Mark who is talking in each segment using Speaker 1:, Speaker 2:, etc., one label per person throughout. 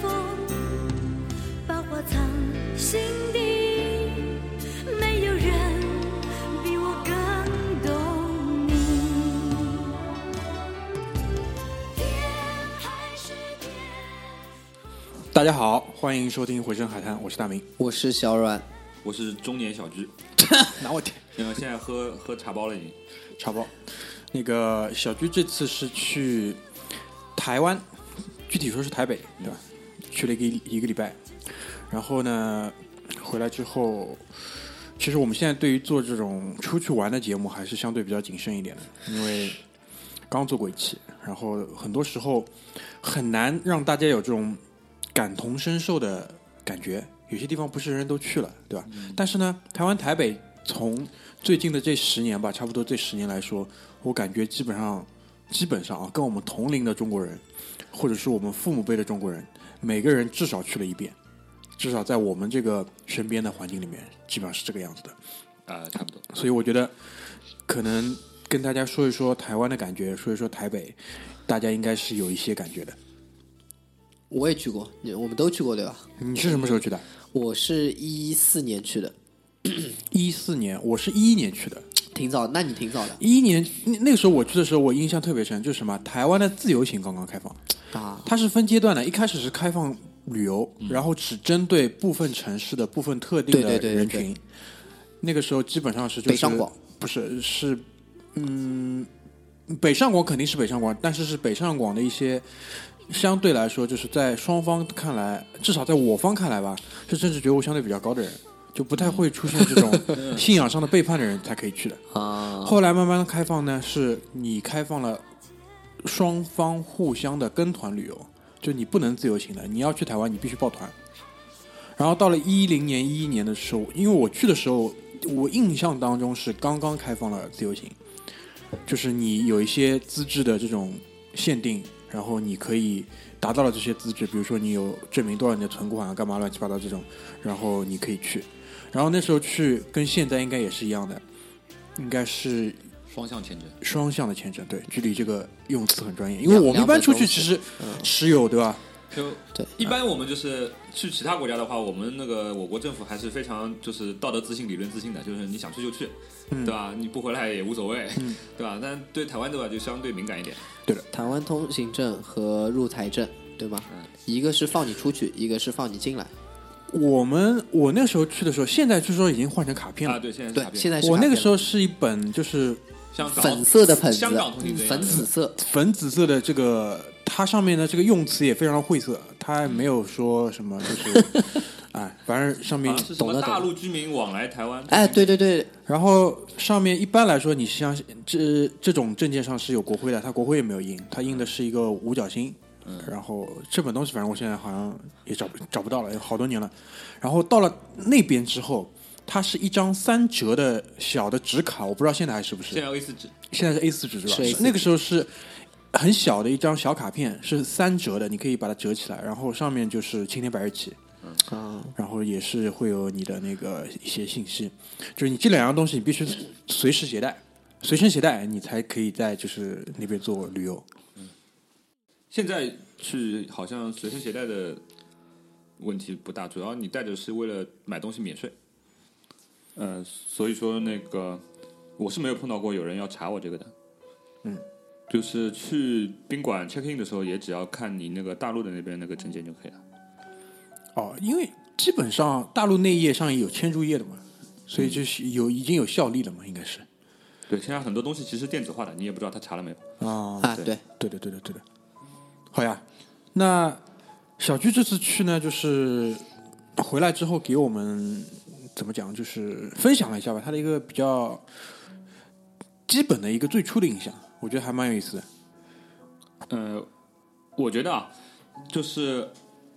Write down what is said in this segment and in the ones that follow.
Speaker 1: 风，把我藏心底。没有人比我更懂你。天还是天。
Speaker 2: 大家好，欢迎收听《回声海滩》，我是大明。
Speaker 3: 我是小阮，
Speaker 4: 我是中年小居，
Speaker 2: 拿我天，
Speaker 4: 然后现在喝喝茶包了已经。
Speaker 2: 茶包。那个小鞠这次是去台湾，具体说是台北，对吧？去了一个一个礼拜，然后呢，回来之后，其实我们现在对于做这种出去玩的节目还是相对比较谨慎一点的，因为刚做过一期，然后很多时候很难让大家有这种感同身受的感觉。有些地方不是人人都去了，对吧？但是呢，台湾台北从最近的这十年吧，差不多这十年来说，我感觉基本上基本上啊，跟我们同龄的中国人，或者是我们父母辈的中国人，每个人至少去了一遍，至少在我们这个身边的环境里面，基本上是这个样子的。
Speaker 4: 啊，差不多。
Speaker 2: 所以我觉得可能跟大家说一说台湾的感觉，说一说台北，大家应该是有一些感觉的。
Speaker 3: 我也去过，你我们都去过对吧？
Speaker 2: 你是什么时候去的？
Speaker 3: 我是一四年去的，
Speaker 2: 一四年，我是一一年去的。
Speaker 3: 挺早，那你挺早的
Speaker 2: 一一年那那个时候我去的时候，我印象特别深，就是什么台湾的自由行刚刚开放，
Speaker 3: 啊。
Speaker 2: 它是分阶段的，一开始是开放旅游，然后只针对部分城市的部分特定的
Speaker 3: 嗯对对对对
Speaker 2: 人群。那个时候基本上是就是
Speaker 3: 北上广
Speaker 2: 不是是嗯，北上广肯定是北上广，但是是北上广的一些相对来说，就是在双方看来，至少在我方看来吧，是政治觉悟相对比较高的人，就不太会出现这 种信仰上的背叛的人才可以去的。
Speaker 3: 啊，
Speaker 2: 后来慢慢的开放呢，是你开放了双方互相的跟团旅游，就你不能自由行的，你要去台湾你必须报团。然后到了一零年、一一年的时候，因为我去的时候，我印象当中是刚刚开放了自由行，就是你有一些资质的这种限定，然后你可以达到了这些资质，比如说你有证明多少你的存款啊，干嘛乱七八糟这种，然后你可以去。然后那时候去跟现在应该也是一样的，应该是
Speaker 4: 双向签证，
Speaker 2: 双向的签证，对，距离这个用词很专业，因为我们一般出去其实持有对吧？
Speaker 4: 就
Speaker 3: 对
Speaker 4: 一般我们就是去其他国家的话，我们那个我国政府还是非常就是道德自信、理论自信的，就是你想去就去，
Speaker 3: 嗯
Speaker 4: 对吧？你不回来也无所谓， 对吧？但对台湾的话就相对敏感一点，
Speaker 2: 对的，
Speaker 3: 台湾通行证和入台证对吗？
Speaker 4: 嗯
Speaker 3: 一个是放你出去，一个是放你进来。
Speaker 2: 我们我那时候去的时候，现在据说已经换成卡片了。
Speaker 4: 啊，对，现在是
Speaker 3: 对
Speaker 4: 卡，片
Speaker 3: 现在是
Speaker 2: 我那个
Speaker 3: 卡片
Speaker 2: 时候是一本就是
Speaker 4: 香港
Speaker 3: 粉色的盆子，嗯
Speaker 4: 香港通行证
Speaker 3: 粉紫色，
Speaker 2: 粉紫色的这个，它上面的这个用词也非常的晦涩，它没有说什么就是，哎，反正上面
Speaker 4: 啊是什
Speaker 3: 懂
Speaker 4: 么
Speaker 3: 了懂了
Speaker 4: 大陆居民往来台湾？
Speaker 3: 哎，对对对，
Speaker 2: 然后上面一般来说，你像这这种证件上是有国徽的，它国徽也没有印，它印的是一个五角星。
Speaker 4: 嗯
Speaker 2: 然后这本东西，反正我现在好像也找不找不到了，有好多年了。然后到了那边之后，它是一张三折的小的纸卡，我不知道现在还是不是
Speaker 4: 现。在 A 四纸，
Speaker 2: 现在是 A 四纸是吧？
Speaker 3: 是 A4 纸
Speaker 2: 那个时候是很小的一张小卡片，是三折的，你可以把它折起来，然后上面就是青天白日旗，
Speaker 3: 啊，
Speaker 2: 然后也是会有你的那个一些信息，就是你这两样东西你必须随时携带，随身携带，你才可以在就是那边做旅游。
Speaker 4: 现在去好像随身携带的问题不大，主要你带着是为了买东西免税。呃，所以说那个我是没有碰到过有人要查我这个的。
Speaker 2: 嗯，
Speaker 4: 就是去宾馆 check in 的时候，也只要看你那个大陆的那边那个证件就可以了。
Speaker 2: 哦，因为基本上大陆内页上也有签注页的嘛，所以就是有已经有效力了嘛，应该是。
Speaker 4: 对，现在很多东西其实电子化的，你也不知道他查了没有。
Speaker 2: 啊、
Speaker 3: 啊
Speaker 4: 对
Speaker 3: 对，
Speaker 2: 对的，对的，对的。好呀，那小鞠这次去呢，就是回来之后给我们怎么讲，就是分享了一下吧，他的一个比较基本的一个最初的印象，我觉得还蛮有意思的。
Speaker 4: 呃，我觉得啊，就是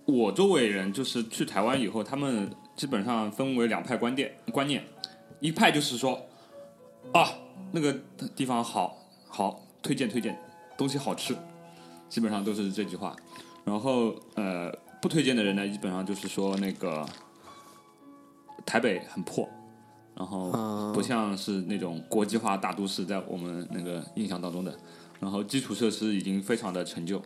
Speaker 4: 我周围人，就是去台湾以后，他们基本上分为两派观点观念，一派就是说啊，那个地方好好，推荐推荐，东西好吃，基本上都是这句话。然后呃，不推荐的人呢，基本上就是说那个台北很破。然后不像是那种国际化大都市，在我们那个印象当中的，然后基础设施已经非常的陈旧，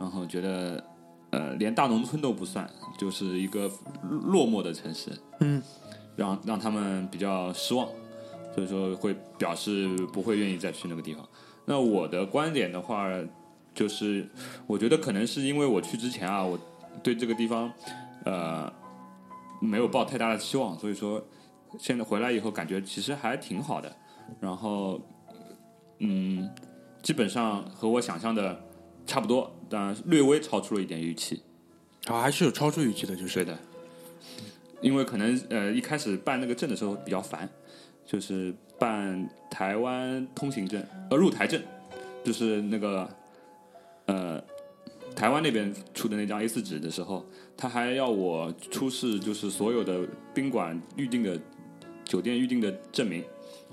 Speaker 4: 然后觉得呃，连大农村都不算，就是一个落寞的城市，
Speaker 2: 嗯，
Speaker 4: 让让他们比较失望，所以说会表示不会愿意再去那个地方。那我的观点的话，就是我觉得可能是因为我去之前啊，我对这个地方呃没有抱太大的期望，所以说现在回来以后感觉其实还挺好的。然后，嗯，基本上和我想象的差不多，但略微超出了一点预期。
Speaker 2: 啊，还是有超出预期的，就是
Speaker 4: 对的，因为可能呃一开始办那个证的时候比较烦，就是办台湾通行证呃入台证，就是那个呃台湾那边出的那张 A 四纸的时候，他还要我出示就是所有的宾馆预定的酒店预定的证明。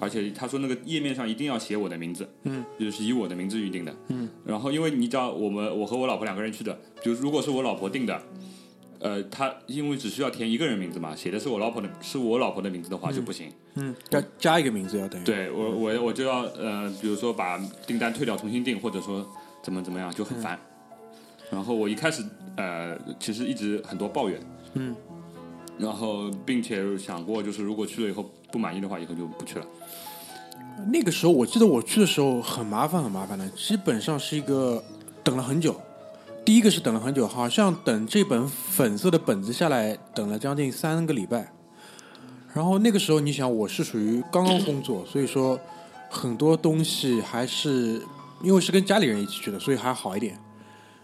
Speaker 4: 而且他说那个页面上一定要写我的名字，嗯，就是以我的名字预定的，嗯。然后因为你知道我们我和我老婆两个人去的，就如果是我老婆订的，呃，他因为只需要填一个人名字嘛，写的是我老婆的，是我老婆的名字的话就不行。
Speaker 2: 嗯，要加一个名字要等于
Speaker 4: 对我，我我就要呃，比如说把订单退掉，重新订，或者说怎么怎么样，就很烦。
Speaker 2: 嗯
Speaker 4: 然后我一开始呃，其实一直很多抱怨，
Speaker 2: 嗯，
Speaker 4: 然后并且想过，就是如果去了以后不满意的话，以后就不去了。
Speaker 2: 那个时候我记得我去的时候很麻烦，很麻烦的，基本上是一个等了很久。第一个是等了很久，好像等这本粉色的本子下来，等了将近三个礼拜。然后那个时候，你想我是属于刚刚工作，所以说很多东西还是因为是跟家里人一起去的，所以还好一点。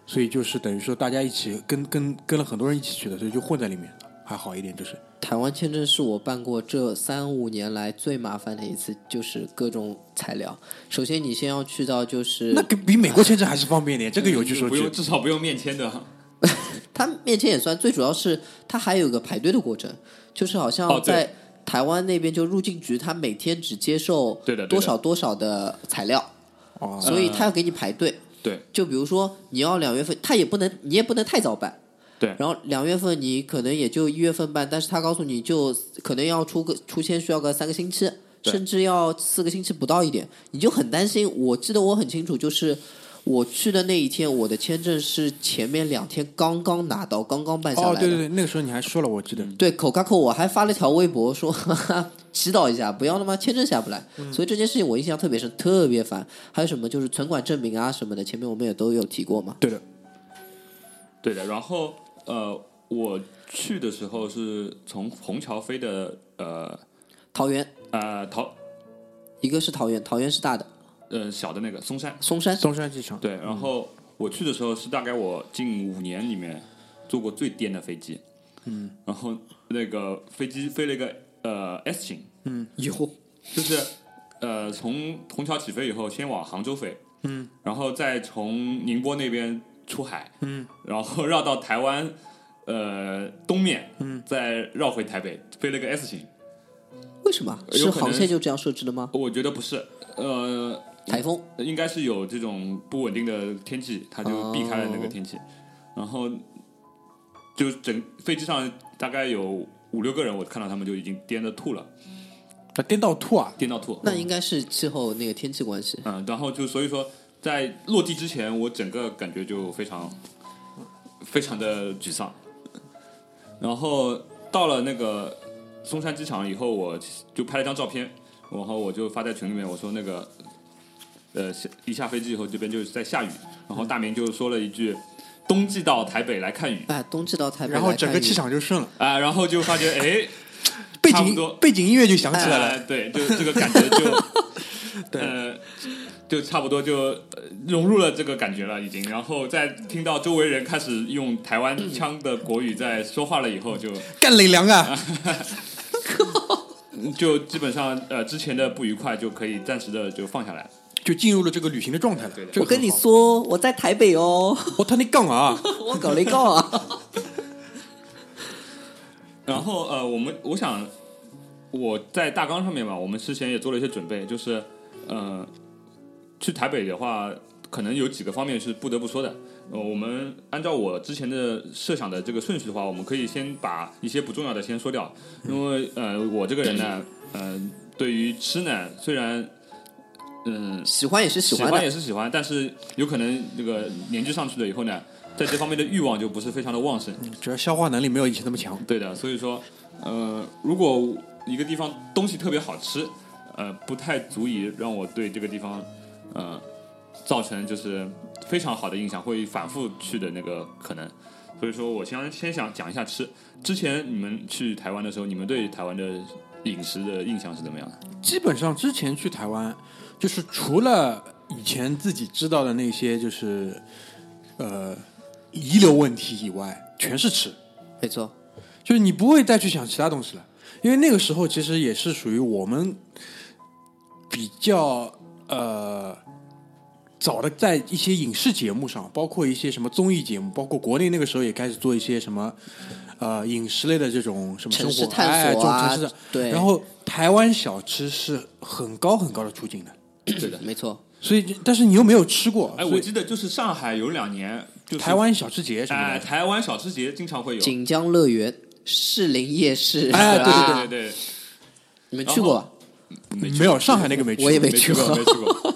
Speaker 2: 所以就是等于说大家一起跟跟跟了很多人一起去的，所以就混在里面了，还好一点就是。
Speaker 3: 台湾签证是我办过这三五年来最麻烦的一次，就是各种材料。首先，你先要去到就是
Speaker 2: 那个比美国签证还是方便一点，这个有据说
Speaker 4: 呃不
Speaker 2: 据
Speaker 4: 用，。至少不用面签的。
Speaker 3: 它面签也算，最主要是它还有一个排队的过程，就是好
Speaker 4: 哦
Speaker 3: 像
Speaker 4: 对
Speaker 3: 在台湾那边就入境局，它每天只接受
Speaker 4: 对的对的
Speaker 3: 多少多少的材料，
Speaker 2: 哦
Speaker 3: 所以它要给你排队。
Speaker 4: 对，
Speaker 3: 就比如说你要两月份，它也不能，你也不能太早办。
Speaker 4: 对
Speaker 3: 然后两月份你可能也就一月份办，但是他告诉你就可能要出个出签需要个三个星期，
Speaker 4: 对
Speaker 3: 甚至要四个星期不到一点，你就很担心。我记得我很清楚，就是我去的那一天，我的签证是前面两天刚刚拿到，刚刚办下来
Speaker 2: 哦，
Speaker 3: 的。嗯
Speaker 2: 对对对，那个时候你还说了，我记得。
Speaker 3: 对，口嘎口，我还发了条微博说， 哈哈，祈祷一下，不要他妈签证下不来。
Speaker 2: 嗯
Speaker 3: 所以这件事情我印象特别深，特别烦。还有什么就是存款证明啊什么的，前面我们也都有提过嘛。
Speaker 2: 对的，
Speaker 4: 对的，然后呃，我去的时候是从虹桥飞的，呃
Speaker 3: 桃园，
Speaker 4: 呃桃
Speaker 3: 一个是桃园，桃园是大的，
Speaker 4: 呃小的那个松山，
Speaker 3: 松山
Speaker 2: 松山机场。
Speaker 4: 对，然后我去的时候是大概我近五年里面坐过最颠的飞机，嗯，然后那个飞机飞了一个呃 S 型，
Speaker 3: 有
Speaker 4: 就是呃从虹桥起飞以后先往杭州飞，嗯，然后再从宁波那边出海，嗯，然后绕到台湾呃东面，嗯，再绕回台北，飞了个 S 型。
Speaker 3: 为什么
Speaker 4: 有
Speaker 3: 是
Speaker 4: 可能
Speaker 3: 航线就这样设置的吗？
Speaker 4: 我觉得不是，呃，
Speaker 3: 台风
Speaker 4: 应该是有这种不稳定的天气，他就避开了那个天气，然后就整飞机上大概有五六个人，我看到他们就已经颠的吐了，
Speaker 2: 那颠到吐啊！
Speaker 4: 颠到吐。
Speaker 3: 那应该是气候那个天气关系。
Speaker 4: 嗯，然后就所以说，在落地之前，我整个感觉就非常非常的沮丧。然后到了那个松山机场以后，我就拍了张照片，然后我就发在群里面，我说那个呃下一下飞机以后，这边就是在下雨，然后大明就说了一句“冬季到台北来看雨
Speaker 3: 哎，冬季到台北来
Speaker 2: 然
Speaker 3: 看雨，
Speaker 2: 后整个气场就顺了，”，
Speaker 4: 啊，然后就发觉哎，
Speaker 2: 背
Speaker 4: 差不多
Speaker 2: 景背景音乐就响起来
Speaker 4: 呃
Speaker 2: 了。
Speaker 4: 对，就这个感觉就呃，就差不多就呃融入了这个感觉了，已经。然后在听到周围人开始用台湾腔的国语在说话了以后就，
Speaker 2: 干磊良啊！
Speaker 4: 就基本上呃之前的不愉快就可以暂时的就放下来。
Speaker 2: 就进入了这个旅行的状态了。
Speaker 4: 对的
Speaker 2: 这个
Speaker 3: 我跟你
Speaker 2: 很好，
Speaker 3: 说，我在台北哦，
Speaker 2: 我他那杠啊！
Speaker 3: 我搞了一个啊。
Speaker 4: 然后呃，我们我想我在大纲上面嘛，我们之前也做了一些准备，就是呃，去台北的话，可能有几个方面是不得不说的。呃，我们按照我之前的设想的这个顺序的话，我们可以先把一些不重要的先说掉，因为呃，我这个人呢，呃，对于吃呢，虽然嗯、
Speaker 3: 喜欢也是喜
Speaker 4: 喜
Speaker 3: 欢
Speaker 4: 欢
Speaker 3: 的，
Speaker 4: 也是喜欢，但是有可能这个年纪上去了以后呢，在这方面的欲望就不是非常的旺盛。
Speaker 2: 主要消化能力没有以前那么强。
Speaker 4: 对的，所以说，呃，如果一个地方东西特别好吃，呃，不太足以让我对这个地方，呃，造成就是呃非常好的印象，会反复去的那个可能。所以说我先先想讲一下吃。之前你们去台湾的时候，你们对台湾的饮食的印象是怎么样的？
Speaker 2: 基本上之前去台湾，就是除了以前自己知道的那些就是呃遗留问题以外，全是吃，
Speaker 3: 没错，
Speaker 2: 就是你不会再去想其他东西了，因为那个时候其实也是属于我们比较呃。早的在一些影视节目上，包括一些什么综艺节目，包括国内那个时候也开始做一些什么，呃，饮食类的这种什么生
Speaker 3: 城
Speaker 2: 活
Speaker 3: 市探索
Speaker 2: 哎、
Speaker 3: 啊
Speaker 2: 这种城市的
Speaker 3: 对
Speaker 2: 然后台湾小吃是很高很高的出镜的，
Speaker 3: 对的，没错，
Speaker 2: 所以就但是你又没有吃过，
Speaker 4: 哎，
Speaker 2: 所以
Speaker 4: 我记得就是上海有两年，就是
Speaker 2: 台湾小吃节什么
Speaker 4: 哎，
Speaker 2: 的，
Speaker 4: 台湾小吃节经常会有。
Speaker 3: 锦江乐园、士林夜市，
Speaker 2: 哎
Speaker 3: 是
Speaker 2: 对
Speaker 3: 吧
Speaker 4: 对对
Speaker 3: 你们去过吧？
Speaker 4: 对，
Speaker 2: 没有上海那个没去，
Speaker 3: 我也
Speaker 4: 没
Speaker 3: 没去
Speaker 4: 去过，
Speaker 3: 过
Speaker 4: 没去过。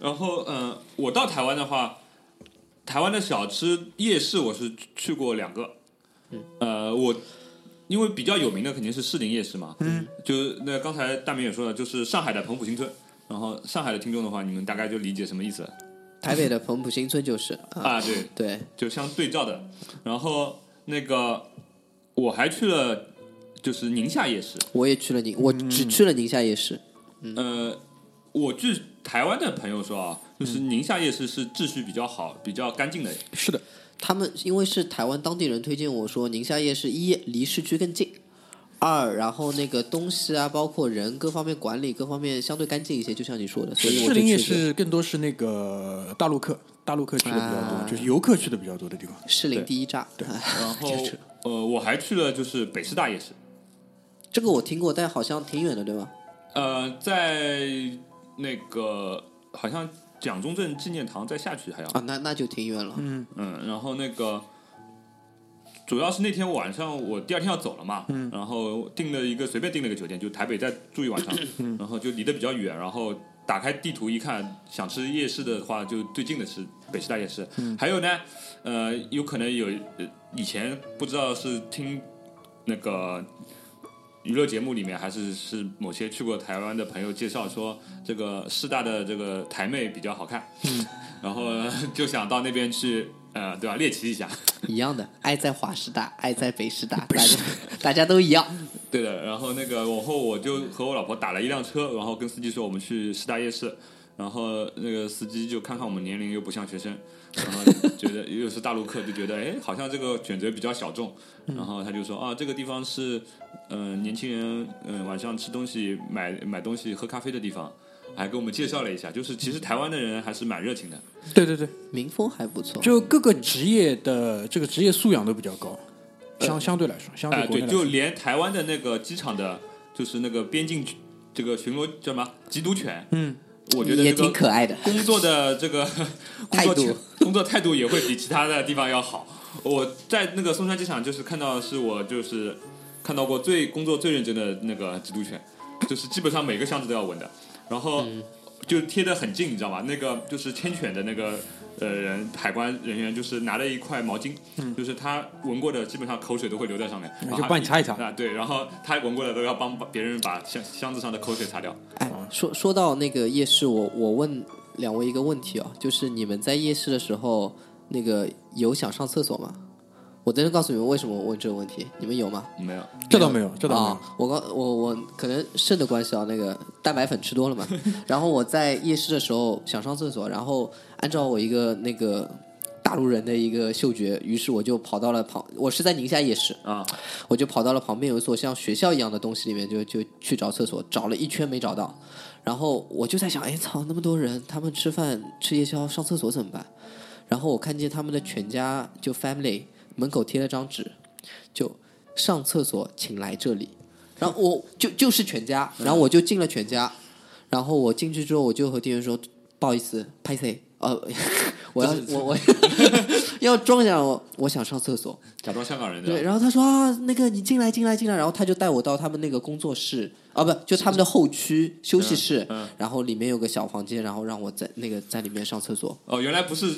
Speaker 4: 然后，嗯、我到台湾的话，台湾的小吃夜市我是去去过两个。呃，我因为比较有名的肯定是士林夜市嘛，嗯，就是那刚才大明也说了，就是上海的彭浦新村。然后上海的听众的话，你们大概就理解什么意思了
Speaker 3: 台北的彭浦新村就是啊，
Speaker 4: 啊？对，
Speaker 3: 对，
Speaker 4: 就相对照的。然后那个我还去了，就是宁夏夜市。
Speaker 3: 我也去了宁，我只
Speaker 2: 嗯
Speaker 3: 去了宁夏夜市，
Speaker 4: 呃，我据台湾的朋友说啊，就是宁夏夜市是秩序比较好、比较干净的。
Speaker 2: 是的，
Speaker 3: 他们因为是台湾当地人推荐我说，宁夏夜市一离市区更近，二然后那个东西啊，包括人各方面管理各方面相对干净一些，就像你说的，所以我
Speaker 2: 士
Speaker 3: 就
Speaker 2: 林夜
Speaker 3: 去了
Speaker 2: 市更多是那个大陆客，大陆客去的比较多，
Speaker 3: 啊
Speaker 2: 就是游客去的比较多的地方。
Speaker 3: 士林第一站。
Speaker 4: 然后，呃，我还去了就是北师大夜市，
Speaker 3: 这个我听过，但好像挺远的，对吧？
Speaker 4: 呃，在那个好像蒋中正纪念堂再下去还要，
Speaker 3: 啊，那那就挺远了。
Speaker 4: 嗯，然后那个。主要是那天晚上我第二天要走了嘛，然后订了一个随便订了一个酒店，就台北再住一晚上，然后就离得比较远，然后打开地图一看，想吃夜市的话，就最近的是北师大夜市。还有呢，呃，有可能有呃以前不知道是听那个娱乐节目里面，还是是某些去过台湾的朋友介绍说，这个师大的这个台妹比较好看，然后呃 就想到那边去，呃，对吧？猎奇一下。
Speaker 3: 一样的，爱在华师大，爱在 北师大，大家大家都一样。
Speaker 4: 对的，然后那个往后我就和我老婆打了一辆车，然后跟司机说我们去师大夜市，然后那个司机就看看我们年龄又不像学生，然后觉得又是大陆客，就觉得哎好像这个选择比较小众，然后他就说啊这个地方是嗯、呃年轻人嗯、呃晚上吃东西买买东西喝咖啡的地方，还给我们介绍了一下，就是其实台湾的人还是蛮热情的，
Speaker 2: 对对对，
Speaker 3: 民风还不错，
Speaker 2: 就各个职业的这个职业素养都比较高，
Speaker 3: 呃
Speaker 2: 相相对来说，相
Speaker 4: 哎、
Speaker 3: 啊
Speaker 2: 对国
Speaker 4: 对，
Speaker 2: 内来
Speaker 4: 就
Speaker 2: 说，
Speaker 4: 连台湾的那个机场的，就是那个边境这个巡逻叫什么缉毒犬，嗯，我觉得
Speaker 3: 也
Speaker 4: 这
Speaker 3: 挺
Speaker 4: 个
Speaker 3: 可爱的。
Speaker 4: 工作的这个工
Speaker 3: 态
Speaker 4: 作
Speaker 3: 度
Speaker 4: 工作态度也会比其他的地方要好。我在那个松山机场就是看到，是我就是看到过最工作最认真的那个缉毒犬，就是基本上每个箱子都要闻的，然后就贴得很近，你知道吗？那个就是牵犬的那个呃人海关人员就是拿了一块毛巾，就是他闻过的基本上口水都会留在上面，然后
Speaker 2: 就
Speaker 4: 他
Speaker 2: 帮你擦一擦
Speaker 4: 啊，对，然后他闻过的都要帮别人把箱箱子上的口水擦掉。
Speaker 3: 哎，说说到那个夜市，我我问两位一个问题啊，就是你们在夜市的时候，那个有想上厕所吗？我真的告诉你们为什么我问这个问题，你们有吗？
Speaker 4: 没有，
Speaker 2: 这倒没有，这倒没有
Speaker 3: 啊。、我刚我我可能肾的关系啊，那个蛋白粉吃多了嘛。然后我在夜市的时候想上厕所，然后按照我一个那个大陆人的一个嗅觉，于是我就跑到了旁，我是在宁夏夜市
Speaker 4: 啊，
Speaker 3: 我就跑到了旁边有一所像学校一样的东西里面，就就去找厕所，找了一圈没找到。然后我就在想，哎操，那么多人，他们吃饭吃夜宵上厕所怎么办？然后我看见他们的全家就 family 门口贴了张纸，就上厕所请来这里。然后我就就是全家，然后我就进了全家，然后我进去之后我就和店员说不好意思，拍谁？呃， 我要我我 要装一下，我我想上厕所。
Speaker 4: 假装香港人的。
Speaker 3: 对，然后他说啊，那个你进来，进来，进来，然后他就带我到他们那个工作室啊，不，就他们的后区休嗯息室，然后里面有个小房间，然后让我在那个在里面上厕所。
Speaker 4: 哦，原来不是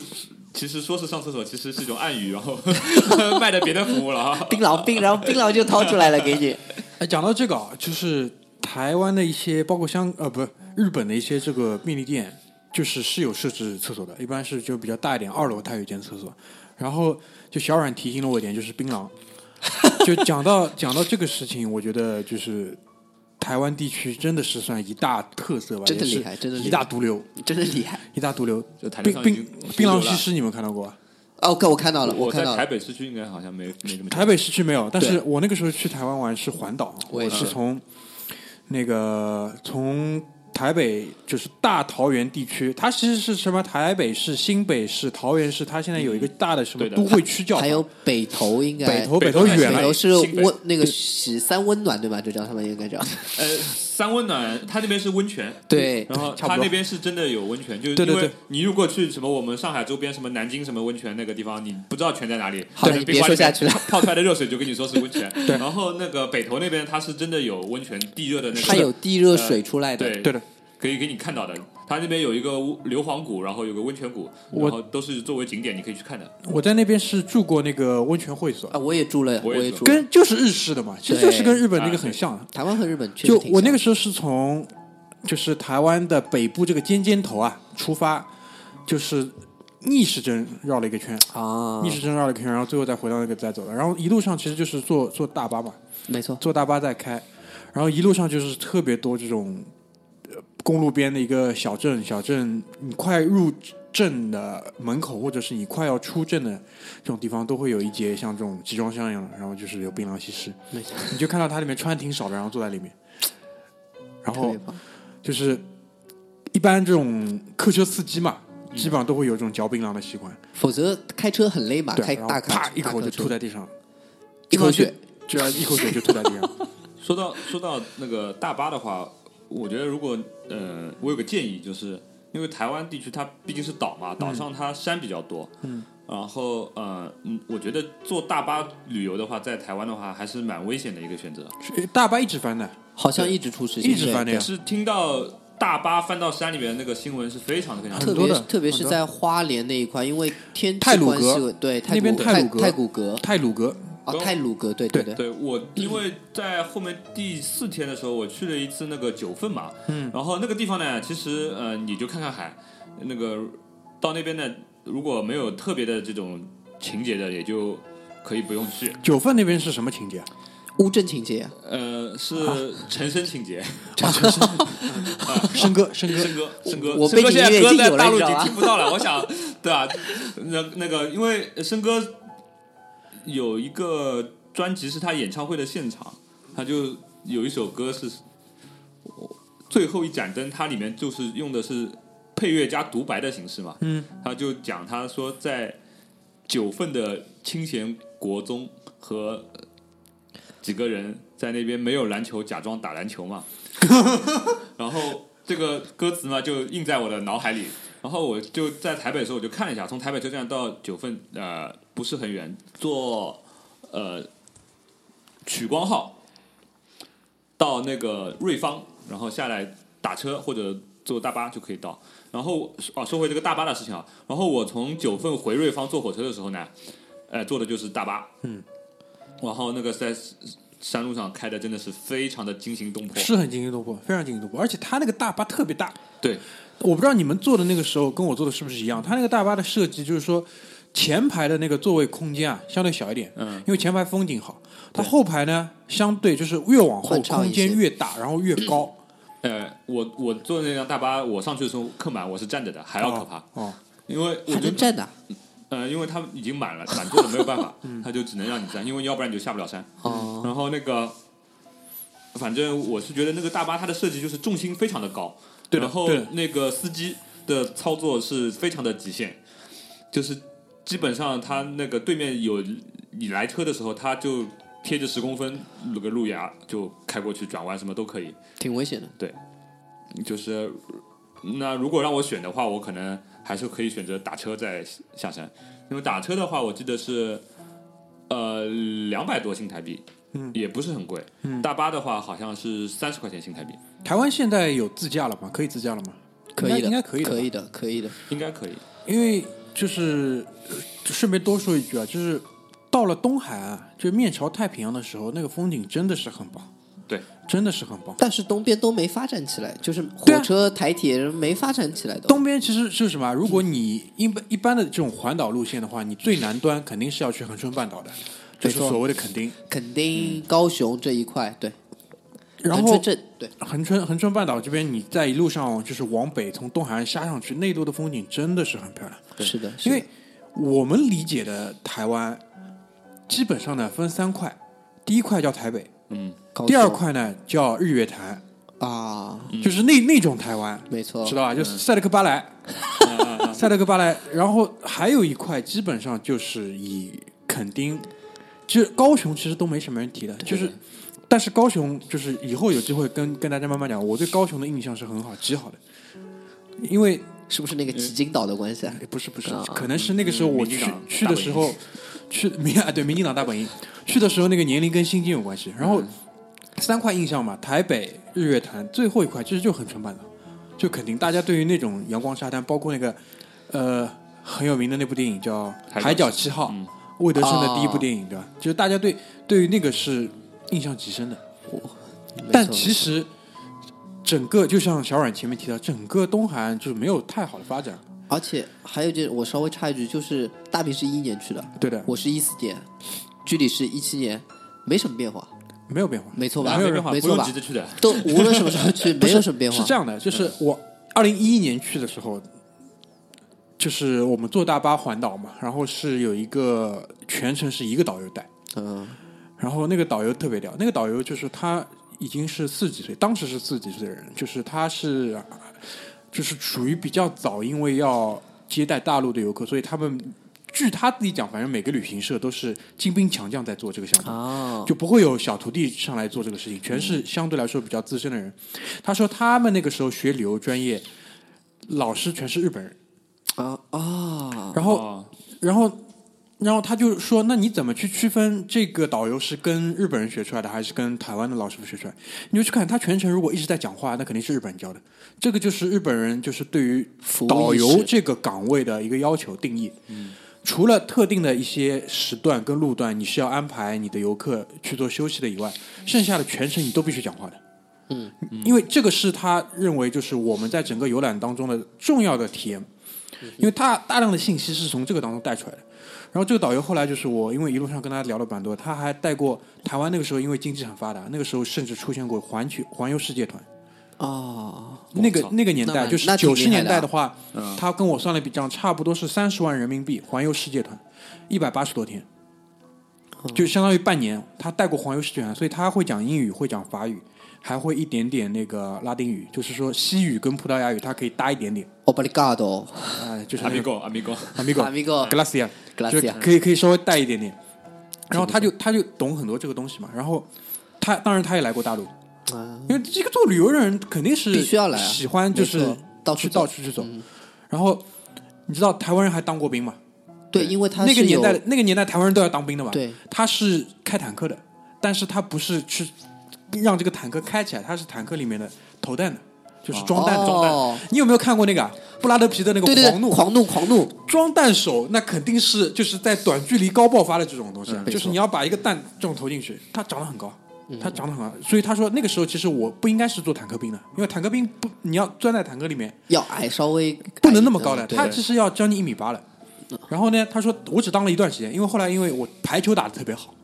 Speaker 4: 其实说是上厕所，其实是一种暗语，然后 卖的别的服务了啊。
Speaker 3: 槟榔冰，然后槟榔就掏出来了给你。
Speaker 2: 哎，讲到这个啊，就是台湾的一些，包括香呃，不是日本的一些这个便利店，就是是有设置厕所的，一般是就比较大一点，二楼它有一间厕所。然后就小阮提醒了我一点，就是槟 榔。就讲到讲到这个事情，我觉得就是台湾地区真的是算一大特色吧，
Speaker 3: 真的
Speaker 2: 也是
Speaker 3: 厉害真的厉害
Speaker 2: 一大毒瘤，
Speaker 3: 真的厉害。
Speaker 2: 一大毒瘤。
Speaker 4: 就台面
Speaker 2: 槟
Speaker 4: 上已
Speaker 2: 槟
Speaker 4: 经
Speaker 2: 槟榔
Speaker 4: 毒瘤
Speaker 2: 西
Speaker 4: 了
Speaker 2: 施你们看到过吧？
Speaker 3: 哦，我我看到了，
Speaker 4: 我
Speaker 3: 看
Speaker 4: 在
Speaker 3: 到
Speaker 4: 台
Speaker 3: 了。
Speaker 4: 北市区应该好像没没什么。
Speaker 2: 台北市区没有，但是
Speaker 3: 对
Speaker 2: 我那个时候去台湾玩是环岛，
Speaker 3: 我
Speaker 2: 我
Speaker 3: 也是
Speaker 2: 是从那个从台北就是大桃园地区，它其实是什么？台北市、新北市、桃园市，它现在有一个大的什么
Speaker 4: 对的
Speaker 2: 都会区叫法，
Speaker 3: 还有北投应该
Speaker 2: 北投、
Speaker 4: 北
Speaker 2: 投
Speaker 4: 投
Speaker 2: 远啊
Speaker 3: 北
Speaker 4: 北
Speaker 2: 了
Speaker 3: 投是
Speaker 4: 新北
Speaker 3: 温那个喜三温暖对吧？就叫他们应该叫。
Speaker 4: 呃，三温暖，它那边是温泉，
Speaker 3: 对
Speaker 4: 然后
Speaker 2: 差不
Speaker 4: 它
Speaker 2: 多
Speaker 4: 那边是真的有温泉，就是
Speaker 2: 对对
Speaker 4: 因为
Speaker 2: 对
Speaker 4: 你如果去什么我们上海周边什么南京什么温泉那个地方，你不知道泉在哪里，
Speaker 3: 好了
Speaker 4: 就是
Speaker 3: 你
Speaker 4: 冰
Speaker 3: 别
Speaker 4: 块
Speaker 3: 说
Speaker 4: 里
Speaker 3: 下
Speaker 4: 面
Speaker 3: 去了
Speaker 4: 泡出来的热水就跟你说是温 泉。对，然后那个北投那边它是真的有温泉地热的那个，
Speaker 3: 它有地热水出来的，
Speaker 4: 对
Speaker 2: 对的，
Speaker 4: 可以给你看到的。它那边有一个屋硫磺谷，然后有个温泉谷，
Speaker 2: 我
Speaker 4: 然后都是作为景点你可以去看的。
Speaker 2: 我在那边是住过那个温泉会所
Speaker 3: 啊，，我也住了，
Speaker 4: 我
Speaker 3: 我
Speaker 4: 也
Speaker 3: 也
Speaker 4: 住
Speaker 3: 住了。
Speaker 2: 跟就是日式的嘛，其实就是跟日本那个很像的。啊
Speaker 3: 台湾和日啊本确实
Speaker 2: 就
Speaker 3: 挺
Speaker 2: 我那
Speaker 3: 像
Speaker 2: 个时候是从就是台湾的北部这个尖尖头啊出发，就是逆时针绕了一个圈。
Speaker 3: 啊
Speaker 2: 逆，时针绕了一个圈，然后最后再回到那个再走的。然后一路上其实就是坐坐大巴嘛，
Speaker 3: 没错，
Speaker 2: 坐大巴在开，然后一路上就是特别多这种、呃公路边的一个小镇，小镇你快入镇的门口，或者是你快要出镇的这种地方，都会有一节像这种集装箱一样的，然后就是有槟榔西施，
Speaker 3: 没错，
Speaker 2: 你就看到它里面穿的挺少的，然后坐在里面，然
Speaker 3: 特
Speaker 2: 后
Speaker 3: 别棒。
Speaker 2: 就是一般这种客车司机嘛，基本上都会有这种嚼槟榔的习惯，
Speaker 3: 否则开车很累嘛，
Speaker 2: 对，
Speaker 3: 开
Speaker 2: 然后
Speaker 3: 大卡
Speaker 2: 啪一口
Speaker 3: 大
Speaker 2: 就
Speaker 3: 卡
Speaker 2: 吐
Speaker 3: 车，
Speaker 2: 在地上。
Speaker 3: 一口血，
Speaker 2: 就啊要一口血就吐在地上。
Speaker 4: 说到说到那个大巴的话，我觉得如果呃，我有个建议，就是因为台湾地区它毕竟是岛嘛，岛上它山比较多，嗯，然后呃，嗯，我觉得坐大巴旅游的话，在台湾的话还是蛮危险的一个选择。
Speaker 2: 是大巴一直翻的，
Speaker 3: 好像一直出事情，
Speaker 2: 一直
Speaker 3: 对啊
Speaker 2: 翻的呀
Speaker 4: 是听到大巴翻到山里面那个新闻是非常的非常
Speaker 3: 特
Speaker 2: 很多
Speaker 3: 别
Speaker 2: 的
Speaker 3: 是特别是
Speaker 2: 很多
Speaker 3: 在花莲那一块，因为天气
Speaker 2: 泰鲁
Speaker 3: 关
Speaker 2: 阁
Speaker 3: 系对泰
Speaker 2: 那边
Speaker 3: 鲁
Speaker 2: 泰
Speaker 3: 泰
Speaker 2: 鲁阁
Speaker 3: 泰
Speaker 2: 泰鲁
Speaker 3: 鲁阁
Speaker 2: 格
Speaker 3: 啊，
Speaker 4: 都
Speaker 3: 泰鲁阁，对对对，
Speaker 4: 对我，因为在后面第四天的时候，我去了一次那个九份嘛，嗯，然后那个地方呢，其实呃，你就看看海，那个到那边呢，如果没有特别的这种情节的，也就可以不用去。
Speaker 2: 九份那边是什么情节啊？
Speaker 3: 乌镇情节，
Speaker 4: 呃，是陈升情节，
Speaker 2: 申哥，
Speaker 3: 哦
Speaker 2: 申哥
Speaker 4: 申哥，申哥，
Speaker 3: 我
Speaker 4: 申哥
Speaker 3: 被你
Speaker 4: 现在
Speaker 3: 越
Speaker 4: 歌
Speaker 3: 境
Speaker 4: 在
Speaker 3: 有了
Speaker 4: 大陆
Speaker 3: 你知
Speaker 4: 已
Speaker 3: 道
Speaker 4: 经
Speaker 3: 吧
Speaker 4: 听不到了，我想，对啊，那那个，因为申哥有一个专辑是他演唱会的现场，他就有一首歌是《最后一盏灯》，它里面就是用的是配乐加独白的形式嘛，嗯，他就讲他说在九份的清闲国中和几个人在那边没有篮球，假装打篮球嘛。然后这个歌词嘛就印在我的脑海里。然后我就在台北的时候，我就看了一下，从台北车站到九份，呃，不是很远，坐呃曲光号到那个瑞芳，然后下来打车或者坐大巴就可以到。然后啊，说回这个大巴的事情啊，然后我从九份回瑞芳坐火车的时候呢，呃，坐的就是大巴，嗯，然后那个在山路上开的真的是非常的惊心动魄，
Speaker 2: 是很惊心动魄，非常惊心动魄，而且他那个大巴特别大，
Speaker 4: 对，
Speaker 2: 我不知道你们坐的那个时候跟我坐的是不是一样。他那个大巴的设计就是说，前排的那个座位空间啊相对小一点，
Speaker 4: 嗯
Speaker 2: 因为前排风景好，它后排呢相对就是越往后
Speaker 3: 宽敞
Speaker 2: 空
Speaker 3: 一些
Speaker 2: 间越大，然后越高，
Speaker 4: 呃，我我坐那辆大巴，我上去的时候客满，我是站着的，还要可怕，
Speaker 2: 哦哦，
Speaker 4: 因为我
Speaker 3: 还
Speaker 4: 就
Speaker 3: 能站的
Speaker 4: 呃，因为他已经满了，满座了没有办法，他就只能让你站，因为要不然你就下不了山。
Speaker 3: 嗯哦，
Speaker 4: 然后那个，反正我是觉得那个大巴它的设计就是重心非常的高，
Speaker 2: 对的
Speaker 4: 然后
Speaker 2: 对的
Speaker 4: 那个司机的操作是非常的极限，就是基本上他那个对面有你来车的时候，他就贴着十公分那个路牙就开过去转弯，什么都可以。
Speaker 3: 挺危险的。
Speaker 4: 就是那如果让我选的话，我可能还是可以选择打车再下山，因为打车的话，我记得是呃两百多新台币，嗯，也不是很贵。大巴的话好像是三十块钱新台币，
Speaker 2: 台湾现在有自驾了吗？可以自驾了吗？
Speaker 3: 可以的，
Speaker 2: 应该可以的吧
Speaker 3: 可以的，可以的。
Speaker 4: 应该可以。
Speaker 2: 因为就是呃顺便多说一句啊，就是到了东海岸，就面朝太平洋的时候，那个风景真的是很棒，
Speaker 4: 对，
Speaker 2: 真的是很棒。
Speaker 3: 但是东边都没发展起来，就是
Speaker 2: 对啊
Speaker 3: 火车、台铁没发展起来的。
Speaker 2: 东边其实是什么啊？如果你一般一般的这种环岛路线的话，你最南端肯定是要去恒春半岛的，就是
Speaker 3: 没错
Speaker 2: 所谓的垦丁。
Speaker 3: 肯定、高雄这一块，对，
Speaker 2: 嗯然
Speaker 3: 横
Speaker 2: 后
Speaker 3: 春镇，对，
Speaker 2: 恒春恒春半岛这边，你在一路上就是往北从东海岸杀上去，内陆的风景真的是很漂亮。
Speaker 3: 是的，
Speaker 2: 因
Speaker 3: 是的
Speaker 2: 为我们理解的台湾，基本上呢分三块，第一块叫台北，
Speaker 3: 高
Speaker 2: 第二
Speaker 3: 雄
Speaker 2: 块呢叫日月潭，
Speaker 3: 啊，
Speaker 2: 就是那那种台湾，
Speaker 3: 没错
Speaker 2: 知道吧？就是塞勒克巴莱，塞勒克巴莱。然后还有一块基本上就是以垦丁，其实高雄其实都没什么人提的，就是。但是高雄就是以后有机会跟跟大家慢慢讲，我对高雄的印象是很好，极好的，因为
Speaker 3: 是不是那
Speaker 2: 嗯
Speaker 3: 个吉金岛的关系啊？
Speaker 2: 哎不是不是
Speaker 3: 啊，
Speaker 2: 可能是那个时候我
Speaker 4: 民
Speaker 2: 去
Speaker 4: 进党
Speaker 2: 去的时候，去民啊对民进党大本营，去的时候那个年龄跟心境有关系。然后三块印象嘛，台北、日月潭，最后一块其实就很纯半岛，就肯定大家对于那种阳光沙滩，包括那个呃很有名的那部电影叫《
Speaker 4: 海角
Speaker 2: 海角七号》，魏德胜的第一部
Speaker 3: 哦
Speaker 2: 电影对吧？就是大家对对于那个是印象极深的。
Speaker 3: 没
Speaker 2: 嗯但
Speaker 3: 错
Speaker 2: 其实整个就像小阮前面提到，整个东海岸就是没有太好的发展。
Speaker 3: 而且还有就是，我稍微插一句，就是大饼是一一年去的，
Speaker 2: 对的，
Speaker 3: 我是一四年，居里是一七年，没什么变 化，
Speaker 2: 没有变化，
Speaker 3: 没错吧？
Speaker 2: 没有
Speaker 4: 变化，
Speaker 3: 没
Speaker 4: 不
Speaker 3: 错
Speaker 4: 用
Speaker 3: 吧
Speaker 4: 急？着去的。
Speaker 3: 都无论什么时候 去，没有什么变化。嗯
Speaker 2: 是这样的，就是我二零一一年去的时候，就是我们坐大巴环岛嘛，然后是有一个全程是一个导游带，
Speaker 3: 嗯，
Speaker 2: 然后那个导游特别屌，那个导游就是他已经是四十几岁，当时是四十几岁的人，就是他是啊就是属于比较早，因为要接待大陆的游客，所以他们据他自己讲，反正每个旅行社都是精兵强将在做这个项目。
Speaker 3: 哦，
Speaker 2: 就不会有小徒弟上来做这个事情，全是相对来说比较资深的人。他说他们那个时候学旅游专业，老师全是日本人，
Speaker 3: 啊啊，
Speaker 2: 然后
Speaker 4: 哦，
Speaker 2: 然后然后他就说，那你怎么去区分这个导游是跟日本人学出来的，还是跟台湾的老师傅学出来？你就去看他全程如果一直在讲话，那肯定是日本人教的。这个就是日本人就是对于
Speaker 3: 服务
Speaker 2: 导
Speaker 3: 意识
Speaker 2: 游这个岗位的一个要求定义。除了特定的一些时段跟路段，你是要安排你的游客去做休息的以外，剩下的全程你都必须讲话的。嗯，因为这个是他认为就是我们在整个游览当中的重要的体验，因为大大量的信息是从这个当中带出来的。然后这个导游后来就是我，因为一路上跟他聊了蛮多，他还带过台湾那个时候，因为经济很发达，那个时候甚至出现过环球环游世界团。
Speaker 3: 哦，
Speaker 2: 那个
Speaker 4: 操
Speaker 2: 那个年
Speaker 3: 那
Speaker 2: 代，
Speaker 3: 蛮
Speaker 2: 就是
Speaker 3: 那挺
Speaker 2: 九
Speaker 3: 厉
Speaker 2: 十
Speaker 3: 害
Speaker 2: 年
Speaker 3: 的
Speaker 2: 代
Speaker 3: 啊
Speaker 2: 的话，他跟我算了笔账，差不多是三十万人民币环游世界团，一百八十多天，
Speaker 3: 嗯
Speaker 2: 就相当于半年。他带过环游世界团，所以他会讲英语，会讲法语，还会一点点那个拉丁语，就是说西语跟葡萄牙语他可以搭一点点，
Speaker 3: o b r i g a d o
Speaker 2: 哎，就是
Speaker 4: 阿
Speaker 2: 那
Speaker 4: 米
Speaker 2: 个
Speaker 4: 狗，阿米
Speaker 2: amigo
Speaker 4: 狗，
Speaker 3: Amigo
Speaker 2: glacia
Speaker 3: Glacia
Speaker 2: 就可以可以稍微带一点点。然后他就他就懂很多这个东西嘛，然后他当然他也来过大陆，因为这个做旅游的人肯定是
Speaker 3: 啊必须要来啊
Speaker 2: 喜欢就
Speaker 3: 没
Speaker 2: 是
Speaker 3: 错到处
Speaker 2: 去
Speaker 3: 走嗯
Speaker 2: 到处去走。然后你知道台湾人还当过兵嘛？
Speaker 3: 对，因为他
Speaker 2: 那个
Speaker 3: 是
Speaker 2: 年
Speaker 3: 有
Speaker 2: 代那个年代台湾人都要当兵的嘛。
Speaker 3: 对，
Speaker 2: 他是开坦克的，但是他不是去让这个坦克开起来，他是坦克里面的投弹的，就是装弹
Speaker 3: 哦
Speaker 2: 装弹。你有没有看过那个啊布拉德皮特那个
Speaker 3: 对对
Speaker 2: 狂
Speaker 3: 对
Speaker 2: 怒？
Speaker 3: 狂怒狂怒，
Speaker 2: 装弹手那肯定是就是在短距离高爆发的这种东西啊，
Speaker 3: 嗯没
Speaker 2: 就
Speaker 3: 错嗯
Speaker 2: 是你要把一个弹这种投进去，它长得很高，它长得很高，所以他说那个时候其实我不应该是做坦克兵的，因为坦克兵不你要钻在坦克里面
Speaker 3: 要矮稍微
Speaker 2: 不能那么高的，
Speaker 3: 矮一点
Speaker 2: 他其实要将近一米八的。然后呢，他说我只当了一段时间，因为后来因为我排球打的特别好，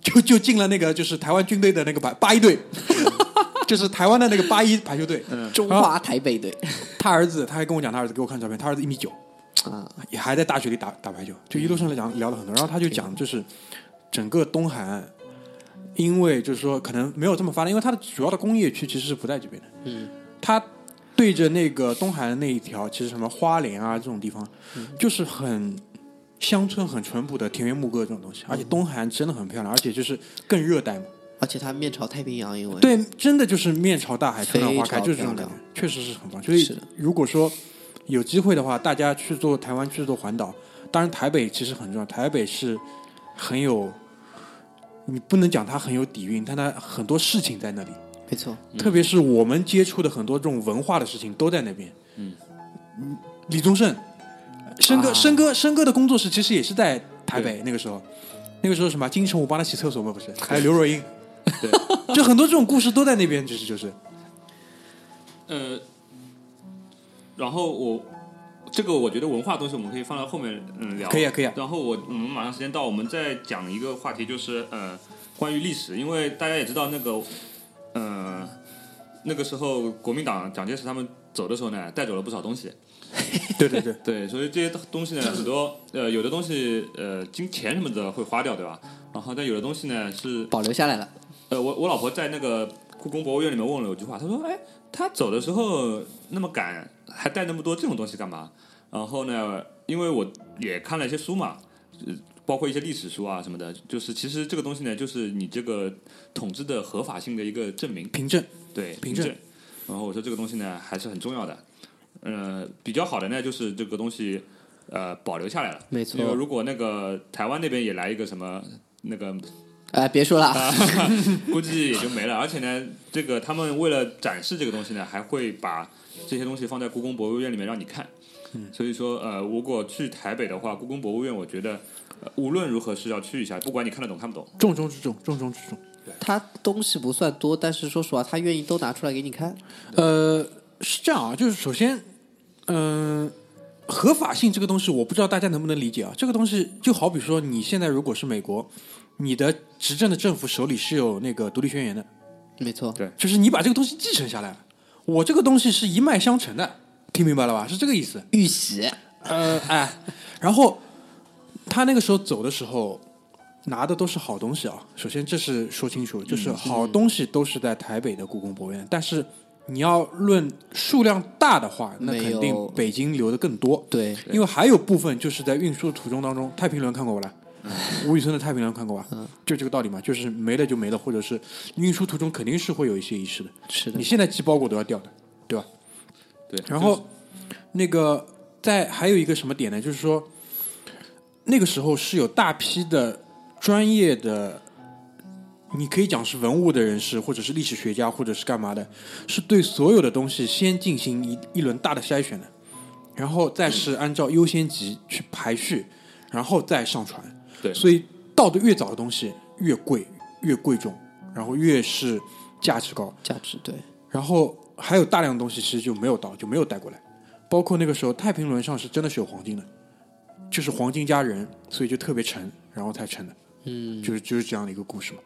Speaker 2: 就就进了那个就是台湾军队的那个八八一队， 就是台湾的那个八一排球队。
Speaker 3: 对中华台北队
Speaker 2: 他儿子他还跟我讲，他儿子给我看照片，他儿子一米九。
Speaker 3: 啊，
Speaker 2: 也还在大学里打打排球，就一路上来讲聊了很多。然后他就讲，就是整个东海岸，因为就是说可能没有这么发达，因为它的主要的工业区其实是不在这边的。嗯，它对着那个东海岸那一条，其实什么花莲啊这种地方，就是很乡村、很淳朴的田园牧歌这种东西。而且东海岸真的很漂亮，而且就是更热带嘛。
Speaker 3: 而且他面朝太平洋，因为
Speaker 2: 对，真的就是面朝大海，春暖花开，
Speaker 3: 非常
Speaker 2: 就是这种
Speaker 3: 漂
Speaker 2: 感
Speaker 3: 亮
Speaker 2: 觉，确实是很棒。所以
Speaker 3: 是的
Speaker 2: 如果说有机会的话，大家去做台湾，去做环岛，当然台北其实很重要，台北是很有，你不能讲它很有底蕴，但它很多事情在那里，
Speaker 3: 没错，
Speaker 2: 特别是我们接触的很多这种文化的事情都在那边。嗯，李宗盛。申哥，
Speaker 3: 啊
Speaker 2: 申哥，申哥的工作室其实也是在台北
Speaker 4: 对
Speaker 2: 那个时候，那个时候什么金城武帮他洗厕所嘛，不是？还有刘若英，
Speaker 4: 对，
Speaker 2: 就很多这种故事都在那边，就是就是，
Speaker 4: 呃，然后我这个我觉得文化东西我们可以放到后面嗯聊，
Speaker 2: 可以啊可以啊
Speaker 4: 然后我我们马上时间到，我们再讲一个话题，就是呃关于历史，因为大家也知道那个呃那个时候国民党蒋介石他们走的时候呢，带走了不少东西，
Speaker 2: 对对对，
Speaker 4: 对，所以这些东西呢，很多呃有的东西呃金钱什么的会花掉，对吧？然后但有的东西呢是
Speaker 3: 保留下来了。
Speaker 4: 呃，我我老婆在那个故宫博物院里面问了我一句话，她说：“哎，她走的时候那么赶，还带那么多这种东西干嘛？”然后呢，因为我也看了一些书嘛，呃包括一些历史书啊什么的，就是其实这个东西呢，就是你这个统治的合法性的一个证 明，
Speaker 2: 凭证
Speaker 4: 对，
Speaker 2: 凭
Speaker 4: 证
Speaker 2: 证。
Speaker 4: 然后我说这个东西呢还是很重要的，呃，比较好的呢就是这个东西呃保留下来了，
Speaker 3: 没错
Speaker 4: 因为如果那个台湾那边也来一个什么那个
Speaker 3: 哎，别说了啊，
Speaker 4: 估计也就没了。而且呢，这个他们为了展示这个东西呢，还会把这些东西放在故宫博物院里面让你看。所以说，呃，如果去台北的话，故宫博物院，我觉得、呃无论如何是要去一下，不管你看得懂看不懂。
Speaker 2: 重中之重，重中之重。
Speaker 3: 他东西不算多，但是说实话，他愿意都拿出来给你看。
Speaker 2: 呃，是这样啊，就是首先，嗯、合法性这个东西，我不知道大家能不能理解啊。这个东西就好比说，你现在如果是美国，你的执政的政府手里是有那个独立宣言的，
Speaker 3: 没错，
Speaker 4: 对
Speaker 2: 就是你把这个东西继承下来，我这个东西是一脉相承的，听明白了吧？是这个意思。
Speaker 3: 玉玺
Speaker 2: 呃，哎，然后他那个时候走的时候拿的都是好东西啊。首先，这是说清楚，就是好东西都是在台北的故宫博物院，但是你要论数量大的话，那
Speaker 3: 没
Speaker 2: 肯
Speaker 3: 有
Speaker 2: 定北京留的更多。
Speaker 3: 对
Speaker 2: 因为还有部分就是在运输途中当中，太平轮看过不啦？
Speaker 3: 嗯
Speaker 2: 吴宇森的太平轮看过吧？就这个道理嘛，就是没了就没了，或者是运输途中肯定是会有一些仪式的。
Speaker 3: 是的
Speaker 2: 你，现在寄包裹都要掉的，对吧？
Speaker 4: 对，
Speaker 2: 然
Speaker 4: 就
Speaker 2: 后那个在还有一个什么点呢？就是说那个时候是有大批的专业的，你可以讲是文物的人士，或者是历史学家，或者是干嘛的，是对所有的东西先进行一一轮大的筛选的，然后再是按照优先级去排序，然后再上传。
Speaker 4: 对
Speaker 2: 所以到的越早的东西越贵，越贵重，然后越是价值高。
Speaker 3: 价值对，
Speaker 2: 然后还有大量的东西其实就没有到，就没有带过来。包括那个时候太平轮上是真的是有黄金的，就是黄金加人，所以就特别沉，然后才沉的。嗯，就是就是这样的一个故事嘛。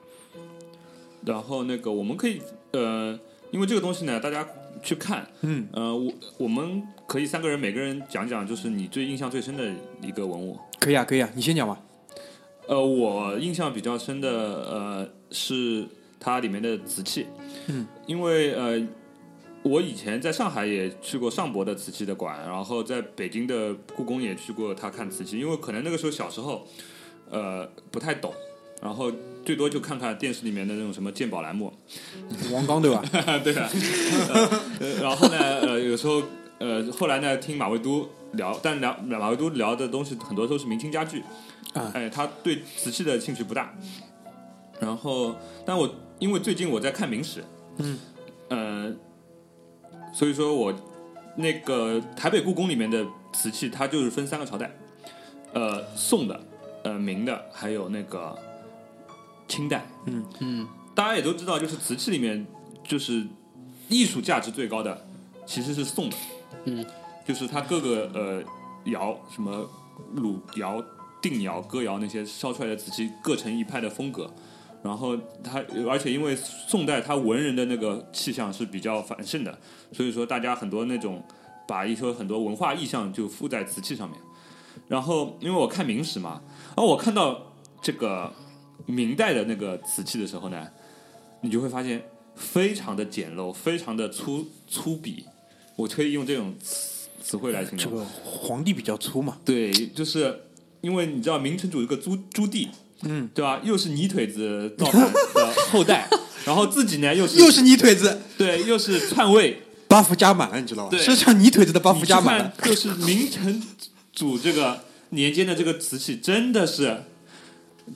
Speaker 4: 然后那个我们可以呃，因为这个东西呢，大家去看，
Speaker 2: 嗯，
Speaker 4: 呃，我我们可以三个人每个人讲讲，就是你最印象最深的一个文物。
Speaker 2: 可以啊，可以啊，你先讲吧。
Speaker 4: 呃，我印象比较深的呃是它里面的瓷器，嗯，因为呃我以前在上海也去过上博的瓷器的馆，然后在北京的故宫也去过他看瓷器，因为可能那个时候小时候呃不太懂，然后最多就看看电视里面的那种什么鉴宝栏目，
Speaker 2: 王刚对吧？
Speaker 4: 对啊，呃然后呢，呃，有时候呃，后来呢，听马未都聊，但聊马未都聊的东西很多都是明清家具，
Speaker 2: 啊
Speaker 4: 哎，他对瓷器的兴趣不大。然后，但我因为最近我在看明史，嗯，呃，所以说我那个台北故宫里面的瓷器，它就是分三个朝代，呃，宋的、呃明的，还有那个清代。
Speaker 2: 嗯
Speaker 4: 嗯，大家也都知道，就是瓷器里面就是艺术价值最高的其实是宋的。
Speaker 3: 嗯，
Speaker 4: 就是它各个呃窑什么汝窑、定窑、哥窑那些烧出来的瓷器，各成一派的风格。然后它，而且因为宋代它文人的那个气象是比较繁盛的，所以说大家很多那种把一些很多文化意象就附在瓷器上面。然后因为我看明史嘛，然后我看到这个明代的那个瓷器的时候呢，你就会发现非常的简陋，非常的粗粗鄙，我可以用这种词词汇来形
Speaker 2: 这
Speaker 4: 容。
Speaker 2: 个皇帝比较粗嘛。
Speaker 4: 对，就是因为你知道明成祖有个朱朱棣，嗯，对吧？又是泥腿子造反的后代，然后自己呢又是
Speaker 2: 又是泥腿子
Speaker 4: 对又是篡位，
Speaker 2: ，buff 加满了，你知道吧？
Speaker 4: 对
Speaker 2: 身上泥腿子的 buff
Speaker 4: 你去
Speaker 2: 哦加满了
Speaker 4: 看。 就是明成祖这个年间的这个瓷器，真的是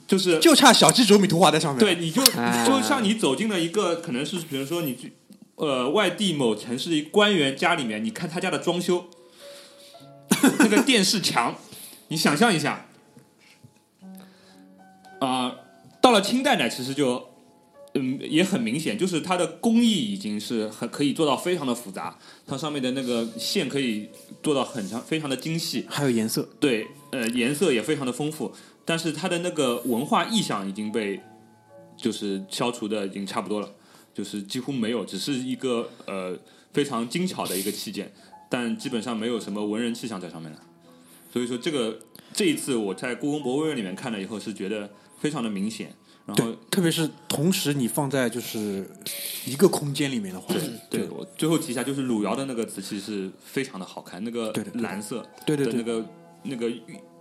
Speaker 4: 就是
Speaker 2: 就差小鸡啄米图画在上面。
Speaker 4: 对，，你就就像你走进了一个可能是比如说你去呃外地某城市一官员家里面，你看他家的装修， 那个电视墙，你想象一下，啊、到了清代呢，其实就嗯也很明显，就是它的工艺已经是很可以做到非常的复杂，它上面的那个线可以做到很强非常的精细，
Speaker 2: 还有颜色，
Speaker 4: 对，呃，颜色也非常的丰富，但是它的那个文化意象已经被就是消除的已经差不多了，就是几乎没有，只是一个呃非常精巧的一个器件，但基本上没有什么文人气象在上面了。所以说，这个这一次我在故宫博物院里面看了以后，是觉得非常的明显。然后
Speaker 2: 对，特别是同时你放在就是一个空间里面的话，
Speaker 4: 对我最后提一下，就是汝窑的那个瓷器是非常的好看，那个
Speaker 2: 对的对的
Speaker 4: 蓝色
Speaker 2: 对对
Speaker 4: 的
Speaker 2: 对
Speaker 4: 那个那个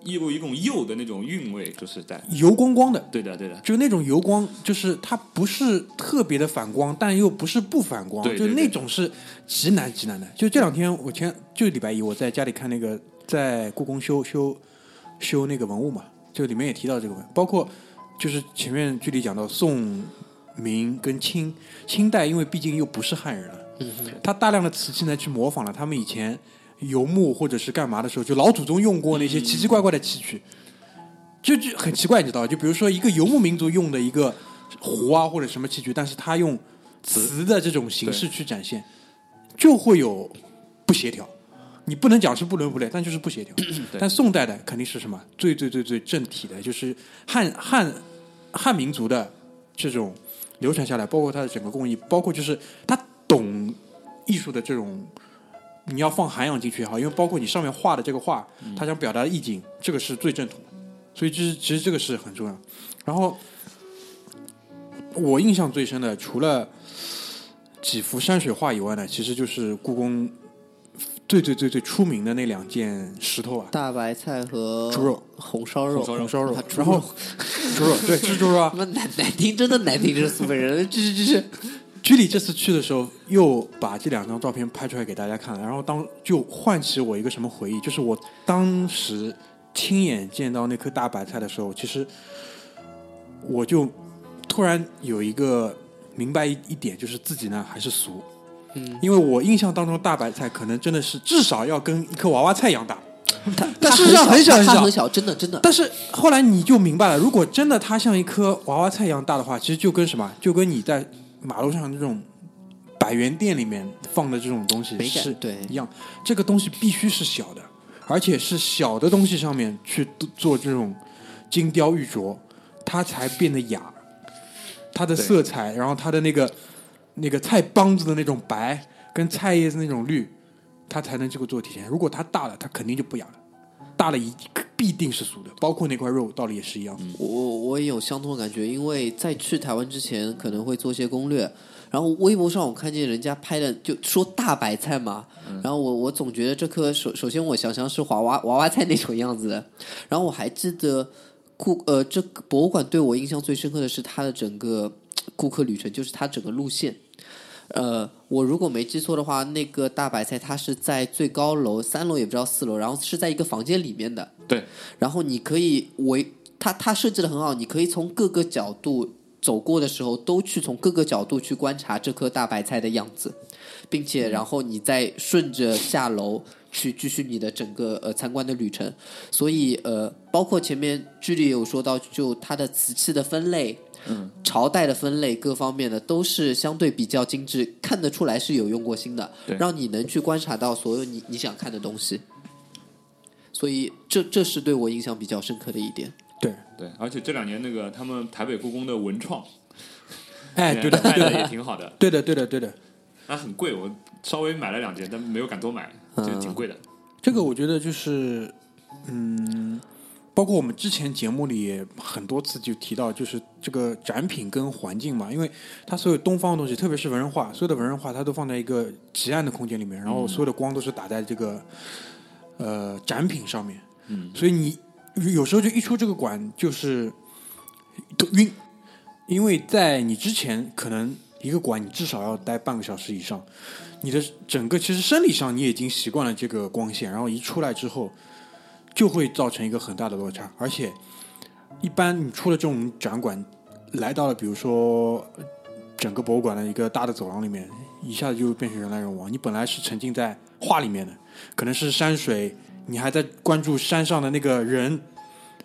Speaker 4: 一有一种釉的那种韵味，就是在
Speaker 2: 油光光的，
Speaker 4: 对的对的，
Speaker 2: 就那种油光，就是它不是特别的反光，但又不是不反光，
Speaker 4: 对对
Speaker 2: 就
Speaker 4: 对
Speaker 2: 那种是极难极难的。就这两天，我前就礼拜一我在家里看那个，在故宫修修修那个文物嘛，就里面也提到这个问，包括就是前面剧里讲到宋、明跟清，清代因为毕竟又不是汉人了，
Speaker 4: 嗯
Speaker 2: 他大量的瓷器呢去模仿了他们以前游牧或者是干嘛的时候，就老祖宗用过那些
Speaker 4: 嗯
Speaker 2: 奇奇怪怪的器具，就就很奇怪，你知道吧？就比如说一个游牧民族用的一个壶啊或者什么器具，但是他用瓷的这种形式去展现，就会有不协调。你不能讲是不伦不类，但就是不协调。但宋代的肯定是什么最最最最正体的，就是汉汉汉民族的这种流传下来，包括它的整个工艺，包括就是他懂艺术的这种，你要放涵养进去也好，因为包括你上面画的这个画，他想表达的意境，这个是最正统的，所以这是其实这个是很重要。然后我印象最深的，除了几幅山水画以外呢，其实就是故宫最最最最出名的那两件石头啊，
Speaker 3: 大白菜和
Speaker 2: 猪肉
Speaker 3: 红烧肉，
Speaker 2: 红烧肉
Speaker 3: 啊，猪
Speaker 2: 然后猪肉对是猪肉啊
Speaker 3: 他，妈难难听，真的难听，这是苏北人，这是这是
Speaker 2: 居里这次去的时候，又把这两张照片拍出来给大家看，然后当就唤起我一个什么回忆，就是我当时亲眼见到那颗大白菜的时候，其实我就突然有一个明白一一点，就是自己呢还是俗，嗯，因为我印象当中大白菜可能真的是至少要跟一颗娃娃菜一样大，但事实上很小
Speaker 3: 它
Speaker 2: 很
Speaker 3: 它
Speaker 2: 小
Speaker 3: 很小，真的真的。
Speaker 2: 但是后来你就明白了，如果真的它像一颗娃娃菜一样大的话，其实就跟什么，就跟你在马路上这种百元店里面放的这种东西
Speaker 3: 美感
Speaker 2: 是
Speaker 3: 对
Speaker 2: 一样。这个东西必须是小的，而且是小的东西上面去做这种精雕玉琢，它才变得雅。它的色彩，然后它的那个那个菜帮子的那种白，跟菜叶子那种绿，它才能这个做体现。如果它大了，它肯定就不雅了。大了一必定是俗的，包括那块肉，道理也是一样。
Speaker 3: 我我也有相同的感觉，因为在去台湾之前可能会做一些攻略，然后微博上我看见人家拍的就说大白菜嘛，然后我我总觉得这颗首首先我想象是娃娃娃娃菜那种样子的，然后我还记得顾呃这个博物馆对我印象最深刻的是它的整个顾客旅程，就是它整个路线。呃，我如果没记错的话，那个大白菜它是在最高楼三楼也不知道四楼，然后是在一个房间里面的，
Speaker 4: 对，
Speaker 3: 然后你可以围它，它设计的很好，你可以从各个角度走过的时候，都去从各个角度去观察这颗大白菜的样子，并且然后你再顺着下楼去继续你的整个呃参观的旅程。所以呃，包括前面剧里有说到，就它的瓷器的分类。嗯，朝代的分类各方面的都是相对比较精致，看得出来是有用过心的，
Speaker 4: 对
Speaker 3: 让你能去观察到所有你你想看的东西。所以这这是对我印象比较深刻的一点。
Speaker 2: 对，
Speaker 4: 对，而且这两年那个他们台北故宫的文创，
Speaker 2: 哎，对的，
Speaker 4: 卖
Speaker 2: 对
Speaker 4: 的也
Speaker 2: 的，
Speaker 4: 挺好的，
Speaker 2: 对的，对的，对的。
Speaker 4: 那很贵，我稍微买了两件，但没有敢多买，就挺贵的。
Speaker 2: 这个我觉得就是，嗯，包括我们之前节目里也很多次就提到，就是这个展品跟环境嘛，因为它所有东方的东西，特别是文人画，所有的文人画它都放在一个极暗的空间里面，然后所有的光都是打在这个呃展品上面，嗯，所以你有时候就一出这个馆就是都晕，因为在你之前可能。一个馆你至少要待半个小时以上，你的整个其实生理上你已经习惯了这个光线，然后一出来之后就会造成一个很大的落差，而且一般你出了这种展馆，来到了比如说呃整个博物馆的一个大的走廊里面，一下子就变成人来人往。你本来是沉浸在画里面的，可能是山水、你还在关注山上的那个人。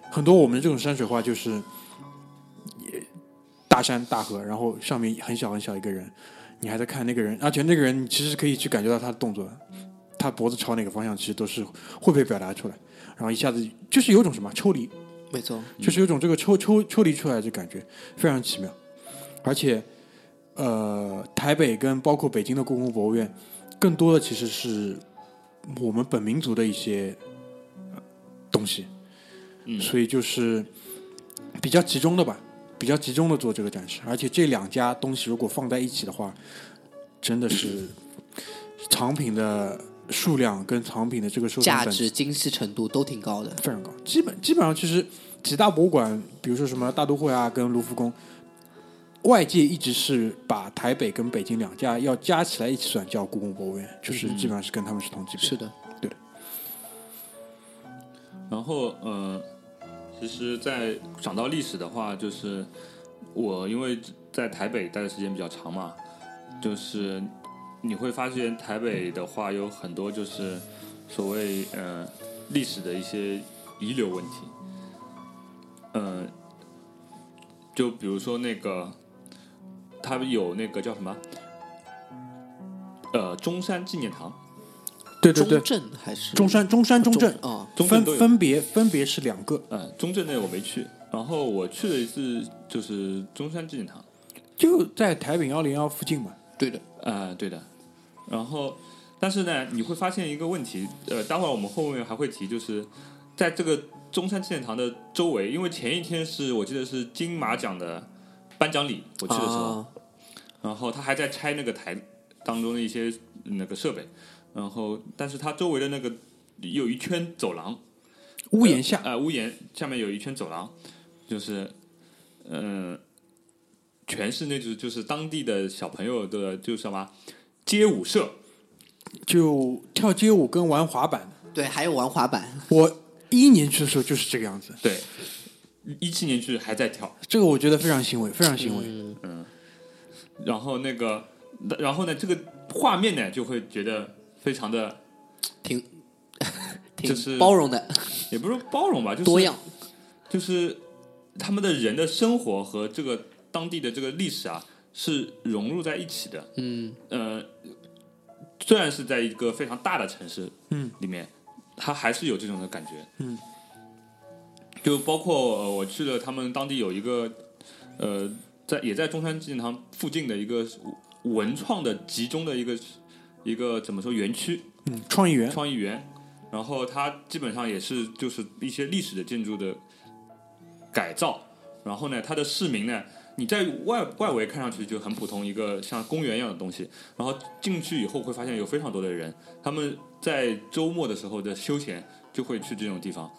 Speaker 2: 很多我们这种山水画就是也大山大河，然后上面很小很小一个人，你还在看那个人，而且那个人你其实可以去感觉到他的动作，他脖子朝哪个方向，其实都是会被表达出来。然后一下子就是有种什么抽离，
Speaker 3: 没错，
Speaker 2: 就是有种这个抽抽抽离出来的感觉，非常奇妙。而且，呃，台北跟包括北京的故宫博物院，更多的其实是我们本民族的一些呃东西，
Speaker 4: 嗯
Speaker 2: 所以就是比较集中的吧，比较集中的做这个展示。而且这两家东西如果放在一起的话，真的是藏品的数量跟藏品的这个收藏
Speaker 3: 价
Speaker 2: 等级
Speaker 3: 值、精细程度都挺高的。
Speaker 2: 非常高，基本基本上其实几大博物馆，比如说什么大都会啊，跟卢浮宫，外界一直是把台北跟北京两家要加起来一起算叫故宫博物院，就是基本上是跟他们是同级别。
Speaker 3: 是的，
Speaker 4: 然后呃，其实，在讲到历史的话，就是我因为在台北待的时间比较长嘛，就是你会发现台北的话有很多就是所谓呃历史的一些遗留问题，呃，就比如说那个他们有那个叫什么呃中山纪念堂，
Speaker 2: 对对对
Speaker 3: 中，正还是
Speaker 2: 中山中山中正
Speaker 3: 啊？
Speaker 4: 中正
Speaker 2: 分
Speaker 4: 都有
Speaker 2: 分别分别是两个，
Speaker 4: 呃，中正那个我没去，然后我去了一次就是中山纪念堂，
Speaker 2: 就在台北幺零幺附近嘛。
Speaker 3: 对的，
Speaker 4: 呃，对的，然后但是呢，你会发现一个问题，呃，待会儿我们后面还会提，就是在这个中山纪念堂的周围，因为前一天是我记得是金马奖的颁奖礼，我去的时候，
Speaker 3: 啊，
Speaker 4: 然后他还在拆那个台当中的一些呃那个设备，然后但是它周围的那个有一圈走廊，
Speaker 2: 屋檐下，
Speaker 4: 呃，屋檐下面有一圈走廊，就是，嗯、全是那种就是当地的小朋友的，就是什么街舞社，
Speaker 2: 就跳街舞跟玩滑板。
Speaker 3: 对，还有玩滑板，
Speaker 2: 我一一年去的时候就是这个样子，
Speaker 4: 对，一七年去还在跳，
Speaker 2: 这个我觉得非常欣慰，非常欣慰。
Speaker 4: 然后那个，然后呢，这个画面呢就会觉得非常的，
Speaker 3: 挺
Speaker 4: 就
Speaker 3: 挺
Speaker 4: 是
Speaker 3: 包容的，
Speaker 4: 也不是包容吧，就是
Speaker 3: 多样，
Speaker 4: 就是他们的人的生活和这个当地的这个历史啊，是融入在一起的。
Speaker 3: 嗯，
Speaker 4: 呃，虽然是在一个非常大的城市，
Speaker 2: 嗯，
Speaker 4: 里面，它还是有这种的感觉，
Speaker 2: 嗯，
Speaker 4: 就包括、呃、我去了他们当地有一个，呃，在也在中山纪念堂附近的一个文创的集中的一个一个怎么说园区，
Speaker 2: 嗯，创意园
Speaker 4: 创意园，然后它基本上也是就是一些历史的建筑的改造，然后呢，它的市民呢，你在外外围看上去就很普通一个像公园一样的东西，然后进去以后会发现有非常多的人，他们在周末的时候的休闲就会去这种地方。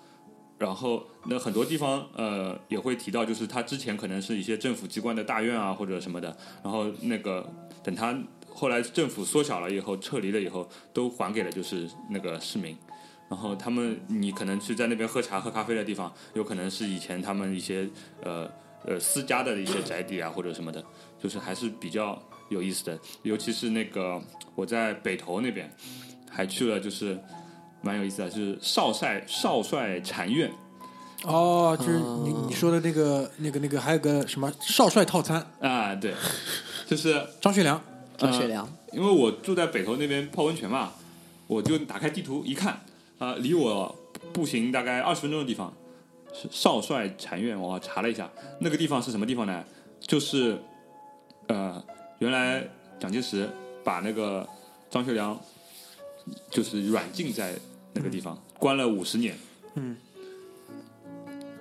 Speaker 4: 然后，那很多地方呃也会提到，就是它之前可能是一些政府机关的大院啊或者什么的，然后那个等它后来政府缩小了以后，撤离了以后，都还给了就是那个市民。然后他们，你可能去在那边喝茶、喝咖啡的地方，有可能是以前他们一些呃呃私家的一些宅邸啊，或者什么的，就是还是比较有意思的。尤其是那个我在北投那边还去了，就是蛮有意思的，是少帅少帅禅院，
Speaker 2: 哦，就是你你说的那个那个那个，还有个什么少帅套餐，
Speaker 4: 啊，对，就是
Speaker 2: 张学良
Speaker 3: 张学良，
Speaker 4: 因为我住在北头那边泡温泉嘛，我就打开地图一看，啊、离我步行大概二十分钟的地方是少帅禅院。我查了一下，那个地方是什么地方呢？就是呃，原来蒋介石把那个张学良就是软禁在那个地方，关了五十年。
Speaker 2: 嗯。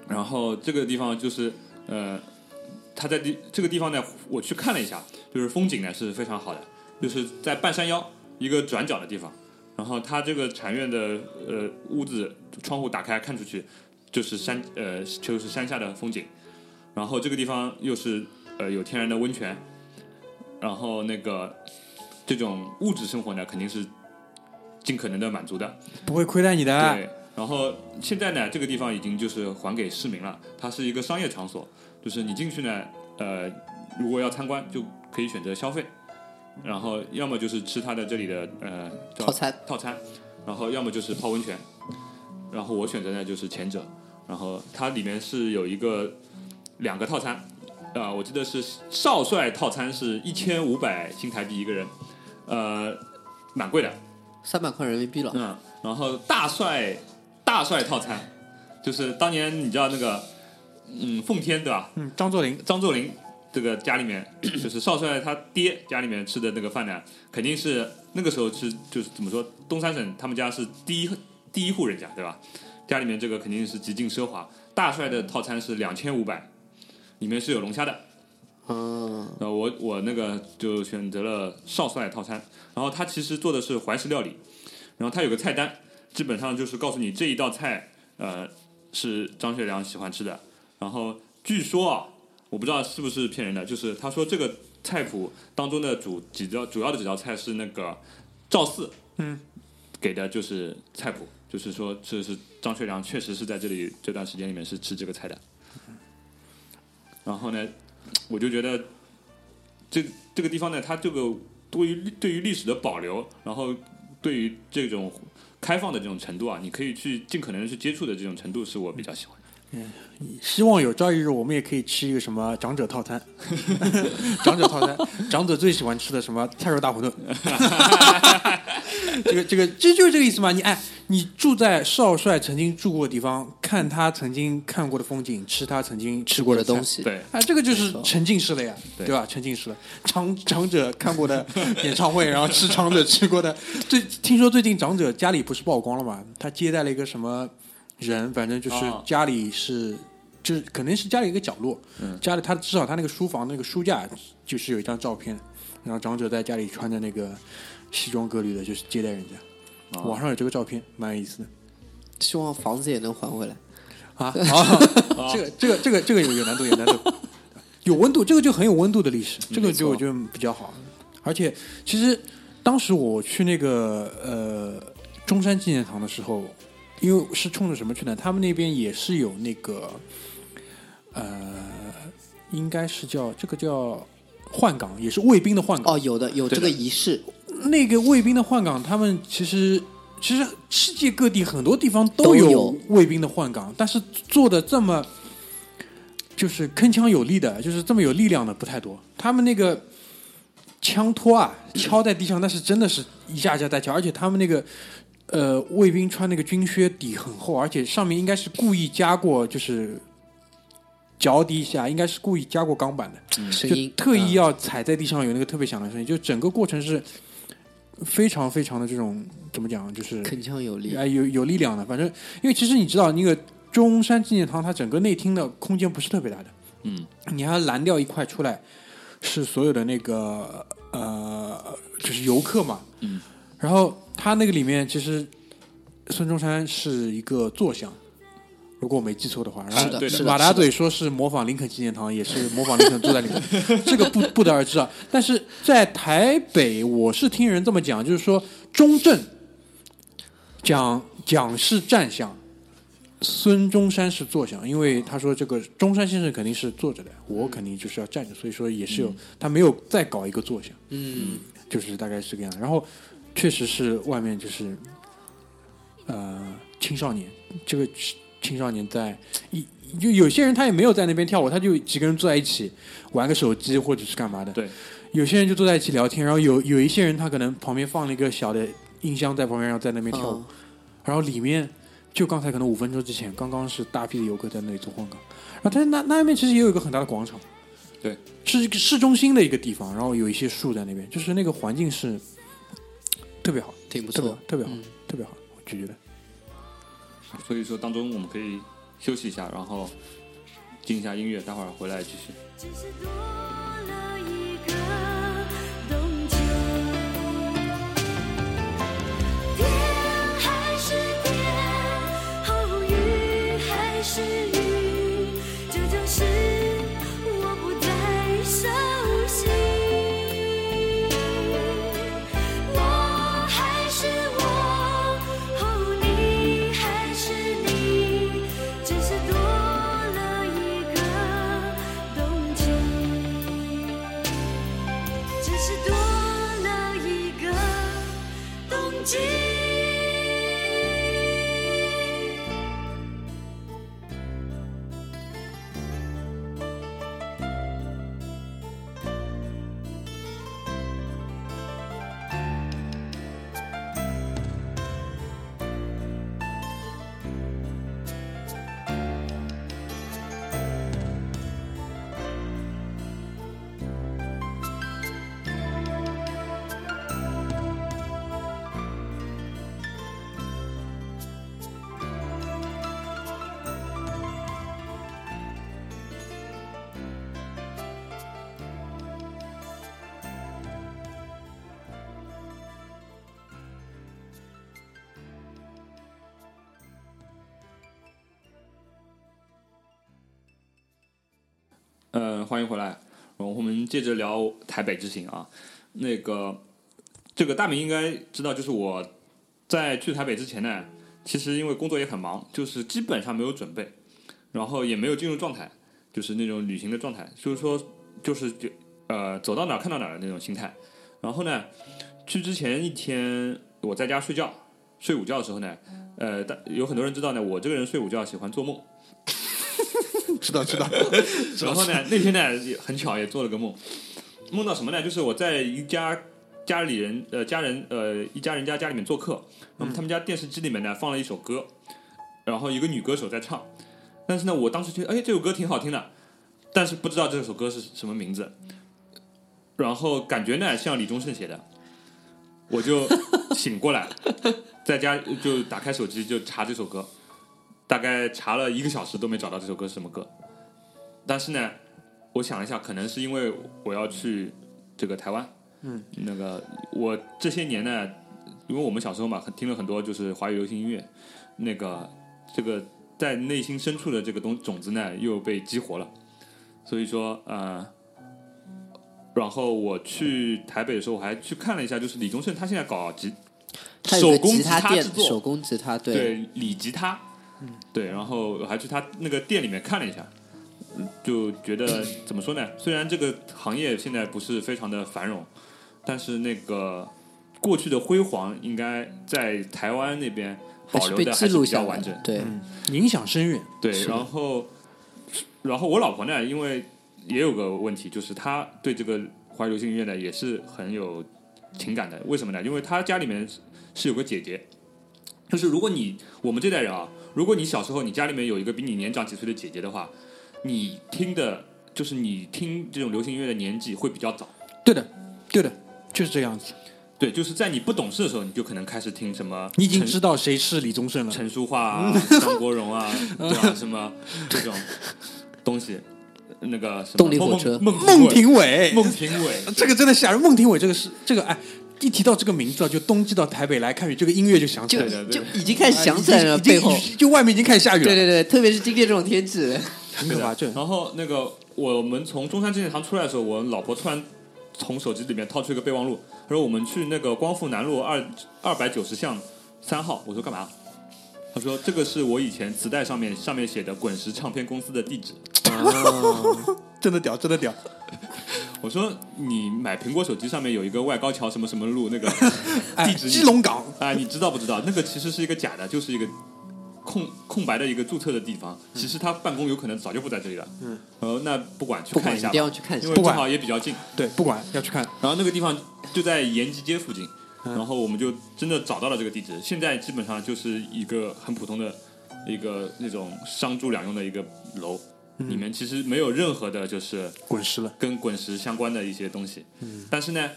Speaker 4: 然后这个地方就是呃，他在地这个地方呢，我去看了一下，就是风景呢是非常好的，就是在半山腰一个转角的地方。然后它这个禅院的呃屋子窗户打开看出去，就是山呃就是山下的风景。然后这个地方又是呃有天然的温泉，然后那个这种物质生活呢肯定是尽可能的满足的。
Speaker 2: 不会亏待你的，
Speaker 4: 对，然后现在呢，这个地方已经就是还给市民了，它是一个商业场所，就是你进去呢，呃，如果要参观就可以选择消费，然后要么就是吃它的这里的呃叫
Speaker 3: 套餐
Speaker 4: 套餐，然后要么就是泡温泉，然后我选择的就是前者。然后它里面是有一个两个套餐，啊、我记得是少帅套餐是一千五百新台币一个人，呃，蛮贵的，
Speaker 3: 三百块人民币了，
Speaker 4: 嗯，然后大帅大帅套餐，就是当年你知道那个，嗯，奉天对吧？
Speaker 2: 嗯，张作霖
Speaker 4: 张作霖这个家里面，就是少帅他爹家里面吃的那个饭呢，肯定是那个时候是就是怎么说，东三省他们家是第一第一户人家，对吧？家里面这个肯定是极尽奢华。大帅的套餐是两千五百，里面是有龙虾的。
Speaker 3: 嗯，
Speaker 4: 呃，我我那个就选择了少帅套餐，然后他其实做的是怀石料理，然后他有个菜单，基本上就是告诉你这一道菜，呃，是张学良喜欢吃的。然后据说啊，我不知道是不是骗人的，就是他说这个菜谱当中的主几道主要的几道菜是那个赵四，
Speaker 2: 嗯，
Speaker 4: 给的就是菜谱，就是说这是张学良确实是在这里这段时间里面是吃这个菜的。然后呢，我就觉得这这个地方呢，它这个对于对于历史的保留，然后对于这种开放的这种程度啊，你可以去尽可能地去接触的这种程度，是我比较喜欢的。
Speaker 2: 希望有朝一日我们也可以吃一个什么长者套 餐，长者套餐，长者最喜欢吃的什么菜肉大 馄饨。这个这个这就是这个意思嘛？你哎，你住在少帅曾经住过的地方，看他曾经看过的风景，吃他曾经吃
Speaker 3: 吃
Speaker 2: 过
Speaker 3: 过
Speaker 2: 的
Speaker 3: 的东
Speaker 2: 菜。
Speaker 3: 西，
Speaker 4: 对，
Speaker 2: 啊，这个就是沉浸式的呀，对吧？沉浸式的，长长者看过的演唱会，然后吃长者吃过的。 最听说最近长者家里不是曝光了嘛？他接待了一个什么人，反正就是
Speaker 4: 哦
Speaker 2: 家里是，就是肯定是家里一个角落，
Speaker 4: 嗯
Speaker 2: 家里他至少他那个书房那个书架就是有一张照片，然后长者在家里穿着那个西装革履的，就是接待人
Speaker 4: 哦
Speaker 2: 家。网上有这个照片，蛮有意思的。
Speaker 3: 希望房子也能还回来。
Speaker 2: 啊，好，这个这个这个这个有有难度，有难度，有温度，这个就很有温度的历史，这个就我觉得比较好。而且其实当时我去那个呃中山纪念堂的时候，因为是冲着什么去呢？他们那边也是有那个呃，应该是叫这个叫换岗，也是卫兵的换岗
Speaker 3: 哦，有的有这个仪式，
Speaker 2: 那个卫兵的换岗，他们其实其实世界各地很多地方都
Speaker 3: 都有
Speaker 2: 有卫兵的换岗，但是做的这么就是铿锵有力的，就是这么有力量的不太多。他们那个枪托啊，敲在地上，那是真的是一下一下在敲，而且他们那个。呃，卫兵穿那个军靴底很厚，而且上面应该是故意加过，就是脚底下应该是故意加过钢板的。
Speaker 3: 声
Speaker 2: 就
Speaker 3: 音
Speaker 2: 特意
Speaker 3: 啊
Speaker 2: 要踩在地上有那个特别响的声音，就整个过程是非常非常的这种怎么讲，就是
Speaker 3: 铿锵有力。
Speaker 2: 哎有有力量的。反正因为其实你知道，那个中山纪念堂它整个内厅的空间不是特别大的，
Speaker 4: 嗯，
Speaker 2: 你还要拦掉一块出来，是所有的那个呃，就是游客嘛，
Speaker 4: 嗯，
Speaker 2: 然后他那个里面其实孙中山是一个坐像。如果我没记啊错的话，然后
Speaker 3: 是的
Speaker 4: 对的
Speaker 3: 是的，
Speaker 2: 马达
Speaker 3: 是的
Speaker 2: 嘴说是模仿林肯纪念堂，也是模仿林肯坐在里面，这个不不得而知啊。但是在台北，我是听人这么讲，就是说中正蒋蒋是站相，孙中山是坐相，因为他说这个中山先生肯定是坐着的，我肯定就是要站着，所以说也是有、他没有再搞一个坐相，
Speaker 3: 嗯，
Speaker 2: 就是大概是这个样子。然后确实是外面就是呃青少年，这个青少年在一就有些人他也没有在那边跳舞，他就几个人坐在一起玩个手机或者是干嘛的。
Speaker 4: 对，
Speaker 2: 有些人就坐在一起聊天，然后有有一些人他可能旁边放了一个小的音箱在旁边，然后在那边跳舞。
Speaker 3: 嗯
Speaker 2: 然后里面就刚才可能五分钟之前，刚刚是大批的游客在那里做换岗，然后但是那那边其实也有一个很大的广场，
Speaker 4: 对，
Speaker 2: 是一个市中心的一个地方，然后有一些树在那边，就是那个环境是特别好，
Speaker 3: 挺不
Speaker 2: 特别
Speaker 3: 错
Speaker 2: 好，特别好，
Speaker 3: 嗯
Speaker 2: 特别好，我就觉得
Speaker 4: 所以说当中我们可以休息一下，然后听一下音乐，待会儿回来继续。
Speaker 1: 只是多了一个冬季。天还是天，哦，雨还是雨，这就是我不再熟悉。我还是我，哦，你还是你，只是多了一个冬季，只是多了一个冬季。
Speaker 4: 呃欢迎回来。然后我们接着聊台北之行啊，那个这个大明应该知道，就是我在去台北之前呢，其实因为工作也很忙，就是基本上没有准备，然后也没有进入状态，就是那种旅行的状态，所以说就是就呃走到哪儿看到哪儿的那种心态。然后呢，去之前一天我在家睡觉，睡午觉的时候呢，呃，大有很多人知道呢，我这个人睡午觉喜欢做梦。
Speaker 5: 知道知道，
Speaker 4: 然后呢，那天呢也很巧也做了个梦，梦到什么呢？就是我在一家家里人呃家人呃一家人家家里面做客，那么他们家电视机里面呢放了一首歌，然后一个女歌手在唱，但是呢，我当时觉得哎这首歌挺好听的，但是不知道这首歌是什么名字，然后感觉呢像李宗盛写的，我就醒过来， 在家就打开手机就查这首歌。大概查了一个小时都没找到这首歌是什么歌，但是呢，我想了一下，可能是因为我要去这个台湾，嗯，那个我这些年呢，因为我们小时候嘛，很听了很多就是华语流行音乐，那个这个在内心深处的这个东种子呢又被激活了，所以说呃，然后我去台北的时候，我还去看了一下，就是李宗盛他现在搞吉
Speaker 3: 他有
Speaker 4: 手
Speaker 3: 个
Speaker 4: 工
Speaker 3: 吉
Speaker 4: 吉他
Speaker 3: 店
Speaker 4: 制，作
Speaker 3: 手工吉他，对，
Speaker 4: 对李吉他，对，然后我还去他那个店里面看了一下，嗯就觉得怎么说呢？虽然这个行业现在不是非常的繁荣，但是那个过去的辉煌应该在台湾那边
Speaker 3: 还
Speaker 4: 保
Speaker 3: 是
Speaker 4: 留
Speaker 3: 被
Speaker 4: 的
Speaker 3: 记
Speaker 4: 还是
Speaker 3: 录
Speaker 4: 比较
Speaker 3: 下
Speaker 4: 完
Speaker 3: 来
Speaker 4: 整
Speaker 3: 的。，对，
Speaker 2: 影响深远。
Speaker 4: 对，
Speaker 3: 是的
Speaker 4: 然后然后我老婆呢，因为也有个问题，就是她对这个华语流行音乐呢也是很有情感的。为什么呢？因为她家里面是是有个姐姐，就是如果你我们这代人啊，如果你小时候你家里面有一个比你年长几岁的姐姐的话，你听的就是你听这种流行音乐的年纪会比较早。
Speaker 2: 对的，对的，就是这样子。
Speaker 4: 对，就是在你不懂事的时候，你就可能开始听什么陈，
Speaker 2: 你已经知道谁是李宗盛了。
Speaker 4: 陈淑桦啊、
Speaker 3: 嗯
Speaker 4: 张国 荣啊，对吧、什么这种东西，那个什么
Speaker 3: 动力火车
Speaker 4: 孟
Speaker 2: 孟
Speaker 4: 孟
Speaker 2: 庭苇，
Speaker 4: 孟庭苇，
Speaker 2: 这个真的吓人。孟庭苇这个是这个哎，一提到这个名字啊，就冬季到台北来看雨，这个音乐就响起来
Speaker 3: 就
Speaker 2: 了。哎
Speaker 4: 对对
Speaker 3: 就已经开始想起来了，
Speaker 2: 啊已经
Speaker 3: 背后，
Speaker 2: 已经就外面已经开始下雨了，
Speaker 3: 对对对，特别是今天这种天气，
Speaker 2: 很可怕。这
Speaker 4: 然后那个我们从中山纪念堂出来的时候，我老婆突然从手机里面掏出一个备忘录，她说我们去那个光复南路二二百九十巷三号。我说干嘛？她说这个是我以前磁带上面上面写的滚石唱片公司的地址。
Speaker 2: 真的屌，真的屌。
Speaker 4: 我说你买苹果手机上面有一个外高桥什么什么路那个
Speaker 2: 哎，
Speaker 4: 地址你
Speaker 2: 基隆港
Speaker 4: 啊，你知道不知道？那个其实是一个假的，就是一个空空白的一个注册的地方。其实他办公有可能早就不在这里了。嗯，呃，那不管去
Speaker 3: 不
Speaker 4: 看
Speaker 3: 管
Speaker 4: 一
Speaker 3: 一
Speaker 4: 下
Speaker 3: 定
Speaker 4: 吧，
Speaker 3: 要去看一下
Speaker 4: 因为
Speaker 2: 不
Speaker 4: 正
Speaker 2: 管
Speaker 4: 好也比较近。
Speaker 2: 对，不管要去看，
Speaker 4: 然后那个地方就在延吉街附近，然后我们就真的找到了这个地址。现在基本上就是一个很普通的一个那种商住两用的一个楼，里面其实没有任何的就是
Speaker 2: 滚石了。
Speaker 4: 跟滚石相关的一些东西。但是呢，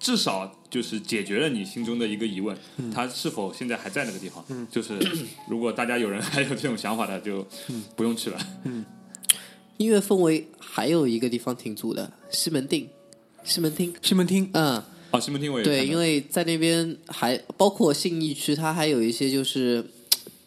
Speaker 4: 至少就是解决了你心中的一个疑问，它是否现在还在那个地方？就是如果大家有人还有这种想法的，就不用去了。
Speaker 3: 音乐氛围还有一个地方挺足的，西门町，西门町，
Speaker 2: 西门町
Speaker 3: 嗯，
Speaker 4: 啊，西门町我也
Speaker 3: 对，啊
Speaker 4: 看到
Speaker 3: 因为在那边还包括信义区，它还有一些就是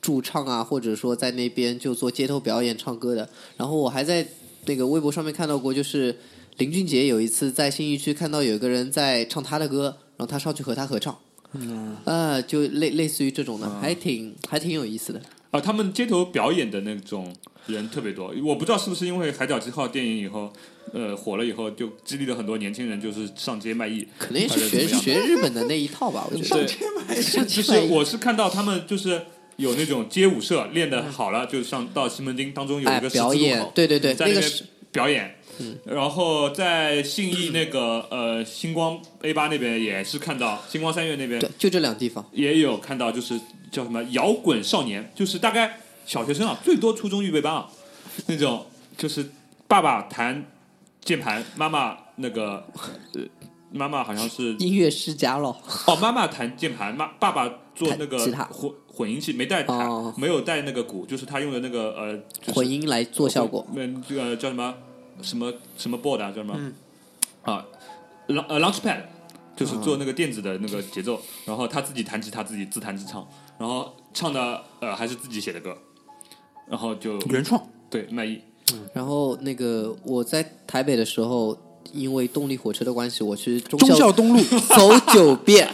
Speaker 3: 驻唱啊，或者说在那边就做街头表演、唱歌的。然后我还在那个微博上面看到过，就是林俊杰有一次在信义区看到有一个人在唱他的歌，然后他上去和他合唱。嗯，呃，就类类似于这种的，还挺还挺有意思的。
Speaker 4: 啊，他们街头表演的那种人特别多。我不知道是不是因为《海角七号》电影以后，呃，火了以后，就激励了很多年轻人，就是上街卖艺，
Speaker 3: 可能也
Speaker 4: 还
Speaker 3: 是
Speaker 4: 是怎
Speaker 3: 学
Speaker 4: 么样
Speaker 3: 学日本的那一套吧，我觉
Speaker 4: 对
Speaker 3: 得。
Speaker 4: 就是我是看到他们就是有那种街舞社练的好了，就上到西门町当中有一
Speaker 3: 哎
Speaker 4: 个，十字路
Speaker 3: 表
Speaker 4: 口
Speaker 3: 演，对对对，
Speaker 4: 在
Speaker 3: 那个
Speaker 4: 边
Speaker 3: 是嗯
Speaker 4: 表演。然后在信义那个呃星光 A 八那边也是看到，星光三月那边
Speaker 3: 对，就这两地方。
Speaker 4: 也有看到，就是叫什么摇滚少年，就是大概小学生啊，最多初中预备班啊，那种就是爸爸弹键盘，妈妈那个呃妈妈好像是
Speaker 3: 音乐世家咯，
Speaker 4: 哦，妈妈弹键盘，妈爸爸做那个
Speaker 3: 弹吉他
Speaker 4: 混混音器，没带弹，
Speaker 3: 哦
Speaker 4: 没有带那个鼓，就是他用的那个呃、就是
Speaker 3: 混音来做效果。
Speaker 4: 嗯，这个叫什么什么什么 board 啊，叫什么、啊，launch 呃 launchpad，就是做那个电子的那个节奏，然后他自己弹吉他，自己自弹自唱，然后唱的呃还是自己写的歌，然后就
Speaker 2: 原创，
Speaker 4: 对卖艺，
Speaker 3: 然后那个我在台北的时候，因为动力火车的关系，我去中
Speaker 2: 忠孝东路，
Speaker 3: 走九遍。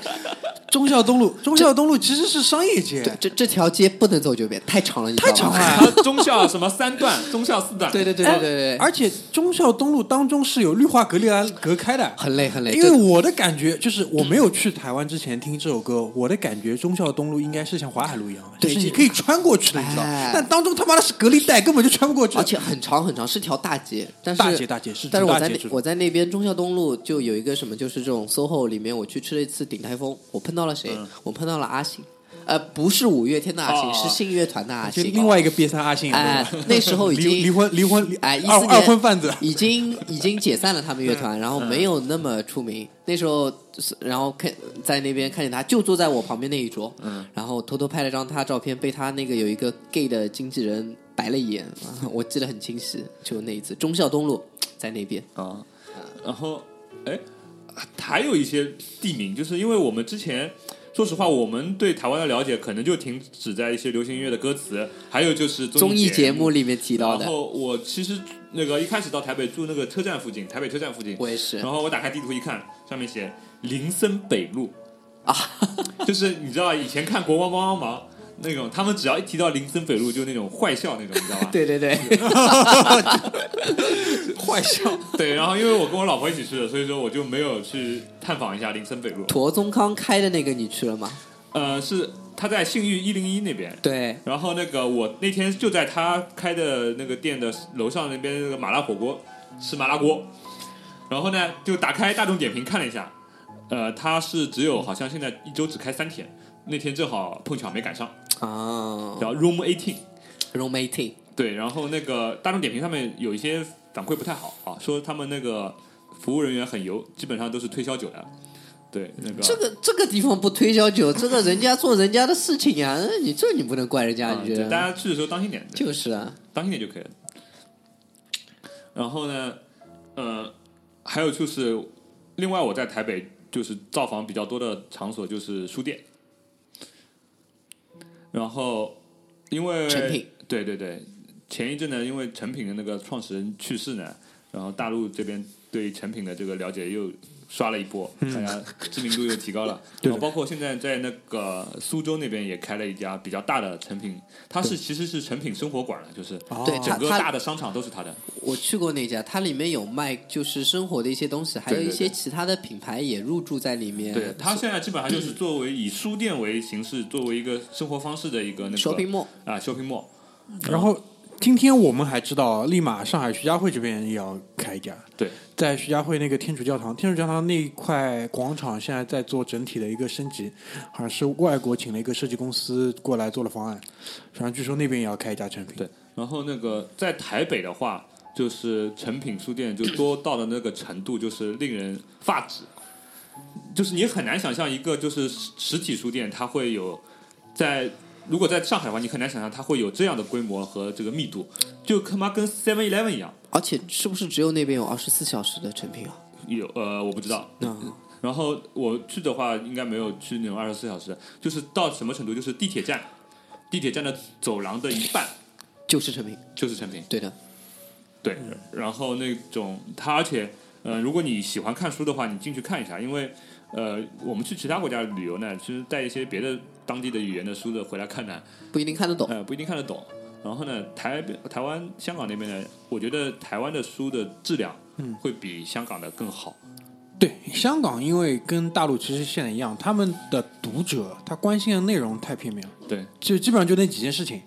Speaker 2: 忠孝东路，忠孝东路其实是商业街，
Speaker 3: 这这条街不能走九遍，太长了，你知道
Speaker 2: 太
Speaker 3: 吗
Speaker 2: 长。
Speaker 4: 然
Speaker 2: 了。
Speaker 4: 后中校什么三段，中校四段，
Speaker 3: 对对对对对对，
Speaker 2: 哎而且忠孝东路当中是有绿化隔离栏隔开的，
Speaker 3: 很累很累，
Speaker 2: 因为
Speaker 3: 这
Speaker 2: 我的感觉就是，我没有去台湾之前听这首歌，我的感觉忠孝东路应该是像淮海路一样的，
Speaker 3: 对
Speaker 2: 就是你可以穿过去的，你知道
Speaker 3: 哎？
Speaker 2: 但当中他妈的是隔离带，根本就穿不过去
Speaker 3: 而。且很长很长，是条大街，但是
Speaker 2: 大街大街是
Speaker 3: 但是我
Speaker 2: 大
Speaker 3: 在
Speaker 2: 街
Speaker 3: 那
Speaker 2: 是吧
Speaker 3: 我在那边忠孝东路就有一个什么，就是这种 SOHO 里面，我去吃了一次鼎泰丰，我碰到
Speaker 2: 嗯
Speaker 3: 了谁？我碰到了阿信，呃，不是五月天的阿信，
Speaker 4: 哦
Speaker 3: 是信乐团的阿
Speaker 2: 就
Speaker 3: 信。
Speaker 2: 另外一个瘪三阿信，
Speaker 3: 哎
Speaker 2: 对吧，
Speaker 3: 那时候已经
Speaker 2: 离 离婚离婚，离
Speaker 3: 哎，14
Speaker 2: 二
Speaker 3: 年
Speaker 2: 二婚贩 子，
Speaker 3: 已经已经解散了他们乐团，然后没有那么出名。那时候就是，然后看在那边看见他，就坐在我旁边那一桌，然后偷偷拍了张他照片，被他那个有一个 gay 的经纪人白了一眼， 啊我记得很清晰，就那一次忠孝东路在那边，
Speaker 4: 啊，然后哎，还有一些地名，就是因为我们之前。说实话，我们对台湾的了解可能就停止在一些流行音乐的歌词，还有就是
Speaker 3: 综艺
Speaker 4: 艺
Speaker 3: 节
Speaker 4: 目
Speaker 3: 目里面提到的
Speaker 4: 然，后我其实那个一开始到台北住那个车站附近，台北车站附近，
Speaker 3: 我也是？
Speaker 4: 然后我打开地图一看，上面写林森北路啊， 就是你知道以前看《国光帮帮忙》那种，他们只要一提到林森北路，就那种坏笑那种，你知道吧
Speaker 3: 对对 对，
Speaker 2: 坏笑。
Speaker 4: 对，然后因为我跟我老婆一起去的，所以说我就没有去探访一下林森北路。
Speaker 3: 陀宗康开的那个你去了吗？
Speaker 4: 呃，是他在信誉一零一那边。
Speaker 3: 对，
Speaker 4: 然后那个我那天就在他开的那个店的楼上那边那个麻辣火锅吃麻辣锅，然后呢就打开大众点评看了一下，呃，他是只有好像现在一周只开三天，那天正好碰巧没赶上，
Speaker 3: 啊
Speaker 4: 然后 Room Eighteen，
Speaker 3: ，roommating，
Speaker 4: 对，然后那个大众点评上面有一些反馈不太好啊，说他们那个服务人员很油，基本上都是推销酒的，对，那个
Speaker 3: 这个这个地方不推销酒，这个人家做人家的事情呀、你这你不能怪人家，
Speaker 4: 啊
Speaker 3: 你觉
Speaker 4: 对
Speaker 3: 得？
Speaker 4: 大家去的时候当心点，对
Speaker 3: 就是啊，
Speaker 4: 当心点就可以了。然后呢，呃，还有就是，另外我在台北就是造访比较多的场所就是书店，然后因为
Speaker 3: 诚品
Speaker 4: 对对对，前一阵呢，因为成品的那个创始人去世呢，然后大陆这边对成品的这个了解又刷了一波，大家知名度又提高了。然后包括现在在那个苏州那边也开了一家比较大的成品，它是其实是成品生活馆了，就是
Speaker 3: 对
Speaker 4: 整个
Speaker 3: 它它
Speaker 4: 大的商场都是它的。
Speaker 3: 我去过那家，它里面有卖就是生活的一些东西，还有
Speaker 4: 对
Speaker 3: 一
Speaker 4: 对
Speaker 3: 些
Speaker 4: 对
Speaker 3: 其他的品牌也入驻在里面。
Speaker 4: 对，它现在基本上就是作为以书店为形式，作为一个生活方式的一个那个
Speaker 3: shopping mall
Speaker 4: 啊 shopping mall。
Speaker 2: 然后今天我们还知道，立马上海徐家汇这边也要开一家，
Speaker 4: 对，
Speaker 2: 在徐家汇那个天主教堂，天主教堂那一块广场现在在做整体的一个升级，好像是外国请了一个设计公司过来做了方案，然后据说那边也要开一家成品。
Speaker 4: 对，然后那个在台北的话，就是诚品书店就多到的那个程度，就是令人发指。就是你很难想象一个就是实实体书店，它会有在如果在上海的话，你很难想象它会有这样的规模和这个密度，就他妈跟 Seven Eleven 一样。
Speaker 3: 而且是不是只有那边有二十四小时的成品啊？
Speaker 4: 有呃，我不知道。
Speaker 3: 嗯
Speaker 4: 然后我去的话，应该没有去那种二十四小时的，就是到什么程度，就是地铁站，地铁站的走廊的一半
Speaker 3: 就是成品，
Speaker 4: 就是成品。
Speaker 3: 对的。
Speaker 4: 对，然后那种它，而且，呃，如果你喜欢看书的话，你进去看一下，因为，呃，我们去其他国家旅游呢，其实带一些别的当地的语言的书的回来看呢，
Speaker 3: 不一定看得懂，
Speaker 4: 呃，不一定看得懂。然后呢，台北台湾、香港那边呢，我觉得台湾的书的质量，嗯，会比香港的更好。
Speaker 2: 对，香港因为跟大陆其实现在一样，他们的读者他关心的内容太片面了，
Speaker 4: 对，
Speaker 2: 就基本上就那几件事情，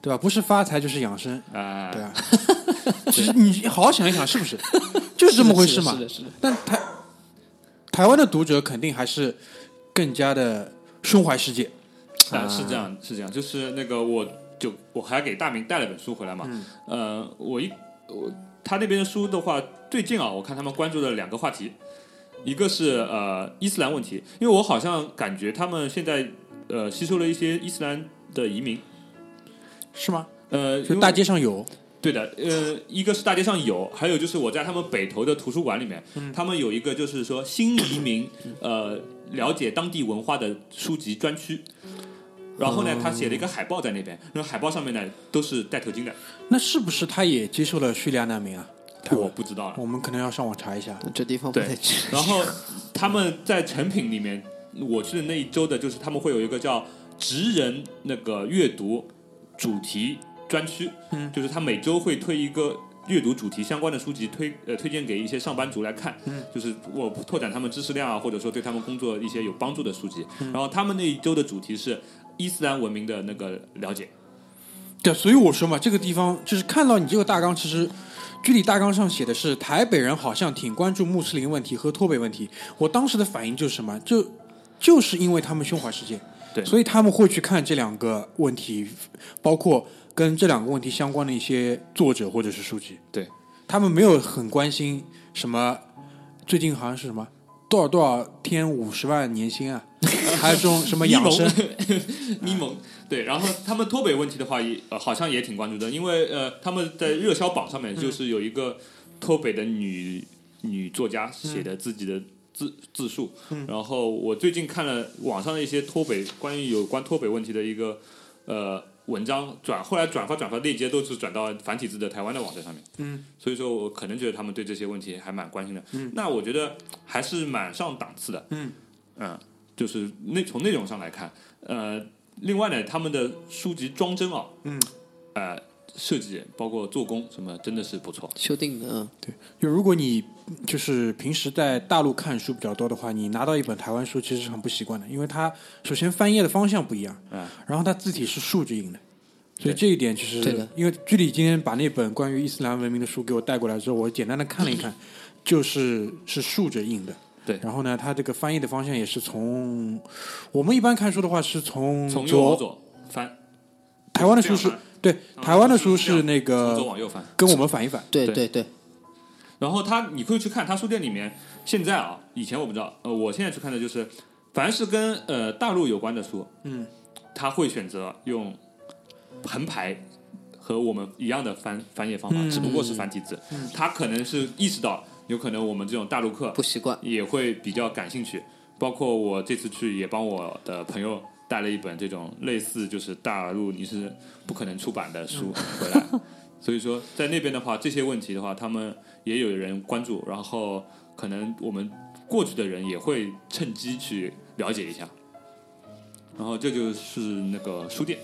Speaker 2: 对吧？不是发财就是养生，
Speaker 4: 啊、
Speaker 2: 对啊。其实你好好想一想，是不是？就是这么回事嘛。
Speaker 3: 是的，是的，
Speaker 2: 但台台湾的读者肯定还是更加的胸怀世界。
Speaker 4: 啊，是这样，是这样，就是那个我就我还给大明带了本书回来嘛，
Speaker 2: 嗯
Speaker 4: 呃，我一我他那边的书的话，最近啊，我看他们关注的两个话题，一个是呃伊斯兰问题，因为我好像感觉他们现在呃吸收了一些伊斯兰的移民，
Speaker 2: 是吗？
Speaker 4: 呃，因
Speaker 2: 就
Speaker 4: 为
Speaker 2: 大街上有，
Speaker 4: 对的，呃，一个是大街上有，还有就是我在他们北投的图书馆里面，他们有一个就是说新移民呃了解当地文化的书籍专区。然后呢，他写了一个海报在那边，然后海报上面呢都是戴头巾的，
Speaker 2: 那是不是他也接受了叙利亚难民啊？台湾
Speaker 4: 我不知道了。
Speaker 2: 我们可能要上网查一下。
Speaker 3: 这地方不
Speaker 4: 对
Speaker 3: 太去。
Speaker 4: 然后他们在成品里面，我去的那一周的，就是他们会有一个叫“职人”那个阅读主题专区，嗯，就是他每周会推一个阅读主题相关的书籍推呃推荐给一些上班族来看，嗯，就是我拓展他们知识量啊，或者说对他们工作一些有帮助的书籍。然后他们那一周的主题是伊斯兰文明的那个了解，
Speaker 2: 对，所以我说嘛，这个地方就是看到你这个大纲，其实具体大纲上写的是台北人好像挺关注穆斯林问题和脱北问题。我当时的反应就是什么？就就是因为他们胸怀世界，
Speaker 4: 对
Speaker 2: 所以他们会去看这两个问题，包括跟这两个问题相关的一些作者或者是书籍。
Speaker 4: 对，
Speaker 2: 他们没有很关心什么，最近好像是什么多少多少天五十万年薪啊，还有这种什么养生，
Speaker 4: 咪蒙对，然后他们脱北问题的话也、呃、好像也挺关注的，因为呃他们在热销榜上面就是有一个脱北的女、女作家写的自己的自自述，然后我最近看了网上的一些脱北关于有关脱北问题的一个呃文章转，后来转发转发链接都是转到繁体字的台湾的网站上面，嗯，所以说我可能觉得他们对这些问题还蛮关心的，嗯，那我觉得还是蛮上档次的，嗯嗯，就是那从内容上来看，呃，另外呢，他们的书籍装帧啊，嗯，呃，设计包括做工什么，真的是不错。
Speaker 3: 修订的，嗯，
Speaker 2: 对，就如果你就是平时在大陆看书比较多的话，你拿到一本台湾书其实是很不习惯的，因为它首先翻页的方向不一样，
Speaker 4: 嗯
Speaker 2: 然后它字体是竖着印的，所
Speaker 4: 对
Speaker 2: 以这一点其实
Speaker 3: 对的
Speaker 2: 因为居里今天把那本关于伊斯兰文明的书给我带过来之后，我简单的看了一看，就是是竖着印的。
Speaker 4: 对
Speaker 2: 然后呢，它这个翻译的方向也是从我们一般看书的话是从
Speaker 4: 从右往
Speaker 2: 左，
Speaker 4: 左翻，
Speaker 2: 台湾的书是
Speaker 4: 这样翻嗯
Speaker 2: 对，台湾的书
Speaker 4: 这
Speaker 2: 是
Speaker 4: 样
Speaker 2: 那
Speaker 4: 从
Speaker 2: 个
Speaker 4: 左往右翻。
Speaker 2: 跟我们反一反，
Speaker 3: 对
Speaker 4: 对
Speaker 3: 对对，
Speaker 4: 然后他，你会去看他书店里面，现在啊，以前我不知道，呃，我现在去看的就是，凡是跟呃大陆有关的书，嗯，他会选择用横排。和我们一样的翻翻页方
Speaker 2: 嗯
Speaker 4: 法，只不过是繁体字。他可能是意识到，有可能我们这种大陆客
Speaker 3: 不习惯。
Speaker 4: 也会比较感兴趣。包括我这次去也帮我的朋友带了一本这种类似就是大陆你是不可能出版的书回来，所以说在那边的话，这些问题的话，他们也有人关注，然后可能我们过去的人也会趁机去了解一下。然后这就是那个书店。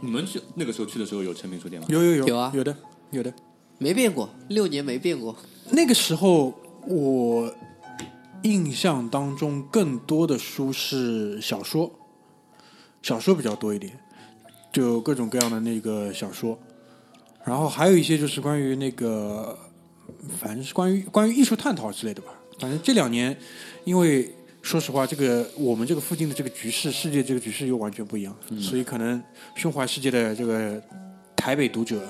Speaker 4: 你们去那个时候去的时候有诚品书店吗？
Speaker 2: 有有有
Speaker 3: 有啊
Speaker 2: 有的有的。
Speaker 3: 没变过，六年没变过。
Speaker 2: 那个时候我印象当中更多的书是小说，小说比较多一点，就各种各样的那个小说，然后还有一些就是关于那个，反正是关于关于艺术探讨之类的吧。反正这两年，因为说实话，这个我们这个附近的这个局势，世界这个局势又完全不一样，所以可能胸怀世界的这个台北读者，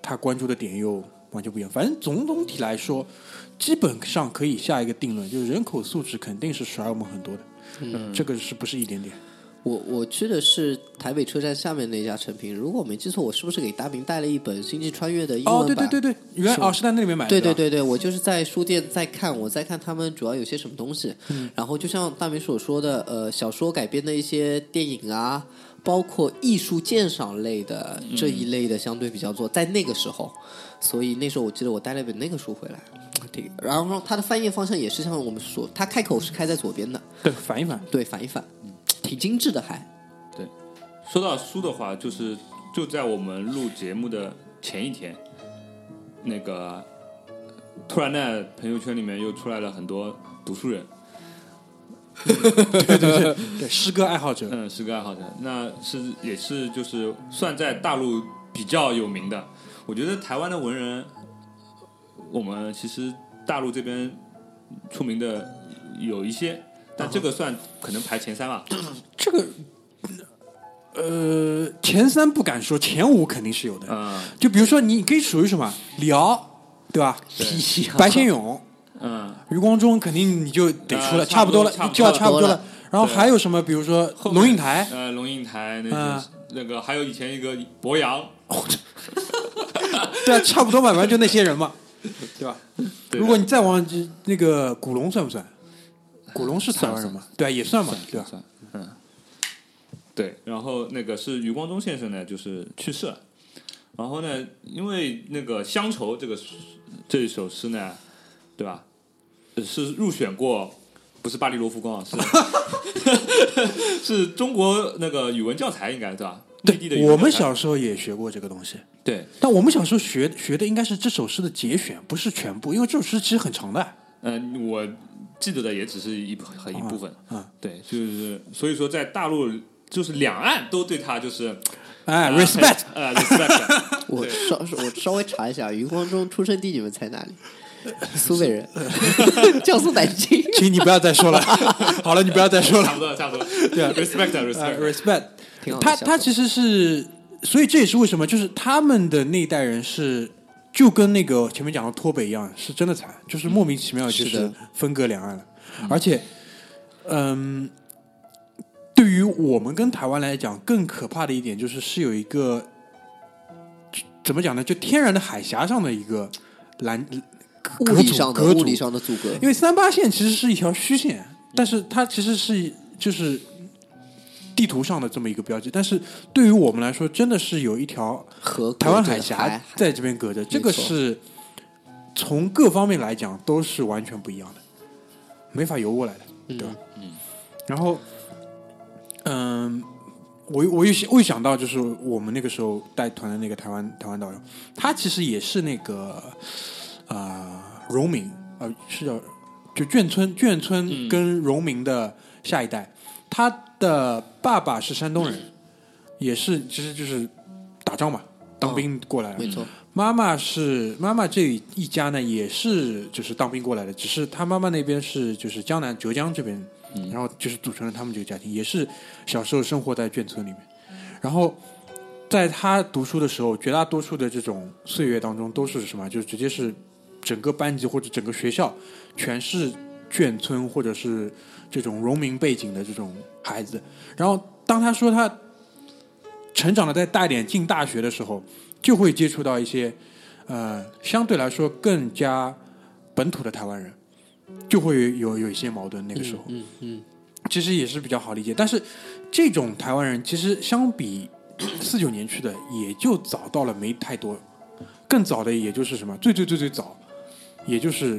Speaker 2: 他关注的点又完全不一样。反正总总体来说，基本上可以下一个定论，就是人口素质肯定是甩我们很多的，嗯，这个是不是一点点？
Speaker 3: 我我去的是台北车站下面那家成品，如果我没记错，我是不是给大明带了一本《星际穿越》的英文版？
Speaker 2: 哦，对对对对，原来哦是在那里面买的，
Speaker 3: 对
Speaker 2: 对
Speaker 3: 对，对对，我就是在书店在看，我在看他们主要有些什么东西。
Speaker 2: 嗯
Speaker 3: 然后就像大明所说的，呃，小说改编的一些电影啊，包括艺术鉴赏类的
Speaker 2: 嗯
Speaker 3: 这一类的相对比较多，在那个时候，所以那时候我记得我带了一本那个书回来。这个，然后它的翻页方向也是像我们所，它开口是开在左边的，
Speaker 2: 对反一反，
Speaker 3: 对，反一反，
Speaker 2: 嗯
Speaker 3: 挺精致的还。
Speaker 4: 说到书的话，就是就在我们录节目的前一天，那个突然呢，朋友圈里面又出来了很多读书人，
Speaker 2: 对诗歌爱好者，
Speaker 4: 嗯，是个爱好者，那是也是就是算在大陆比较有名的。我觉得台湾的文人，我们其实大陆这边出名的有一些，但这个算可能排前三吧。
Speaker 2: 这个。呃，前三不敢说，前五肯定是有的。
Speaker 4: 嗯
Speaker 2: 就比如说，你可以属于什么辽，对吧？ 白先勇、
Speaker 4: 嗯，
Speaker 2: 余光中，肯定你就得出来，
Speaker 4: 呃
Speaker 2: 差不多了
Speaker 4: 差，不
Speaker 2: 就
Speaker 4: 多
Speaker 2: 要
Speaker 4: 了
Speaker 2: 差不多了。然后
Speaker 4: 对
Speaker 2: 还有什么？比如说
Speaker 4: 后面
Speaker 2: 龙应台，
Speaker 4: 呃，龙应台那
Speaker 2: 嗯
Speaker 4: 些那个，还有以前一个博洋，
Speaker 2: 对啊，差不多嘛，反正就那些人嘛，对吧？
Speaker 4: 对的
Speaker 2: 如果你再往这那个古龙算不算？古龙是台湾人嘛？对啊，也算嘛，对吧？
Speaker 4: 嗯，对，然后那个是余光中先生呢，就是去世了。然后呢，因为那个《乡愁》这个诗这首诗呢，对吧？呃是入选过，不是巴黎罗浮宫啊，是 是中国那个语文教材，应该对吧？内地的语文
Speaker 2: 我们
Speaker 4: 教材
Speaker 2: 小时候也学过这个东西，
Speaker 4: 对，
Speaker 2: 但我们小时候学学的应该是这首诗的节选，不是全部，因为这首诗其实很长的。
Speaker 4: 嗯、我记得的也只是一部很一部分。
Speaker 2: 嗯，
Speaker 4: 对，就是所以说在大陆。就是两岸都对他就是
Speaker 2: 哎，respect，
Speaker 4: 呃 respect，
Speaker 3: 我稍我稍微查一下，余光中出生地你们猜 哪里？苏北人， 江苏南京。
Speaker 2: 请你不要再说了。 好了，你不要再说
Speaker 4: 差
Speaker 2: 了。
Speaker 4: 不多差不多，对
Speaker 2: 啊
Speaker 4: respect respect，
Speaker 2: 呃、respect，
Speaker 3: 挺好的
Speaker 2: 他
Speaker 3: 想法
Speaker 2: 他其实是，所以这也是为什么，就是他们的那一代人是就跟那个前面讲的脱北一样，是真的惨，就是莫名其妙就是是
Speaker 3: 嗯的
Speaker 2: 分割两岸了，而且，嗯。对于我们跟台湾来讲，更可怕的一点就是是有一个怎么讲呢？就天然的海峡上的一个拦
Speaker 3: 物
Speaker 2: 隔
Speaker 3: 理
Speaker 2: 阻
Speaker 3: 上的
Speaker 2: 隔阻
Speaker 3: 物理上的阻隔，
Speaker 2: 因为三八线其实是一条虚线，但是它其实是就是地图上的这么一个标记，但是对于我们来说，真的是有一条
Speaker 3: 和
Speaker 2: 台湾
Speaker 3: 隔着
Speaker 2: 海峡在这边隔着，这个
Speaker 3: 没错
Speaker 2: 是从各方面来讲都是完全不一样的，没法游过来的，对吧？嗯。然后，嗯、我又我又想我又想到，就是我们那个时候带团的那个台湾台湾导游，他其实也是那个呃荣民，呃是叫就眷村眷村跟荣民的下一代，他的爸爸是山东人，也是其实就是打仗嘛，当兵过来了。
Speaker 3: 没 错，
Speaker 2: 妈妈是妈妈这一家呢，也是就是当兵过来的，只是他妈妈那边是就是江南浙江这边，然后就是组成了他们这个家庭，也是小时候生活在眷村里面，然后在他读书的时候，绝大多数的这种岁月当中都是什么，就是直接是整个班级或者整个学校全是眷村或者是这种农民背景的这种孩子，然后当他说他成长的再大一点，进大学的时候，就会接触到一些呃相对来说更加本土的台湾人，就会有有一些矛盾。那个时候，
Speaker 3: 嗯嗯，
Speaker 2: 其实也是比较好理解。但是这种台湾人，其实相比四九年去的，也就早到了没太多，更早的也就是什么最最最最早，也就是。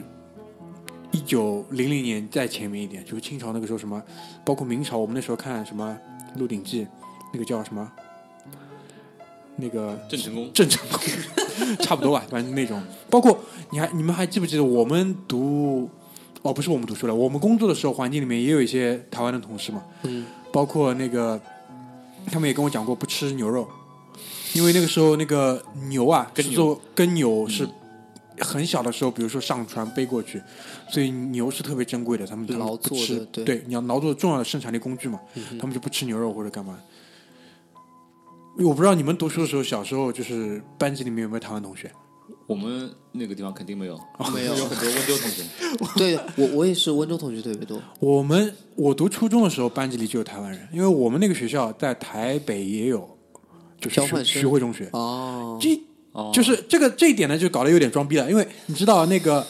Speaker 2: 一九零零年再前面一点，就是清朝那个时候什么，包括明朝，我们那时候看什么《鹿鼎记》，那个叫什么，那个
Speaker 4: 郑成功
Speaker 2: 郑成功， 差不多吧，反正那种。包括你还你们还记不记得我们读哦，不是我们读书了，我们工作的时候环境里面也有一些台湾的同事嘛，
Speaker 3: 嗯，
Speaker 2: 包括那个他们也跟我讲过不吃牛肉，因为那个时候那个牛啊，
Speaker 4: 跟
Speaker 2: 是
Speaker 4: 牛
Speaker 2: 做跟牛是很小的时候，比如说上船背过去，所以牛是特别珍贵的，他们他们
Speaker 3: 劳
Speaker 2: 不
Speaker 3: 作的
Speaker 2: 吃，
Speaker 3: 对嗯
Speaker 2: 你要劳作重要的生产力工具嘛，他们就不吃牛肉或者干嘛。我不知道你们读书的时候，小时候就是班级里面有没有台湾同学？
Speaker 4: 我们那个地方肯定没有，
Speaker 3: 没有
Speaker 4: 哦有很多温州同学。
Speaker 3: 对我我也是温州同学特别多，
Speaker 2: 我们我读初中的时候，班级里就有台湾人，因为我们那个学校在台北也有，就是
Speaker 3: 交换
Speaker 2: 徐
Speaker 3: 生
Speaker 2: 徐汇中学。
Speaker 3: 哦，
Speaker 2: 这就是这个这一点呢，就搞得有点装逼了，因为你知道那个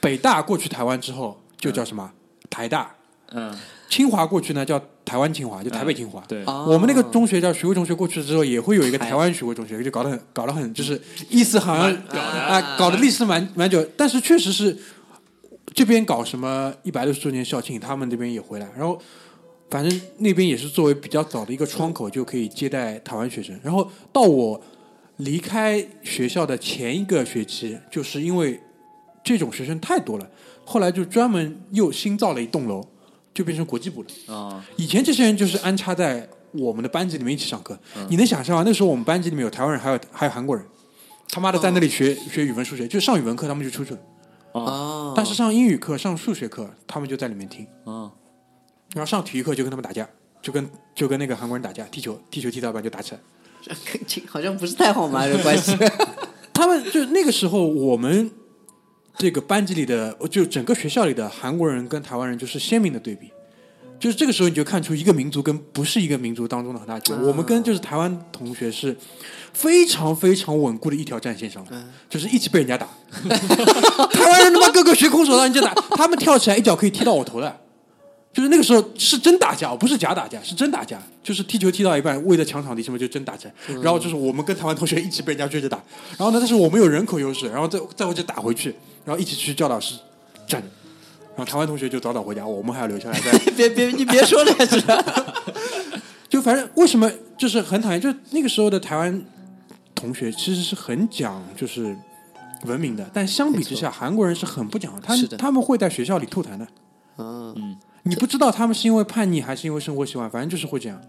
Speaker 2: 北大过去台湾之后就叫什么、台大，
Speaker 4: 嗯，
Speaker 2: 清华过去呢叫台湾清华，就台北清华。
Speaker 4: 对，
Speaker 3: 啊
Speaker 2: 我们那个中学叫徐汇中学，过去之后也会有一个
Speaker 3: 台
Speaker 2: 台湾徐汇中学，就搞得很搞得很就是意思好像
Speaker 4: 蛮屌的
Speaker 2: 啊，搞的历史蛮蛮久，但是确实是这边搞什么一百六十周年校庆，他们这边也回来，然后反正那边也是作为比较早的一个窗口，就可以接待台湾学生。然后到我离开学校的前一个学期，就是因为这种学生太多了，后来就专门又新造了一栋楼，就变成国际部了。
Speaker 4: 啊，
Speaker 2: 以前这些人就是安插在我们的班级里面一起上课，你能想象吗？那时候我们班级里面有台湾人，还有还有韩国人，他妈的在那里学、学语文、数学，就上语文课他们就出去了，
Speaker 3: 啊，
Speaker 2: 但是上英语课、上数学课他们就在里面听，
Speaker 4: 啊，
Speaker 2: 然后上体育课就跟他们打架，就跟就跟那个韩国人打架，踢球踢球踢到一半就打起来。
Speaker 3: 好像不是太好嘛，这 关系。
Speaker 2: 他们就那个时候，我们这个班级里的，就整个学校里的韩国人跟台湾人就是鲜明的对比。就是这个时候，你就看出一个民族跟不是一个民族当中的很大区别。我们跟就是台湾同学是非常非常稳固的一条战线上的，就是一起被人家打。 台湾人他妈个个学空手道，人家打，他们跳起来一脚可以踢到我头的，就是那个时候是真打架，不是假打架，是真打架，就是踢球踢到一半，围在墙场底下面就真打架。然后就是我们跟台湾同学一起被人家追着打，然后呢，但是我们有人口优势，然后再再回去打回去，然后一起去教导室站着。然后台湾同学就早早回家，我们还要留下来在
Speaker 3: 别别，你 别说这个事，
Speaker 2: 就反正为什么就是很讨厌，就那个时候的台湾同学其实是很讲就是文明的，但相比之下，韩国人是很不讲的，他
Speaker 3: 是
Speaker 2: 们
Speaker 3: 的
Speaker 2: 他们会在学校里吐痰的。
Speaker 3: 嗯，
Speaker 2: 你不知道他们是因为叛逆还是因为生活习惯，反正就是会这样。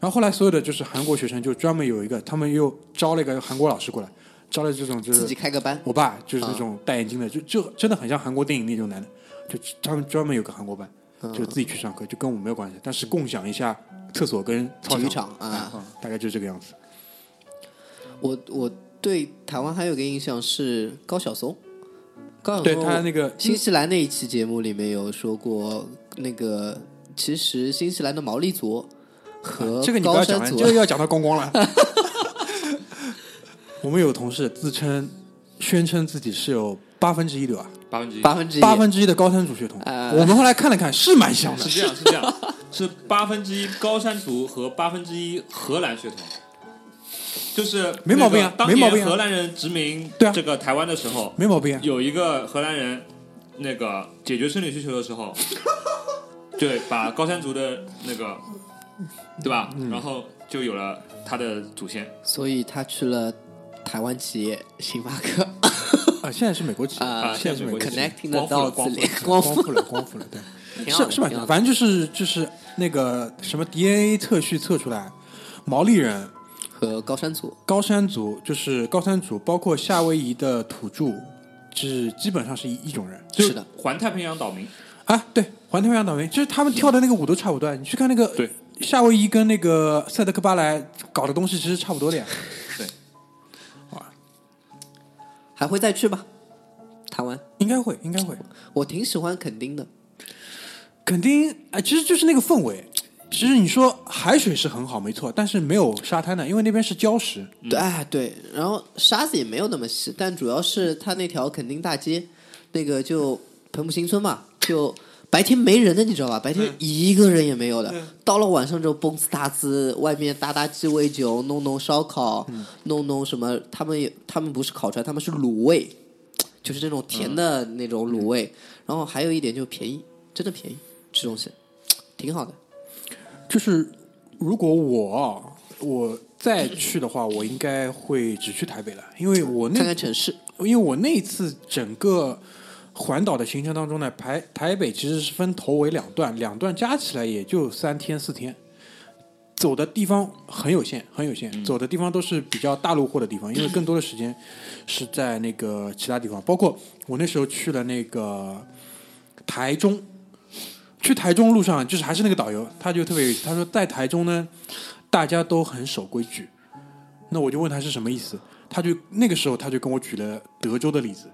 Speaker 2: 然后后来所有的就是韩国学生就专门有一个，他们又招了一个韩国老师过来，招了这种就
Speaker 3: 自己
Speaker 2: 是
Speaker 3: 开个班，
Speaker 2: 我爸就是
Speaker 3: 嗯
Speaker 2: 那种戴眼镜的，就就真的很像韩国电影那种男的，就他们专门有个韩国班，
Speaker 3: 嗯
Speaker 2: 就自己去上课，就跟我们没有关系，但是共享一下厕所跟操
Speaker 3: 体育场啊
Speaker 2: 嗯大概就是这个样子。
Speaker 3: 我我对台湾还有个印象是高晓松，高晓松
Speaker 2: 对他那个
Speaker 3: 新西兰那一期节目里面有说过，那个其实新西兰的毛利族和
Speaker 2: 啊这个你不
Speaker 3: 高
Speaker 2: 要讲了，
Speaker 3: 山族，
Speaker 2: 这个要讲到光光 了。我们有同事自称宣称自己是有八分之一对吧？
Speaker 4: 八分之一
Speaker 3: 八分之一
Speaker 2: 八分之一的高山族血统。
Speaker 3: 呃
Speaker 2: 我们后来看了看，是蛮像的
Speaker 4: 是。这样，是这样，是八分之一高山族和八分之一荷兰血统，就是
Speaker 2: 没
Speaker 4: 那个
Speaker 2: 毛病啊
Speaker 4: 当
Speaker 2: 没毛
Speaker 4: 年
Speaker 2: 病啊
Speaker 4: 荷兰人殖民
Speaker 2: 对啊
Speaker 4: 这个台湾的时候，
Speaker 2: 没毛病啊，
Speaker 4: 有一个荷兰人那个解决生理需求的 时候，对，把高山族的那个，对吧？
Speaker 2: 嗯
Speaker 4: 然后就有了他的祖先。
Speaker 3: 所以他去了台湾企业星巴克
Speaker 2: 啊，现在是美国籍
Speaker 3: 啊
Speaker 2: 现在是美国
Speaker 4: 现
Speaker 2: 籍，
Speaker 4: 在是
Speaker 3: ，connecting
Speaker 4: 美国籍
Speaker 3: 的道子里
Speaker 2: 光
Speaker 3: 光
Speaker 2: 复了，光复了，对，
Speaker 3: 挺好
Speaker 2: 是
Speaker 3: 的
Speaker 2: 是蛮
Speaker 3: 挺
Speaker 2: 像的。
Speaker 3: 好的
Speaker 2: 反正就是就是那个什么 DNA 测序测出来，毛利人、
Speaker 3: 和高山族
Speaker 2: 高山族，就是高山族，包括夏威夷的土著，是基本上是一一种人。
Speaker 4: 就是
Speaker 3: 的，
Speaker 4: 环太平洋岛民，
Speaker 2: 啊，对，环太平洋岛民，就是他们跳的那个舞都差不多啊。你去看那个
Speaker 4: 对
Speaker 2: 夏威夷跟那个塞德克巴莱搞的东西，其实差不多的呀。
Speaker 3: 还会再去吧？台湾，
Speaker 2: 应该会，应该会，
Speaker 3: 我挺喜欢垦丁的，
Speaker 2: 肯定啊、其实就是那个氛围。其实你说海水是很好，没错，但是没有沙滩的，因为那边是礁石。
Speaker 3: 对，哎对，然后沙子也没有那么细，但主要是它那条垦丁大街，那个就彭浦新村嘛，就白天没人的，你知道吧？白天一个人也没有的，到了晚上就蹦次大次，外面搭搭鸡尾酒，弄弄烧烤，弄弄什么，他们也他们不是烤串，他们是卤味，就是那种甜的那种卤味，然后还有一点就便宜，真的便宜，吃东西挺好的。
Speaker 2: 就是如果我我再去的话，我应该会只去台北了，因为我那
Speaker 3: 看看城市，
Speaker 2: 因为我那一次整个环岛的行程当中呢，台台北其实是分头尾两段，两段加起来也就三天四天，走的地方很有限，很有限，走的地方都是比较大陆货的地方，因为更多的时间是在那个其他地方，包括我那时候去了那个台中。去台中路上，就是还是那个导游，他就特别有意思。他说，在台中呢，大家都很守规矩，那我就问他是什么意思，他就那个时候他就跟我举了德州的例子，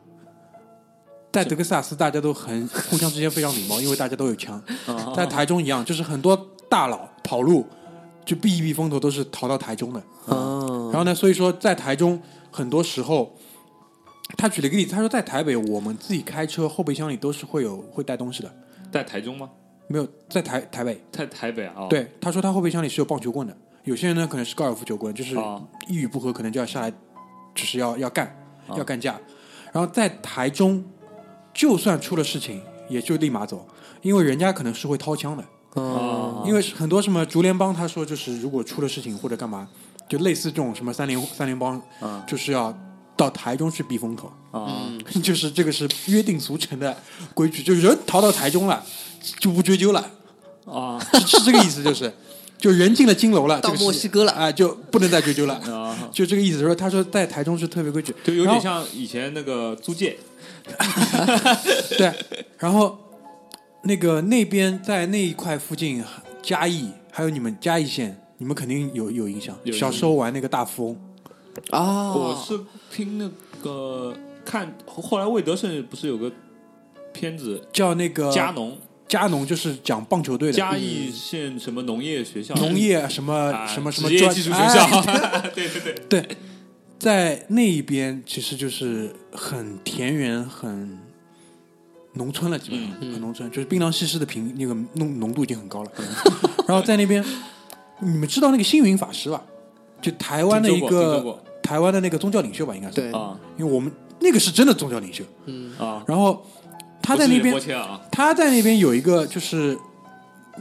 Speaker 2: 在德克萨斯大家都很互相之间非常礼貌，因为大家都有枪，在台中一样，就是很多大佬跑路就避一避风头都是逃到台中的，
Speaker 3: 嗯，
Speaker 2: 然后呢，所以说在台中很多时候。他举了一个例子，他说在台北，我们自己开车后备箱里都是会有会带东西的，
Speaker 4: 在台中吗？
Speaker 2: 没有在台台北。
Speaker 4: 在台北啊？哦，
Speaker 2: 对，他说他后备箱里是有棒球棍的，有些人呢可能是高尔夫球棍，就是
Speaker 4: 哦
Speaker 2: 一语不合可能就要下来，就是要要干，
Speaker 4: 哦
Speaker 2: 要干架。然后在台中，就算出了事情，也就立马走，因为人家可能是会掏枪的，
Speaker 4: 哦
Speaker 2: 因为是很多什么竹联帮，他说就是如果出了事情或者干嘛，就类似这种什么三联三联帮，
Speaker 3: 嗯
Speaker 2: 就是要到台中去避风头。
Speaker 3: 哦
Speaker 4: 啊，
Speaker 2: 就是这个是约定俗成的规矩，就人逃到台中了，就不追究了，
Speaker 4: 啊
Speaker 2: 是是这个意思，就是就人进了金楼了，
Speaker 3: 哦到
Speaker 2: 这个事
Speaker 3: 墨西哥了哦
Speaker 2: 啊，就不能再追究了，
Speaker 4: 啊，
Speaker 2: 就这个意思。说他说在台中是特别规矩，
Speaker 4: 就有
Speaker 2: 然
Speaker 4: 点
Speaker 2: 后
Speaker 4: 像以前那个租界，
Speaker 2: 对，然后那个那边在那一块附近，嘉义还有你们嘉义县，你们肯定有有影响。
Speaker 4: 有影响
Speaker 2: 小时候玩那个大富翁，
Speaker 3: 啊，
Speaker 2: 哦
Speaker 4: 我是听那个看，后来魏德胜不是有个片子
Speaker 2: 叫那个
Speaker 4: 《加农》，
Speaker 2: 加农，就是讲棒球队的
Speaker 4: 嘉义县什么农业学校？
Speaker 2: 农业什么、
Speaker 4: 啊
Speaker 2: 什么什么
Speaker 4: 职业
Speaker 2: 专
Speaker 4: 技术学
Speaker 2: 哎
Speaker 4: 校？ 对对对，
Speaker 2: 对，在那一边其实就是很田园，很农村了，基
Speaker 4: 嗯
Speaker 2: 本上、很农村，就是槟榔西施的品那个浓浓度已经很高了。 然后在那边，你们知道那个星云法师吧？就台湾的一
Speaker 4: 听说过听说
Speaker 2: 个
Speaker 4: 过
Speaker 2: 台湾的那个宗教领袖吧，应该是
Speaker 3: 对
Speaker 4: 啊
Speaker 2: 因为我们那个是真的宗教领袖。
Speaker 4: 啊，
Speaker 2: 然后他在那边
Speaker 4: 不是演播，切啊，
Speaker 2: 他在那边有一个就是，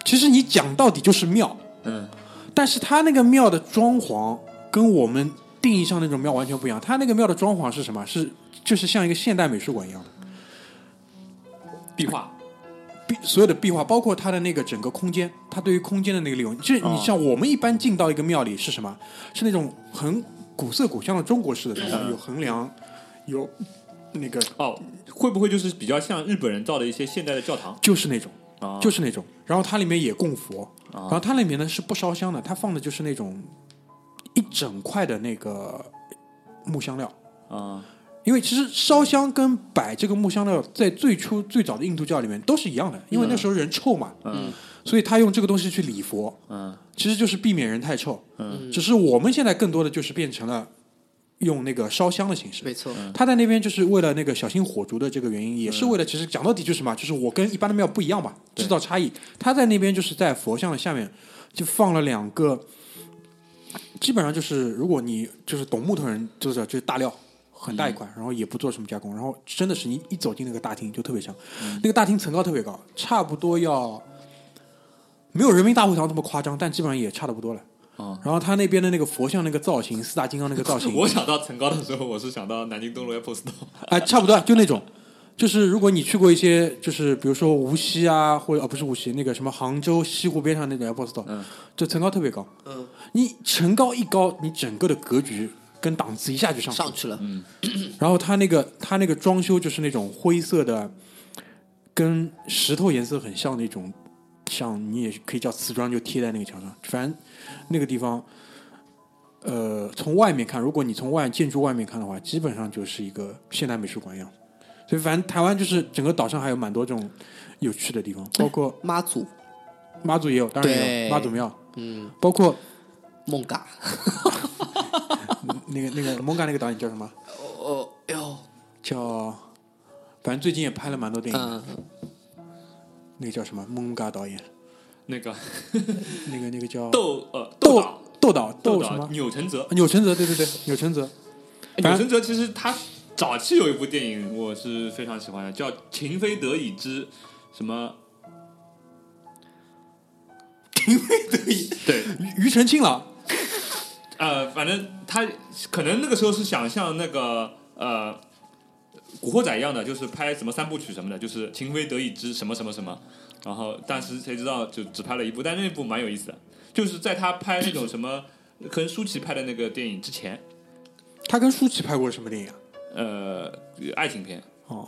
Speaker 2: 其实你讲到底就是庙，
Speaker 4: 嗯，
Speaker 2: 但是他那个庙的装潢跟我们定义上那种庙完全不一样。他那个庙的装潢是什么？是就是像一个现代美术馆一样的
Speaker 4: 壁画
Speaker 2: 壁，所有的壁画，包括它的那个整个空间，它对于空间的那个利用。就是你像我们一般进到一个庙里是什么？是那种很古色古香的中国式的装潢，有横梁，有那个
Speaker 4: 哦，会不会就是比较像日本人造的一些现代的教堂
Speaker 2: 就是那种，哦
Speaker 4: 啊？
Speaker 2: 就是那种。然后它里面也供佛，然后它里面呢是不烧香的，它放的就是那种一整块的那个木香料。
Speaker 4: 啊
Speaker 2: 因为其实烧香跟摆这个木香料，在最初最早的印度教里面都是一样的，因为那时候人臭嘛，
Speaker 4: 嗯
Speaker 2: 所以他用这个东西去礼佛，
Speaker 4: 嗯
Speaker 2: 其实就是避免人太臭。
Speaker 4: 嗯
Speaker 2: 只是我们现在更多的就是变成了用那个烧香的形式。
Speaker 3: 没错，
Speaker 2: 他在那边就是为了那个小心火烛的这个原因，也是为了其实讲到底就是嘛，就是我跟一般的庙不一样嘛，制造差异。他在那边就是在佛像的下面就放了两个，基本上就是如果你就是懂木头人就知道，就是大料很大一块，然后也不做什么加工，然后真的是你一走进那个大厅就特别香，那个大厅层高特别高，差不多要没有人民大会堂那么夸张，但基本上也差的不多了。
Speaker 4: 哦，
Speaker 2: 然后他那边的那个佛像那个造型，四大金刚那个造型
Speaker 4: 我想到层高的时候，我是想到南京东路 Apple Store
Speaker 2: 哎，差不多就那种，就是如果你去过一些，就是比如说无锡啊，或者哦不是无锡，那个什么杭州西湖边上那个 Apple Store，
Speaker 4: 嗯
Speaker 2: 就层高特别高，
Speaker 3: 嗯，
Speaker 2: 你层高一高，你整个的格局跟档次一下就上去了
Speaker 3: 上去了，
Speaker 2: 然后它那个它那个装修就是那种灰色的，跟石头颜色很像那种，像你也可以叫瓷砖，就贴在那个墙上。反正那个地方，呃，从外面看，如果你从外建筑外面看的话，基本上就是一个现代美术馆一样。所以，反正台湾就是整个岛上还有蛮多这种有趣的地方，包括
Speaker 3: 妈祖、
Speaker 2: 妈祖也有，当然也
Speaker 3: 对
Speaker 2: 有妈祖庙，嗯，包括
Speaker 3: 孟嘎，
Speaker 2: 那个那个蒙嘎那个导演叫什么？
Speaker 3: 哦哟，
Speaker 2: 叫，反正最近也拍了蛮多电影的。
Speaker 3: 嗯，
Speaker 2: 那个叫什么蒙嘎导演，
Speaker 4: 那个
Speaker 2: 那个那个叫
Speaker 4: 豆呃
Speaker 2: 豆
Speaker 4: 岛
Speaker 2: 豆导
Speaker 4: 豆
Speaker 2: 豆什
Speaker 4: 岛
Speaker 2: 么
Speaker 4: 钮承泽，
Speaker 2: 钮承泽，对对对，钮承泽，
Speaker 4: 哎
Speaker 2: 反正
Speaker 4: 钮承泽其实他早期有一部电影我是非常喜欢的，叫《情非得已之什么对，
Speaker 2: 庾庾澄庆了，
Speaker 4: 呃，反正他可能那个时候是想像那个呃《古惑仔》一样的，就是拍什么三部曲什么的，就是情非得已之什么什么什么。然后，但是谁知道就只拍了一部，但那部蛮有意思的，就是在他拍那种什么跟舒淇拍的那个电影之前，
Speaker 2: 他跟舒淇拍过什么电影啊？
Speaker 4: 呃，爱情片，
Speaker 2: 哦，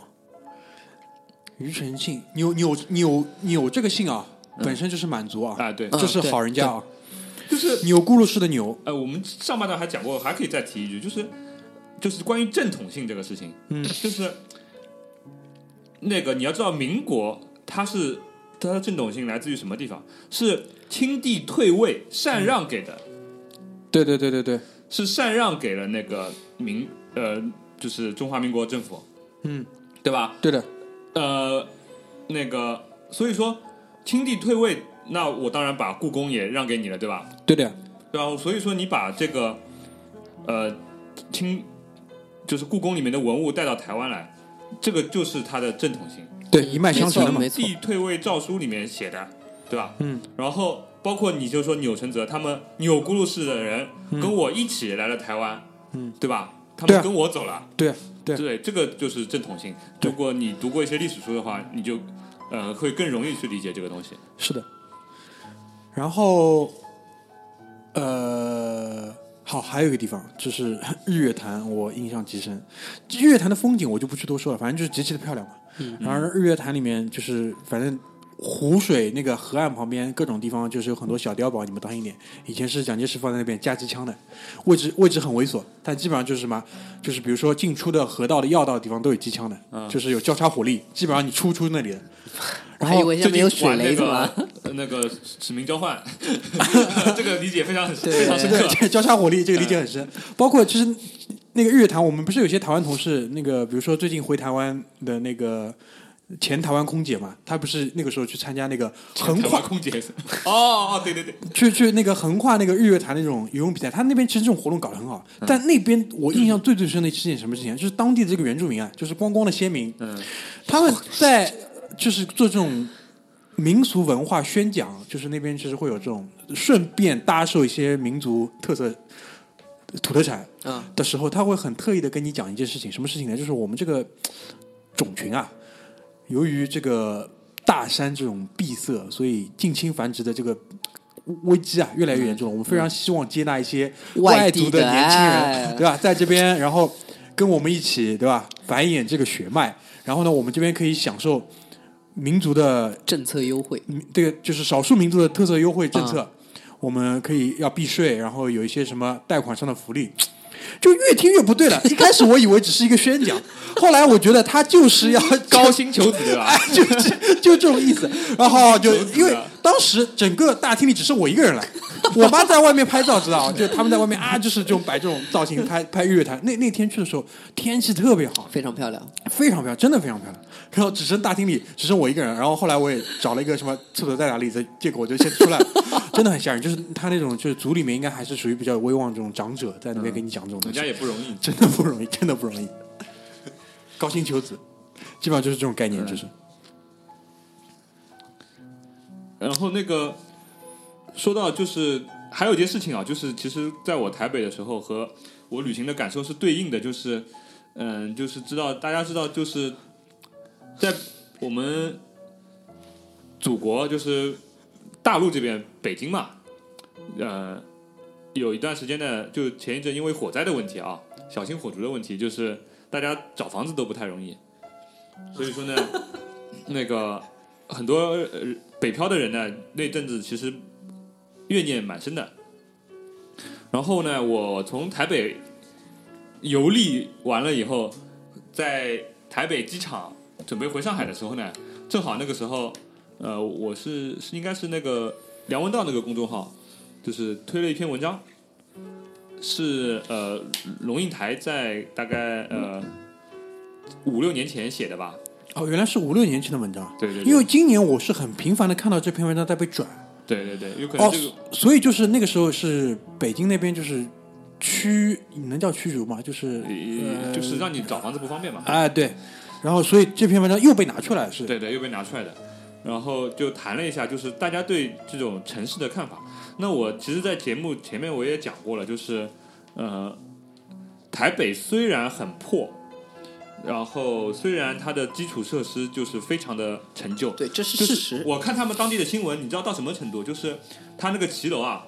Speaker 2: 庾澄庆，钮钮钮钮这个姓啊，本身就是满族啊，
Speaker 4: 啊对
Speaker 2: 这是好人家啊，
Speaker 4: 就是
Speaker 2: 钮钴禄氏的钮，
Speaker 4: 呃，我们上半段还讲过，还可以再提一句，就是就是关于正统性这个事情，
Speaker 2: 嗯
Speaker 4: 就是那个你要知道，民国它是它的正统性来自于什么地方？是清帝退位禅让给的，
Speaker 2: 嗯对对对对对，
Speaker 4: 是禅让给了那个民呃，就是中华民国政府，
Speaker 2: 嗯，
Speaker 4: 对吧？
Speaker 2: 对的，
Speaker 4: 呃，那个所以说清帝退位，那我当然把故宫也让给你了，对吧？
Speaker 2: 对的，
Speaker 4: 对啊，所以说你把这个呃清就是故宫里面的文物带到台湾来，这个就是它的正统性。
Speaker 2: 对一脉相承的嘛
Speaker 3: 没，错，
Speaker 4: 帝退位诏书里面写的，对吧？
Speaker 2: 嗯。
Speaker 4: 然后包括你就说钮承泽他们钮钴禄氏的人跟我一起来了台湾，
Speaker 2: 嗯，
Speaker 4: 对吧？他
Speaker 2: 对啊
Speaker 4: 们跟我走了，
Speaker 2: 对对
Speaker 4: 对，这个就是正统性。
Speaker 2: 对
Speaker 4: 如果你读过一些历史书的话，你就呃会更容易去理解这个东西。
Speaker 2: 是的。然后，呃，好，还有一个地方就是 日月潭，我印象极深。日月潭的风景我就不去多说了，反正就是极其的漂亮嘛。嗯、然后日月潭里面就是反正。湖水那个河岸旁边各种地方，就是有很多小碉堡，你们当心点。以前是蒋介石放在那边架机枪的，位置位置很猥琐，但基本上就是什么，就是比如说进出的河道的要道的地方都有机枪的，
Speaker 3: 嗯
Speaker 2: 就是有交叉火力，基本上你出不出那 里的。
Speaker 3: 我
Speaker 2: 然
Speaker 3: 还以
Speaker 2: 后
Speaker 3: 为
Speaker 4: 最
Speaker 3: 像没
Speaker 4: 近
Speaker 3: 有水
Speaker 4: 玩
Speaker 3: 雷
Speaker 4: 那
Speaker 3: 子吗？
Speaker 4: 个呃那个使命交换，这个理解非常
Speaker 3: 对
Speaker 4: 非常深刻
Speaker 2: 对，。这交叉火力这个理
Speaker 4: 嗯
Speaker 2: 解很深。包括其实那个日月潭，我们不是有些台湾同事，那个比如说最近回台湾的那个前台湾空姐嘛，她不是那个时候去参加那个横
Speaker 4: 横跨
Speaker 2: 跨
Speaker 4: 空姐是，哦哦，对对对，
Speaker 2: 去去那个横跨那个日月潭那种游泳比赛，他那边其实这种活动搞得很好。
Speaker 4: 嗯
Speaker 2: 但那边我印象最最深的是件什么事情啊？就是当地的这个原住民啊，就是光光的先民，
Speaker 4: 嗯，
Speaker 2: 他们在就是做这种民俗文化宣讲，就是那边其实会有这种顺便搭售一些民族特色土特产
Speaker 3: 嗯
Speaker 2: 的时候，他会很特意的跟你讲一件事情，什么事情呢？就是我们这个种群啊，由于这个大山这种闭塞，所以近亲繁殖的这个。危机啊，越来越严重了。我们非常希望接纳一些
Speaker 3: 嗯外地
Speaker 2: 族的
Speaker 3: 的
Speaker 2: 年轻
Speaker 3: 哎
Speaker 2: 人，对吧？在这边，然后跟我们一起，对吧？繁衍这个血脉，然后呢，我们这边可以享受民族的
Speaker 3: 政策优惠，
Speaker 2: 嗯这个就是少数民族的特色优惠政策，
Speaker 4: 嗯
Speaker 3: 啊
Speaker 2: 我们可以要避税，然后有一些什么贷款上的福利。就越听越不对了。一开始我以为只是一个宣讲，后来我觉得他就是要
Speaker 4: 高薪求子对吧？
Speaker 2: 就就就这种意 思。然后就
Speaker 4: 求子啊
Speaker 2: 因为当时整个大厅里只剩我一个人了，我妈在外面拍照，知道？就他们在外面啊，就是这种摆这种造型拍拍日月潭。那那天去的时候天气特别好，
Speaker 3: 非常漂亮。
Speaker 2: 非常漂亮，真的非常漂亮。然后只剩大厅里只剩我一个人，然后后来我也找了一个什么厕所在哪里的，结果我就先出来了，真的很吓人。就是他那种就是组里面应该还是属于比较有威望这种长者，在那边给你讲这种东
Speaker 4: 嗯人
Speaker 2: 西，
Speaker 4: 家也不容易，
Speaker 2: 真的不容易，真的不容易。高薪求子，基本上就是这种概念，就是
Speaker 4: 然后那个说到就是还有一件事情啊，就是其实在我台北的时候和我旅行的感受是对应的，就是嗯，就是知道大家知道就是在我们祖国就是大陆这边北京嘛，呃，有一段时间呢，就前一阵因为火灾的问题啊，小心火烛的问题，就是大家找房子都不太容易，所以说呢，那个很多、呃、北漂的人呢，那阵子其实怨念蛮深的。然后呢，我从台北游历完了以后，在台北机场准备回上海的时候呢，正好那个时候，呃，我是是应该是那个梁文道那个公众号，就是推了一篇文章，是呃龙应台在大概呃五六年前写的吧？
Speaker 2: 哦，原来是五六年前的文章，
Speaker 4: 对对对
Speaker 2: 因为今年我是很频繁的看到这篇文章在被转，
Speaker 4: 对对对，有可能
Speaker 2: 哦
Speaker 4: 这个、，
Speaker 2: 所以就是那个时候是北京那边就是驱，能叫驱逐吗？就是
Speaker 4: 呃就是让你找房子不方便嘛。
Speaker 2: 哎，对，然后所以这篇文章又被拿出来是，
Speaker 4: 对对，又被拿出来的。然后就谈了一下，就是大家对这种城市的看法。那我其实，在节目前面我也讲过了，就是呃，台北虽然很破，然后虽然它的基础设施就是非常的陈旧，
Speaker 3: 对，这是
Speaker 4: 就是
Speaker 3: 事实。
Speaker 4: 我看他们当地的新闻，你知道到什么程度？就是他那个骑楼啊，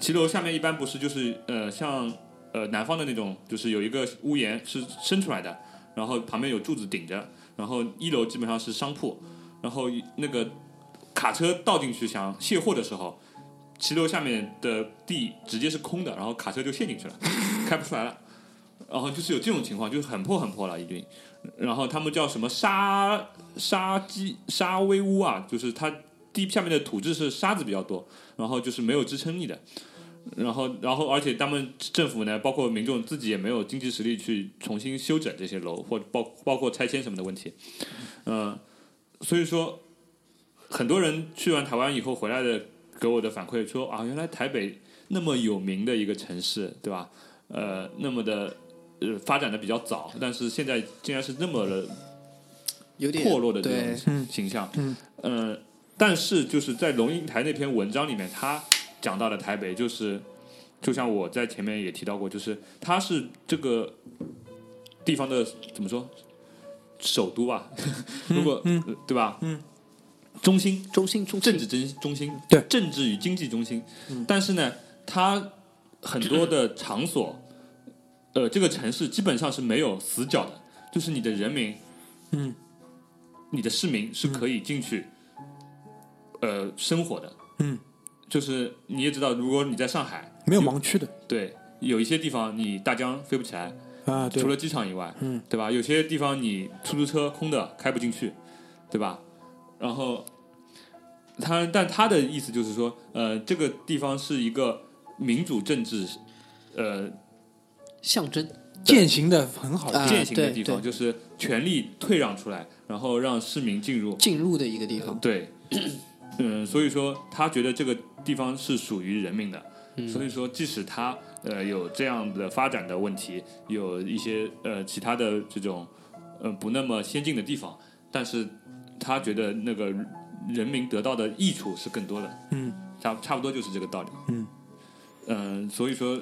Speaker 4: 骑楼下面一般不是就是呃像呃南方的那种，就是有一个屋檐是伸出来的，然后旁边有柱子顶着，然后一楼基本上是商铺，然后一那个卡车倒进去想卸货的时候，骑楼下面的地直接是空的，然后卡车就陷进去了，开不出来了。然后就是有这种情况，就是很破很破了已经。然后他们叫什么沙沙基沙威屋啊，就是它地下面的土质是沙子比较多，然后就是没有支撑力的。然后，然后，而且他们政府呢，包括民众自己也没有经济实力去重新修整这些楼，或者包包括拆迁什么的问题。嗯、所以说，很多人去完台湾以后回来的，给我的反馈说啊，原来台北那么有名的一个城市，对吧？呃，那么的呃发展的比较早，但是现在竟然是那么的
Speaker 3: 有点
Speaker 4: 破落的这
Speaker 3: 对
Speaker 4: 种形象。嗯，呃，但是就是在龙应台那篇文章里面，他讲到了台北，就是就像我在前面也提到过，就是它是这个地方的怎么说首都吧？ 如果、呃对吧？嗯，中心
Speaker 3: 中心中
Speaker 4: 政
Speaker 3: 心
Speaker 4: 治中中心，
Speaker 2: 对嗯
Speaker 4: 政治与经济中心。但是呢，它很 多的场所，呃，这个城市基本上是没有死角的，就是你的人民，
Speaker 2: 嗯，
Speaker 4: 你的市民是可以进去，呃，生活的，
Speaker 2: 嗯，
Speaker 4: 就是你也知道，如果你在上海，
Speaker 2: 没有盲区的
Speaker 4: 对，有一些地方你大疆飞不起来，
Speaker 2: 啊，对
Speaker 4: 除了机场以外，
Speaker 2: 嗯，
Speaker 4: 对吧？有些地方你出租车空的开不进去，对吧？然后他，但他的意思就是说，呃，这个地方是一个民主政治，呃，
Speaker 3: 象征
Speaker 2: 践行的很好，
Speaker 3: 啊
Speaker 4: 践行的
Speaker 3: 对
Speaker 4: 地方，
Speaker 3: 对
Speaker 4: 就是权力退让出来，然后让市民进入。
Speaker 3: 进入的一个地方。
Speaker 4: 对，嗯，所以说他觉得这个地方是属于人民的，
Speaker 2: 嗯
Speaker 4: 所以说即使他呃有这样的发展的问题，有一些呃其他的这种呃不那么先进的地方，但是他觉得那个人民得到的益处是更多的，
Speaker 2: 嗯，
Speaker 4: 差差不多就是这个道理，
Speaker 2: 嗯
Speaker 4: 嗯、所以说。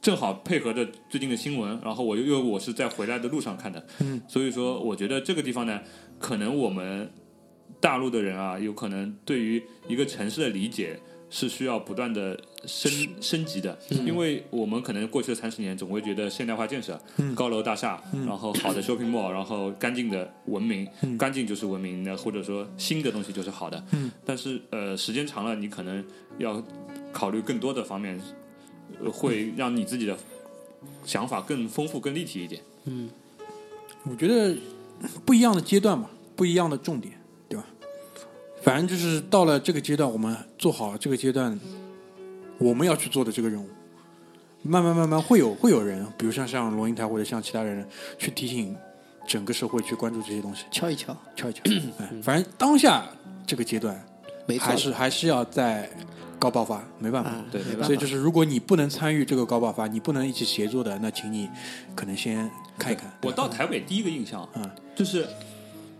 Speaker 4: 正好配合着最近的新闻，然后我又因为我是在回来的路上看的，
Speaker 2: 嗯，
Speaker 4: 所以说我觉得这个地方呢，可能我们大陆的人啊，有可能对于一个城市的理解是需要不断的升升级的，因为我们可能过去的三十年总会觉得现代化建设、高楼大厦，然后好的 shopping mall，然后干净的文明，干净就是文明的，或者说新的东西就是好的。但是呃，时间长了，你可能要考虑更多的方面，呃会让你自己的想法更丰富、更立体一点。
Speaker 2: 我觉得不一样的阶段吧，不一样的重点，对吧？反正就是到了这个阶段，我们做好这个阶段我们要去做的这个任务，慢慢慢慢会有会有人，比如像像龙应台或者像其他人去提醒整个社会去关注这些东西，
Speaker 3: 敲一敲，
Speaker 2: 敲一敲。哎，反正当下这个阶段
Speaker 3: 嗯没错
Speaker 2: 还是还是要在高爆发，没办法。
Speaker 3: 啊，
Speaker 4: 对
Speaker 3: 没办法
Speaker 2: 所以就是，如果你不能参与这个高爆发，你不能一起协作的，那请你可能先看一看。
Speaker 4: 我到台北第一个印象，啊
Speaker 2: 嗯
Speaker 4: 就是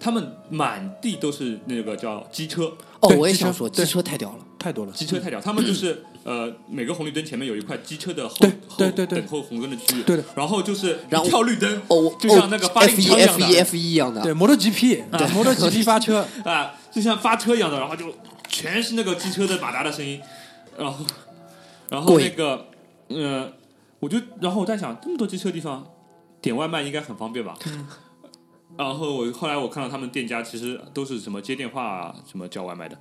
Speaker 4: 他们满地都是那个叫机车，
Speaker 3: 哦，
Speaker 2: 对
Speaker 3: 我也
Speaker 2: 机车
Speaker 3: 想说，机
Speaker 2: 对
Speaker 3: 车太屌了，
Speaker 2: 太多了，
Speaker 4: 机车太屌，他们就是呃，每个红绿灯前面有一块机车的后
Speaker 2: 对
Speaker 4: 后
Speaker 2: 对对对
Speaker 4: 等候红灯的区域，
Speaker 2: 对的
Speaker 4: 然后就是
Speaker 3: 然后
Speaker 4: 一跳绿灯，
Speaker 3: 哦，我
Speaker 4: 就像那个发
Speaker 2: E，
Speaker 4: 令
Speaker 3: F 一
Speaker 4: 枪一样
Speaker 3: F 一
Speaker 4: 的
Speaker 3: F 一一样的，
Speaker 2: 对，摩托 GP，对，摩托 GP 发车，
Speaker 4: 啊，就像发车一样的，然后就全是那个机车的马达的声音，然后然后
Speaker 3: 过瘾
Speaker 4: 那个呃，我就然后我在想，这么多机车地方，点外卖应该很方便吧？然后我后来我看到他们店家其实都是什么接电话、啊、什么叫外卖的，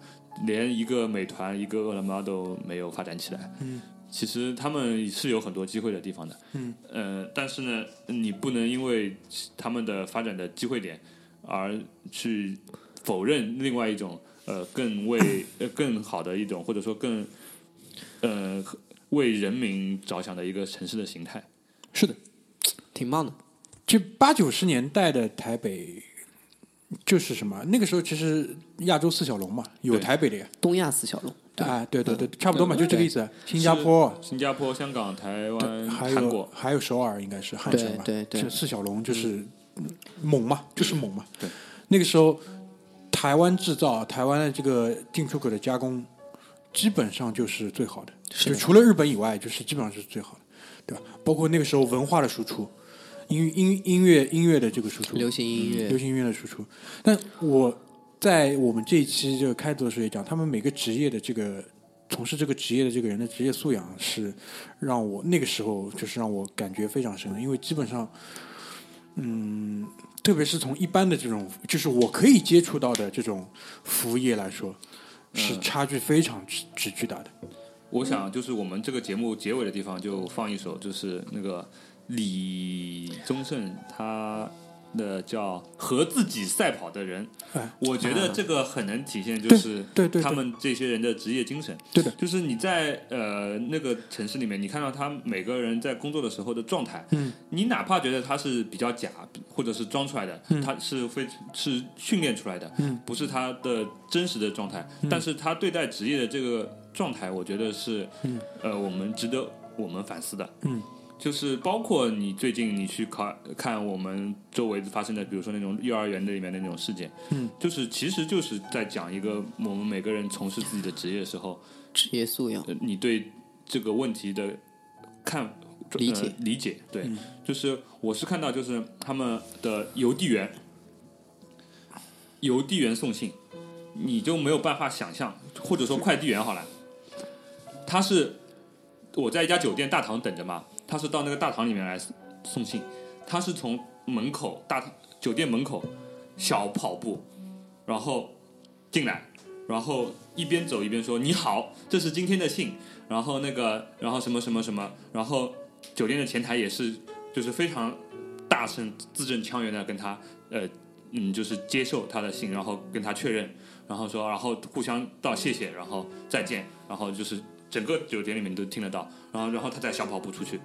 Speaker 4: 连一个美团、一个饿了么都没有发展起来。
Speaker 2: 嗯，
Speaker 4: 其实他们是有很多机会的地方的。
Speaker 2: 嗯，
Speaker 4: 呃，但是呢，你不能因为他们的发展的机会点而去否认另外一种呃更为呃更好的一种，或者说更呃为人民着想的一个城市的形态。
Speaker 2: 是的，
Speaker 3: 挺棒的。
Speaker 2: 就八九十年代的台北就是什么？那个时候其实亚洲四小龙嘛，有
Speaker 4: 对嗯
Speaker 2: 台北的呀，
Speaker 3: 东亚四小龙，
Speaker 2: 啊，对对对，差不多嘛，就这个意思。啊新加
Speaker 4: 是
Speaker 2: 坡、
Speaker 4: 新加坡、香港、台湾、
Speaker 2: 还
Speaker 4: 韩
Speaker 2: 有
Speaker 4: 国，
Speaker 2: 还有首尔应该是汉城吧？
Speaker 3: 对对对嗯
Speaker 2: 这四小龙就是猛嘛，就是猛嘛。
Speaker 4: 对，
Speaker 2: 那个时候台湾制造、台湾的这个进出口的加工，基本上就是最好的，
Speaker 3: 是
Speaker 2: 就
Speaker 3: 的
Speaker 2: 除了日本以外，就是基本上是最好的，对吧？包括那个时候文化的输出，音音音乐音乐的这个输出，
Speaker 3: 流行音乐
Speaker 2: 流行音乐的输出。但我在我们这一期这个开头的时候也讲，他们每个职业的这个从事这个职业的这个人的职业素养是让我那个时候就是让我感觉非常深的，因为基本上，嗯，特别是从一般的这种就是我可以接触到的这种服务业来说，
Speaker 3: 嗯
Speaker 2: 是差距非常之之巨大的。
Speaker 4: 我想就是我们这个节目结尾的地方就放一首，就是那个李宗盛他的叫“和自己赛跑的人
Speaker 2: 哎”，
Speaker 4: 我觉得这个很能体现就是
Speaker 2: 对对对
Speaker 4: 他们这些人的职业精神。
Speaker 2: 对的，
Speaker 4: 就是你在呃那个城市里面，你看到他每个人在工作的时候的状态，
Speaker 2: 嗯，
Speaker 4: 你哪怕觉得他是比较假或者是装出来的，他是非是训练出来的，
Speaker 2: 嗯，
Speaker 4: 不是他的真实的状态，但是他对待职业的这个状态，我觉得是，
Speaker 2: 嗯、
Speaker 4: 呃，我们值得我们反思的，
Speaker 2: 嗯。
Speaker 4: 就是包括你最近你去看看我们周围发生的，比如说那种幼儿园里面的那种事件，
Speaker 2: 嗯，
Speaker 4: 就是其实就是在讲一个我们每个人从事自己的职业的时候，
Speaker 3: 职业素养，
Speaker 4: 呃你对这个问题的看
Speaker 3: 理解嗯
Speaker 4: 呃理解，对，就是我是看到就是他们的邮递员，邮递员送信，你就没有办法想象，或者说快递员好了，他是我在一家酒店大堂等着嘛，他是到那个大堂里面来送送信，他是从门口大堂酒店门口小跑步，然后进来，然后一边走一边说：“你好，这是今天的信。”然后那个，然后什么什么什么，然后酒店的前台也是，就是非常大声、字正腔圆的跟他，呃，嗯，就是接受他的信，然后跟他确认，然后说，然后互相道谢谢，然后再见，然后就是整个酒店里面都听得到，然后然后他再小跑步出去，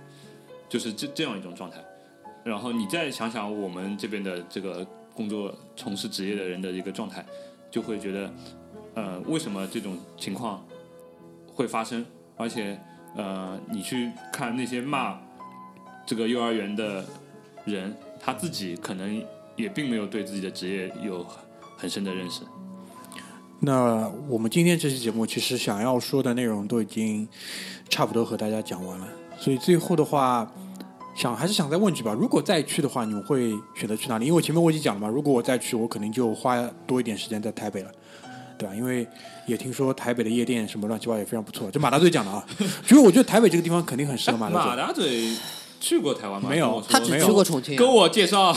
Speaker 4: 就是这这样一种状态。然后你再想想我们这边的这个工作从事职业的人的一个状态，就会觉得，呃，为什么这种情况会发生？而且，呃，你去看那些骂这个幼儿园的人，他自己可能也并没有对自己的职业有很深的认识。
Speaker 2: 那我们今天这期节目其实想要说的内容都已经差不多和大家讲完了，所以最后的话，想还是想再问句吧。如果再去的话，你们会选择去哪里？因为前面我已经讲了嘛，如果我再去，我肯定就花多一点时间在台北了。对吧？因为也听说台北的夜店什么乱七八糟也非常不错，这马大嘴讲的啊。其实我觉得台北这个地方肯定很适合马大
Speaker 4: 马
Speaker 2: 嘴，
Speaker 4: 达嘴去过台湾吗？
Speaker 2: 没有
Speaker 4: 跟我说
Speaker 3: 他只
Speaker 4: 没有
Speaker 3: 去过重庆，
Speaker 4: 跟我介绍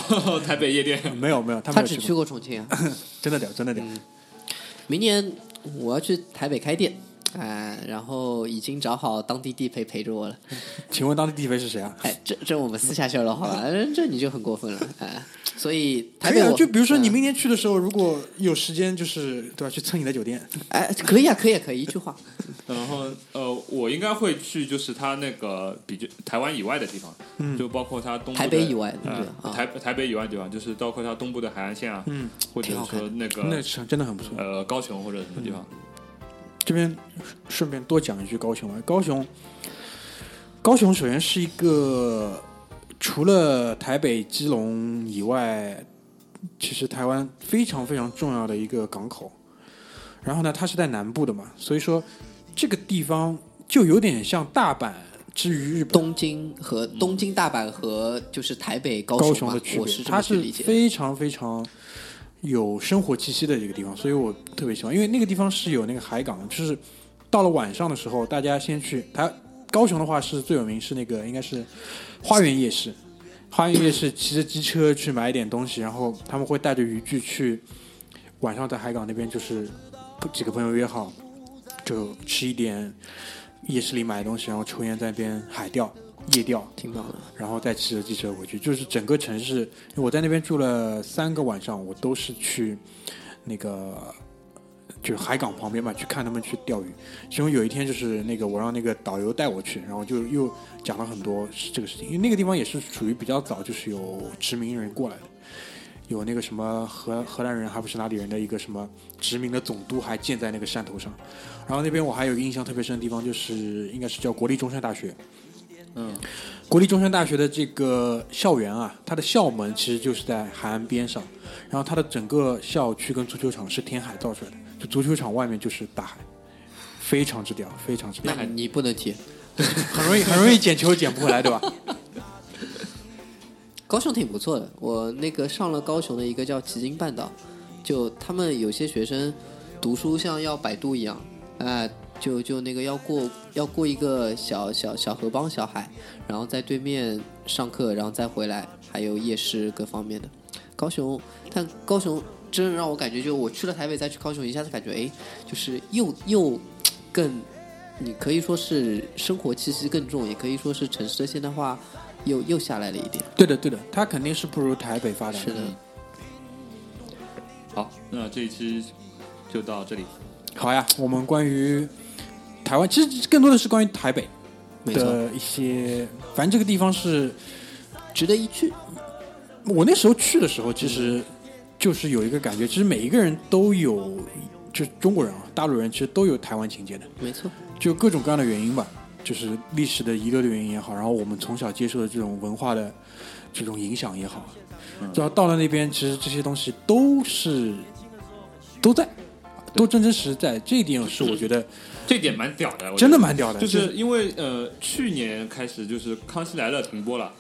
Speaker 4: 台北夜店。
Speaker 2: 没有没有，他没
Speaker 3: 他
Speaker 2: 有
Speaker 3: 只
Speaker 2: 过
Speaker 3: 去过重庆啊。
Speaker 2: 真的屌，真的屌。
Speaker 3: 明年我要去台北开店，哎、然后已经找好当地地陪陪着我了。
Speaker 2: 请问当地地陪是谁啊？
Speaker 3: 哎，这这我们私下交流 好吧？这这你就很过分了，哎，所以台
Speaker 2: 可以
Speaker 3: 北
Speaker 2: 啊，
Speaker 3: 我
Speaker 2: 就比如说你
Speaker 3: 嗯
Speaker 2: 明天去的时候，如果有时间，就是对吧？去蹭你的酒店，
Speaker 3: 哎，可以啊，可以啊，可以，一句话，
Speaker 4: 然后呃，我应该会去，就是他那个比较台湾以外的地方，就包括他东
Speaker 3: 嗯
Speaker 4: 部的
Speaker 3: 台北以外对不
Speaker 4: 呃
Speaker 3: 对啊
Speaker 4: 台台北以外的地方，就是包括他东部的海岸线啊，
Speaker 2: 嗯，
Speaker 4: 或者
Speaker 3: 挺好看
Speaker 4: 说那个
Speaker 2: 那是真的很不错。
Speaker 4: 呃高雄或者什么地方，
Speaker 2: 这边顺便多讲一句高雄吧。高雄，高雄首先是一个除了台北、基隆以外，其实台湾非常非常重要的一个港口。然后呢，它是在南部的嘛，所以说这个地方就有点像大阪之于日本。
Speaker 3: 东京和东京、大阪和就是台北、高
Speaker 2: 高
Speaker 3: 雄
Speaker 2: 雄
Speaker 3: 嘛
Speaker 2: 的区
Speaker 3: 我
Speaker 2: 别，
Speaker 3: 是这
Speaker 2: 它
Speaker 3: 么去
Speaker 2: 是
Speaker 3: 理解的。
Speaker 2: 非常非常有生活气息的一个地方，所以我特别喜欢，因为那个地方是有那个海港，就是到了晚上的时候，大家先去它高雄的话是最有名是那个应该是花园夜市，花园夜市骑着机车去买一点东西，然后他们会带着渔具去晚上在海港那边就是几个朋友约好就吃一点夜市里买的东西，然后抽烟在那边海钓夜钓。
Speaker 3: 挺棒的，
Speaker 2: 然后再骑着机车回去，就是整个城市。因为我在那边住了三个晚上，我都是去那个就是海港旁边嘛，去看他们去钓鱼。其中有一天就是那个我让那个导游带我去，然后就又讲了很多这个事情，因为那个地方也是属于比较早就是有殖民人过来的。有那个什么荷荷兰人还不是哪里人的一个什么殖民的总督还建在那个山头上，然后那边我还有一个印象特别深的地方就是应该是叫国立中山大学，国立中山大学的这个校园啊，它的校门其实就是在海岸边上，然后它的整个校区跟足球场是填海造出来的，就足球场外面就是大海，非常之屌，非常之屌，
Speaker 3: 那你不能提。
Speaker 2: 很容易很容易捡球捡不回来，对吧？
Speaker 3: 高雄挺不错的，我那个上了高雄的一个叫旗津半岛，就他们有些学生呃读书像要百度一样，哎、就就那个要过要过一个小小小河帮小海，然后在对面上课，然后再回来，还有夜市各方面的。高雄，但高雄真的让我感觉，就我去了台北再去高雄，一下子感觉哎，就是又又更，你可以说是生活气息更重，也可以说是城市的现代化又又下来了一点。
Speaker 2: 对的对的，它肯定是不如台北发展
Speaker 3: 是的，
Speaker 4: 好，那这一期就到这里。
Speaker 2: 好呀，我们关于台湾，其实更多的是关于台北
Speaker 3: 没错，
Speaker 2: 的一些，反正这个地方是
Speaker 3: 值得一去。
Speaker 2: 我那时候去的时候，其实就是有一个感觉，其实每一个人都有，就是中国人啊，大陆人其实都有台湾情节的，
Speaker 3: 没错，
Speaker 2: 就各种各样的原因吧，就是历史的遗留的原因也好，然后我们从小接受的这种文化的这种影响也好，然后到了那边，其实这些东西都是都在，都真真实实在，这一点是我觉得
Speaker 4: 这点蛮屌的，我觉得
Speaker 2: 真的蛮屌的，
Speaker 4: 就
Speaker 2: 就是
Speaker 4: 因为呃，去年开始就是《康熙来了》停 播了，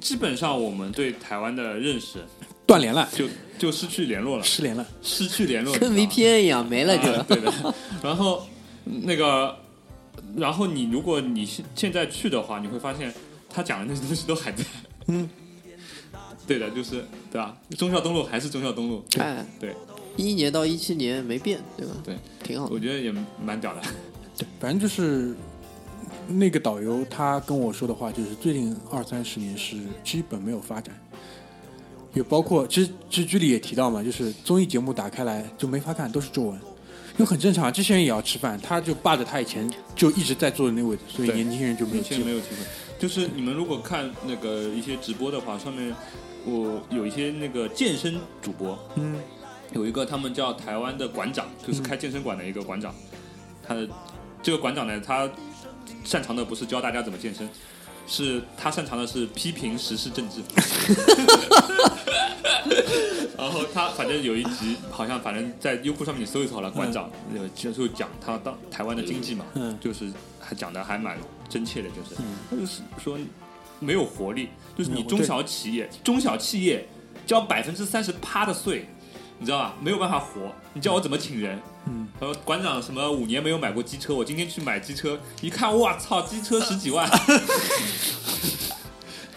Speaker 4: 基本上我们对台湾的认识
Speaker 2: 断联了，
Speaker 4: 就就失去联络了，
Speaker 2: 失联了，
Speaker 4: 失去联
Speaker 2: 嗯
Speaker 4: 络，
Speaker 3: 跟
Speaker 4: 你知道吗
Speaker 3: VPN 一样没了就。
Speaker 4: 啊对的。然后那个，然后你如果你现现在去的话，你会发现他讲的那些东西都还在。嗯，对的，就是对吧？忠孝东路还是忠孝东路，
Speaker 3: 哎，
Speaker 4: 对，
Speaker 3: 一一年到一七年没变，对吧？
Speaker 4: 对，
Speaker 3: 挺好的
Speaker 4: 我。觉得也蛮屌的。
Speaker 2: 反正就是那个导游他跟我说的话，就是最近二三十年是基本没有发展，也包括其实其实剧里也提到嘛，就是综艺节目打开来就没法看，都是中文，因为很正常，这些人也要吃饭，他就霸着他以前就一直在做的那位置，所以
Speaker 4: 对
Speaker 2: 年轻人就没有
Speaker 4: 以
Speaker 2: 机
Speaker 4: 前没
Speaker 2: 会。
Speaker 4: 有机会，就是你们如果看那个一些直播的话，上面我有一些那个健身主播，
Speaker 2: 嗯，
Speaker 4: 有一个他们叫台湾的馆长，就是开健身馆的一个馆长，他的这个馆长呢，他擅长的不是教大家怎么健身。是他擅长的是批评时事政治， 然后他反正有一集，好像反正在优酷上面你搜一搜好了，馆长有就是讲他当台湾的经济嘛，
Speaker 2: 嗯
Speaker 4: 就是还讲的还蛮真切的，就是他就是说没有活力，就是你中小企业，中小企业交百分之三十趴的税，你知道吧？没有办法活，你叫我怎么请人？
Speaker 2: 嗯，
Speaker 4: 他说馆长什么五年没有买过机车，我今天去买机车，一看，哇操，机车十几万，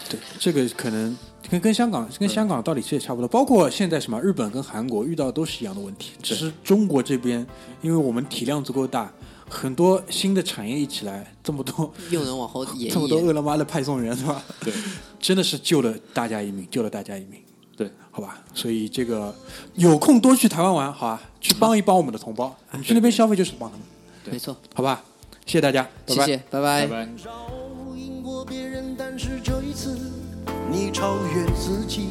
Speaker 2: 对，这个可能跟跟香港
Speaker 4: 嗯
Speaker 2: 跟香港道理其实也差不多，包括现在什么日本跟韩国遇到的都是一样的问题，只是中国这边，因为我们体量足够大，很多新的产业一起来，这么多
Speaker 3: 又能往后演
Speaker 2: 这么多
Speaker 3: 一演，
Speaker 2: 饿了么的派送员是吧？
Speaker 4: 对，
Speaker 2: 真的是救了大家一命，救了大家一命，
Speaker 4: 对，
Speaker 2: 好吧？所以这个有空多去台湾玩，好吧？去帮一帮我们的同胞，
Speaker 4: 嗯
Speaker 2: 你去那边消费就是帮他们，
Speaker 3: 没错，
Speaker 2: 好吧？谢谢大家，拜
Speaker 3: 谢
Speaker 2: 拜
Speaker 3: 谢，拜
Speaker 4: 拜
Speaker 3: 拜。
Speaker 4: 拜。
Speaker 6: 照赢过别人，但是这一次你超越自己。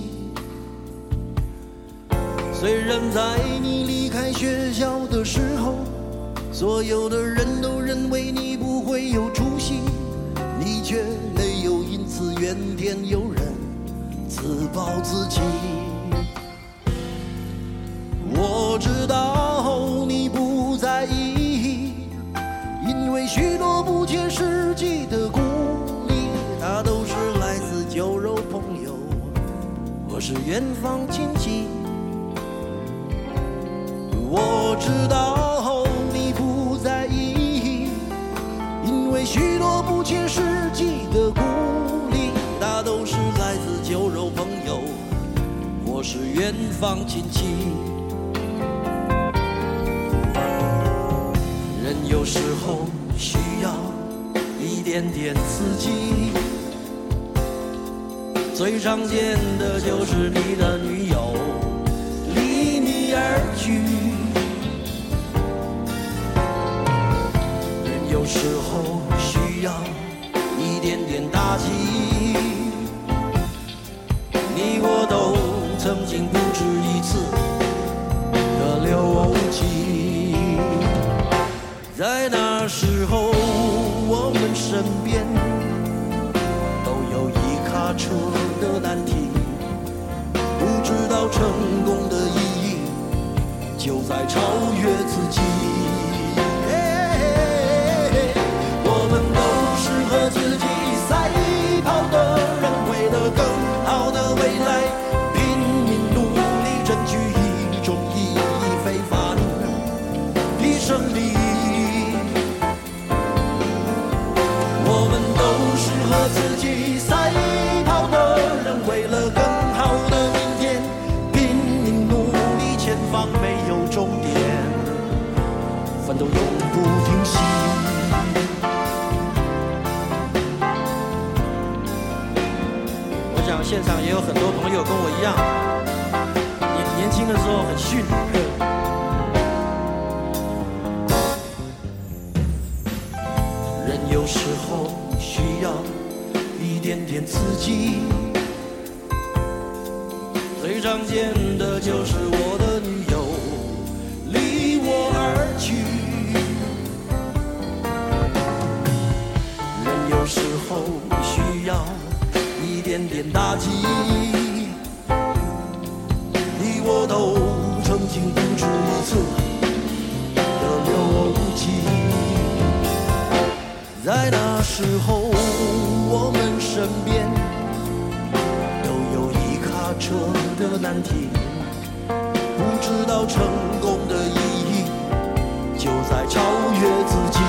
Speaker 6: 虽然在你离开学校的时候，所有的人都认为你不会有出息，你却没有因此怨天尤人，自暴自弃。我知道你不在意。因为许多不切实际的鼓励，它都是来自酒肉朋友或是远方亲戚。我知道你不在意，因为许多不切实际的鼓励，它都是来自酒肉朋友或是远方亲戚。人有时候需要一点点刺激。最常见的就是你的女友离你而去。人有时候需要一点点打击。你我都曾经不止一次的留情。在那时候，我们身边都有一卡车的难题，不知道成功的意义就在超越自己。哎我们都是和自己赛跑的人，为了更好的未来拼命努力，争取一种意义非凡。的胜利。我们都是和自己赛跑的人，为了更好的明天，拼命努力，前方没有终点，奋斗永不停息。我想现场也有很多朋友跟我一样，年年轻的时候很逊。人有时候需要一点点刺激。最常见的就是我的女友离我而去。人有时候需要一点点打击。你我都曾经不止一次的流泣。在那时候，我们身边都有一卡车的难题，不知道成功的意义就在超越自己。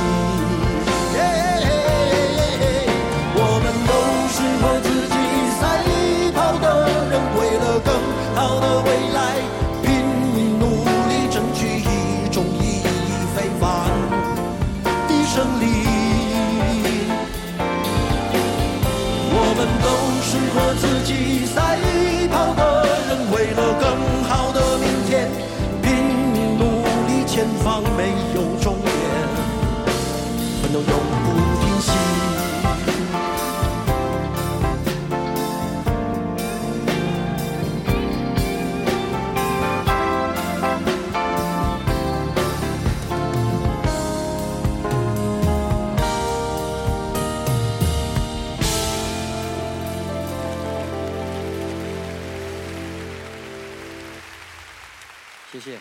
Speaker 6: 我们都是和自己赛跑的人，为了更好的未来，拼命努力，争取一种意义非凡。的胜利。我们都是和自己赛跑的人，为了更好的明天，拼命努力，前方没有终点，奋斗永不停息。谢。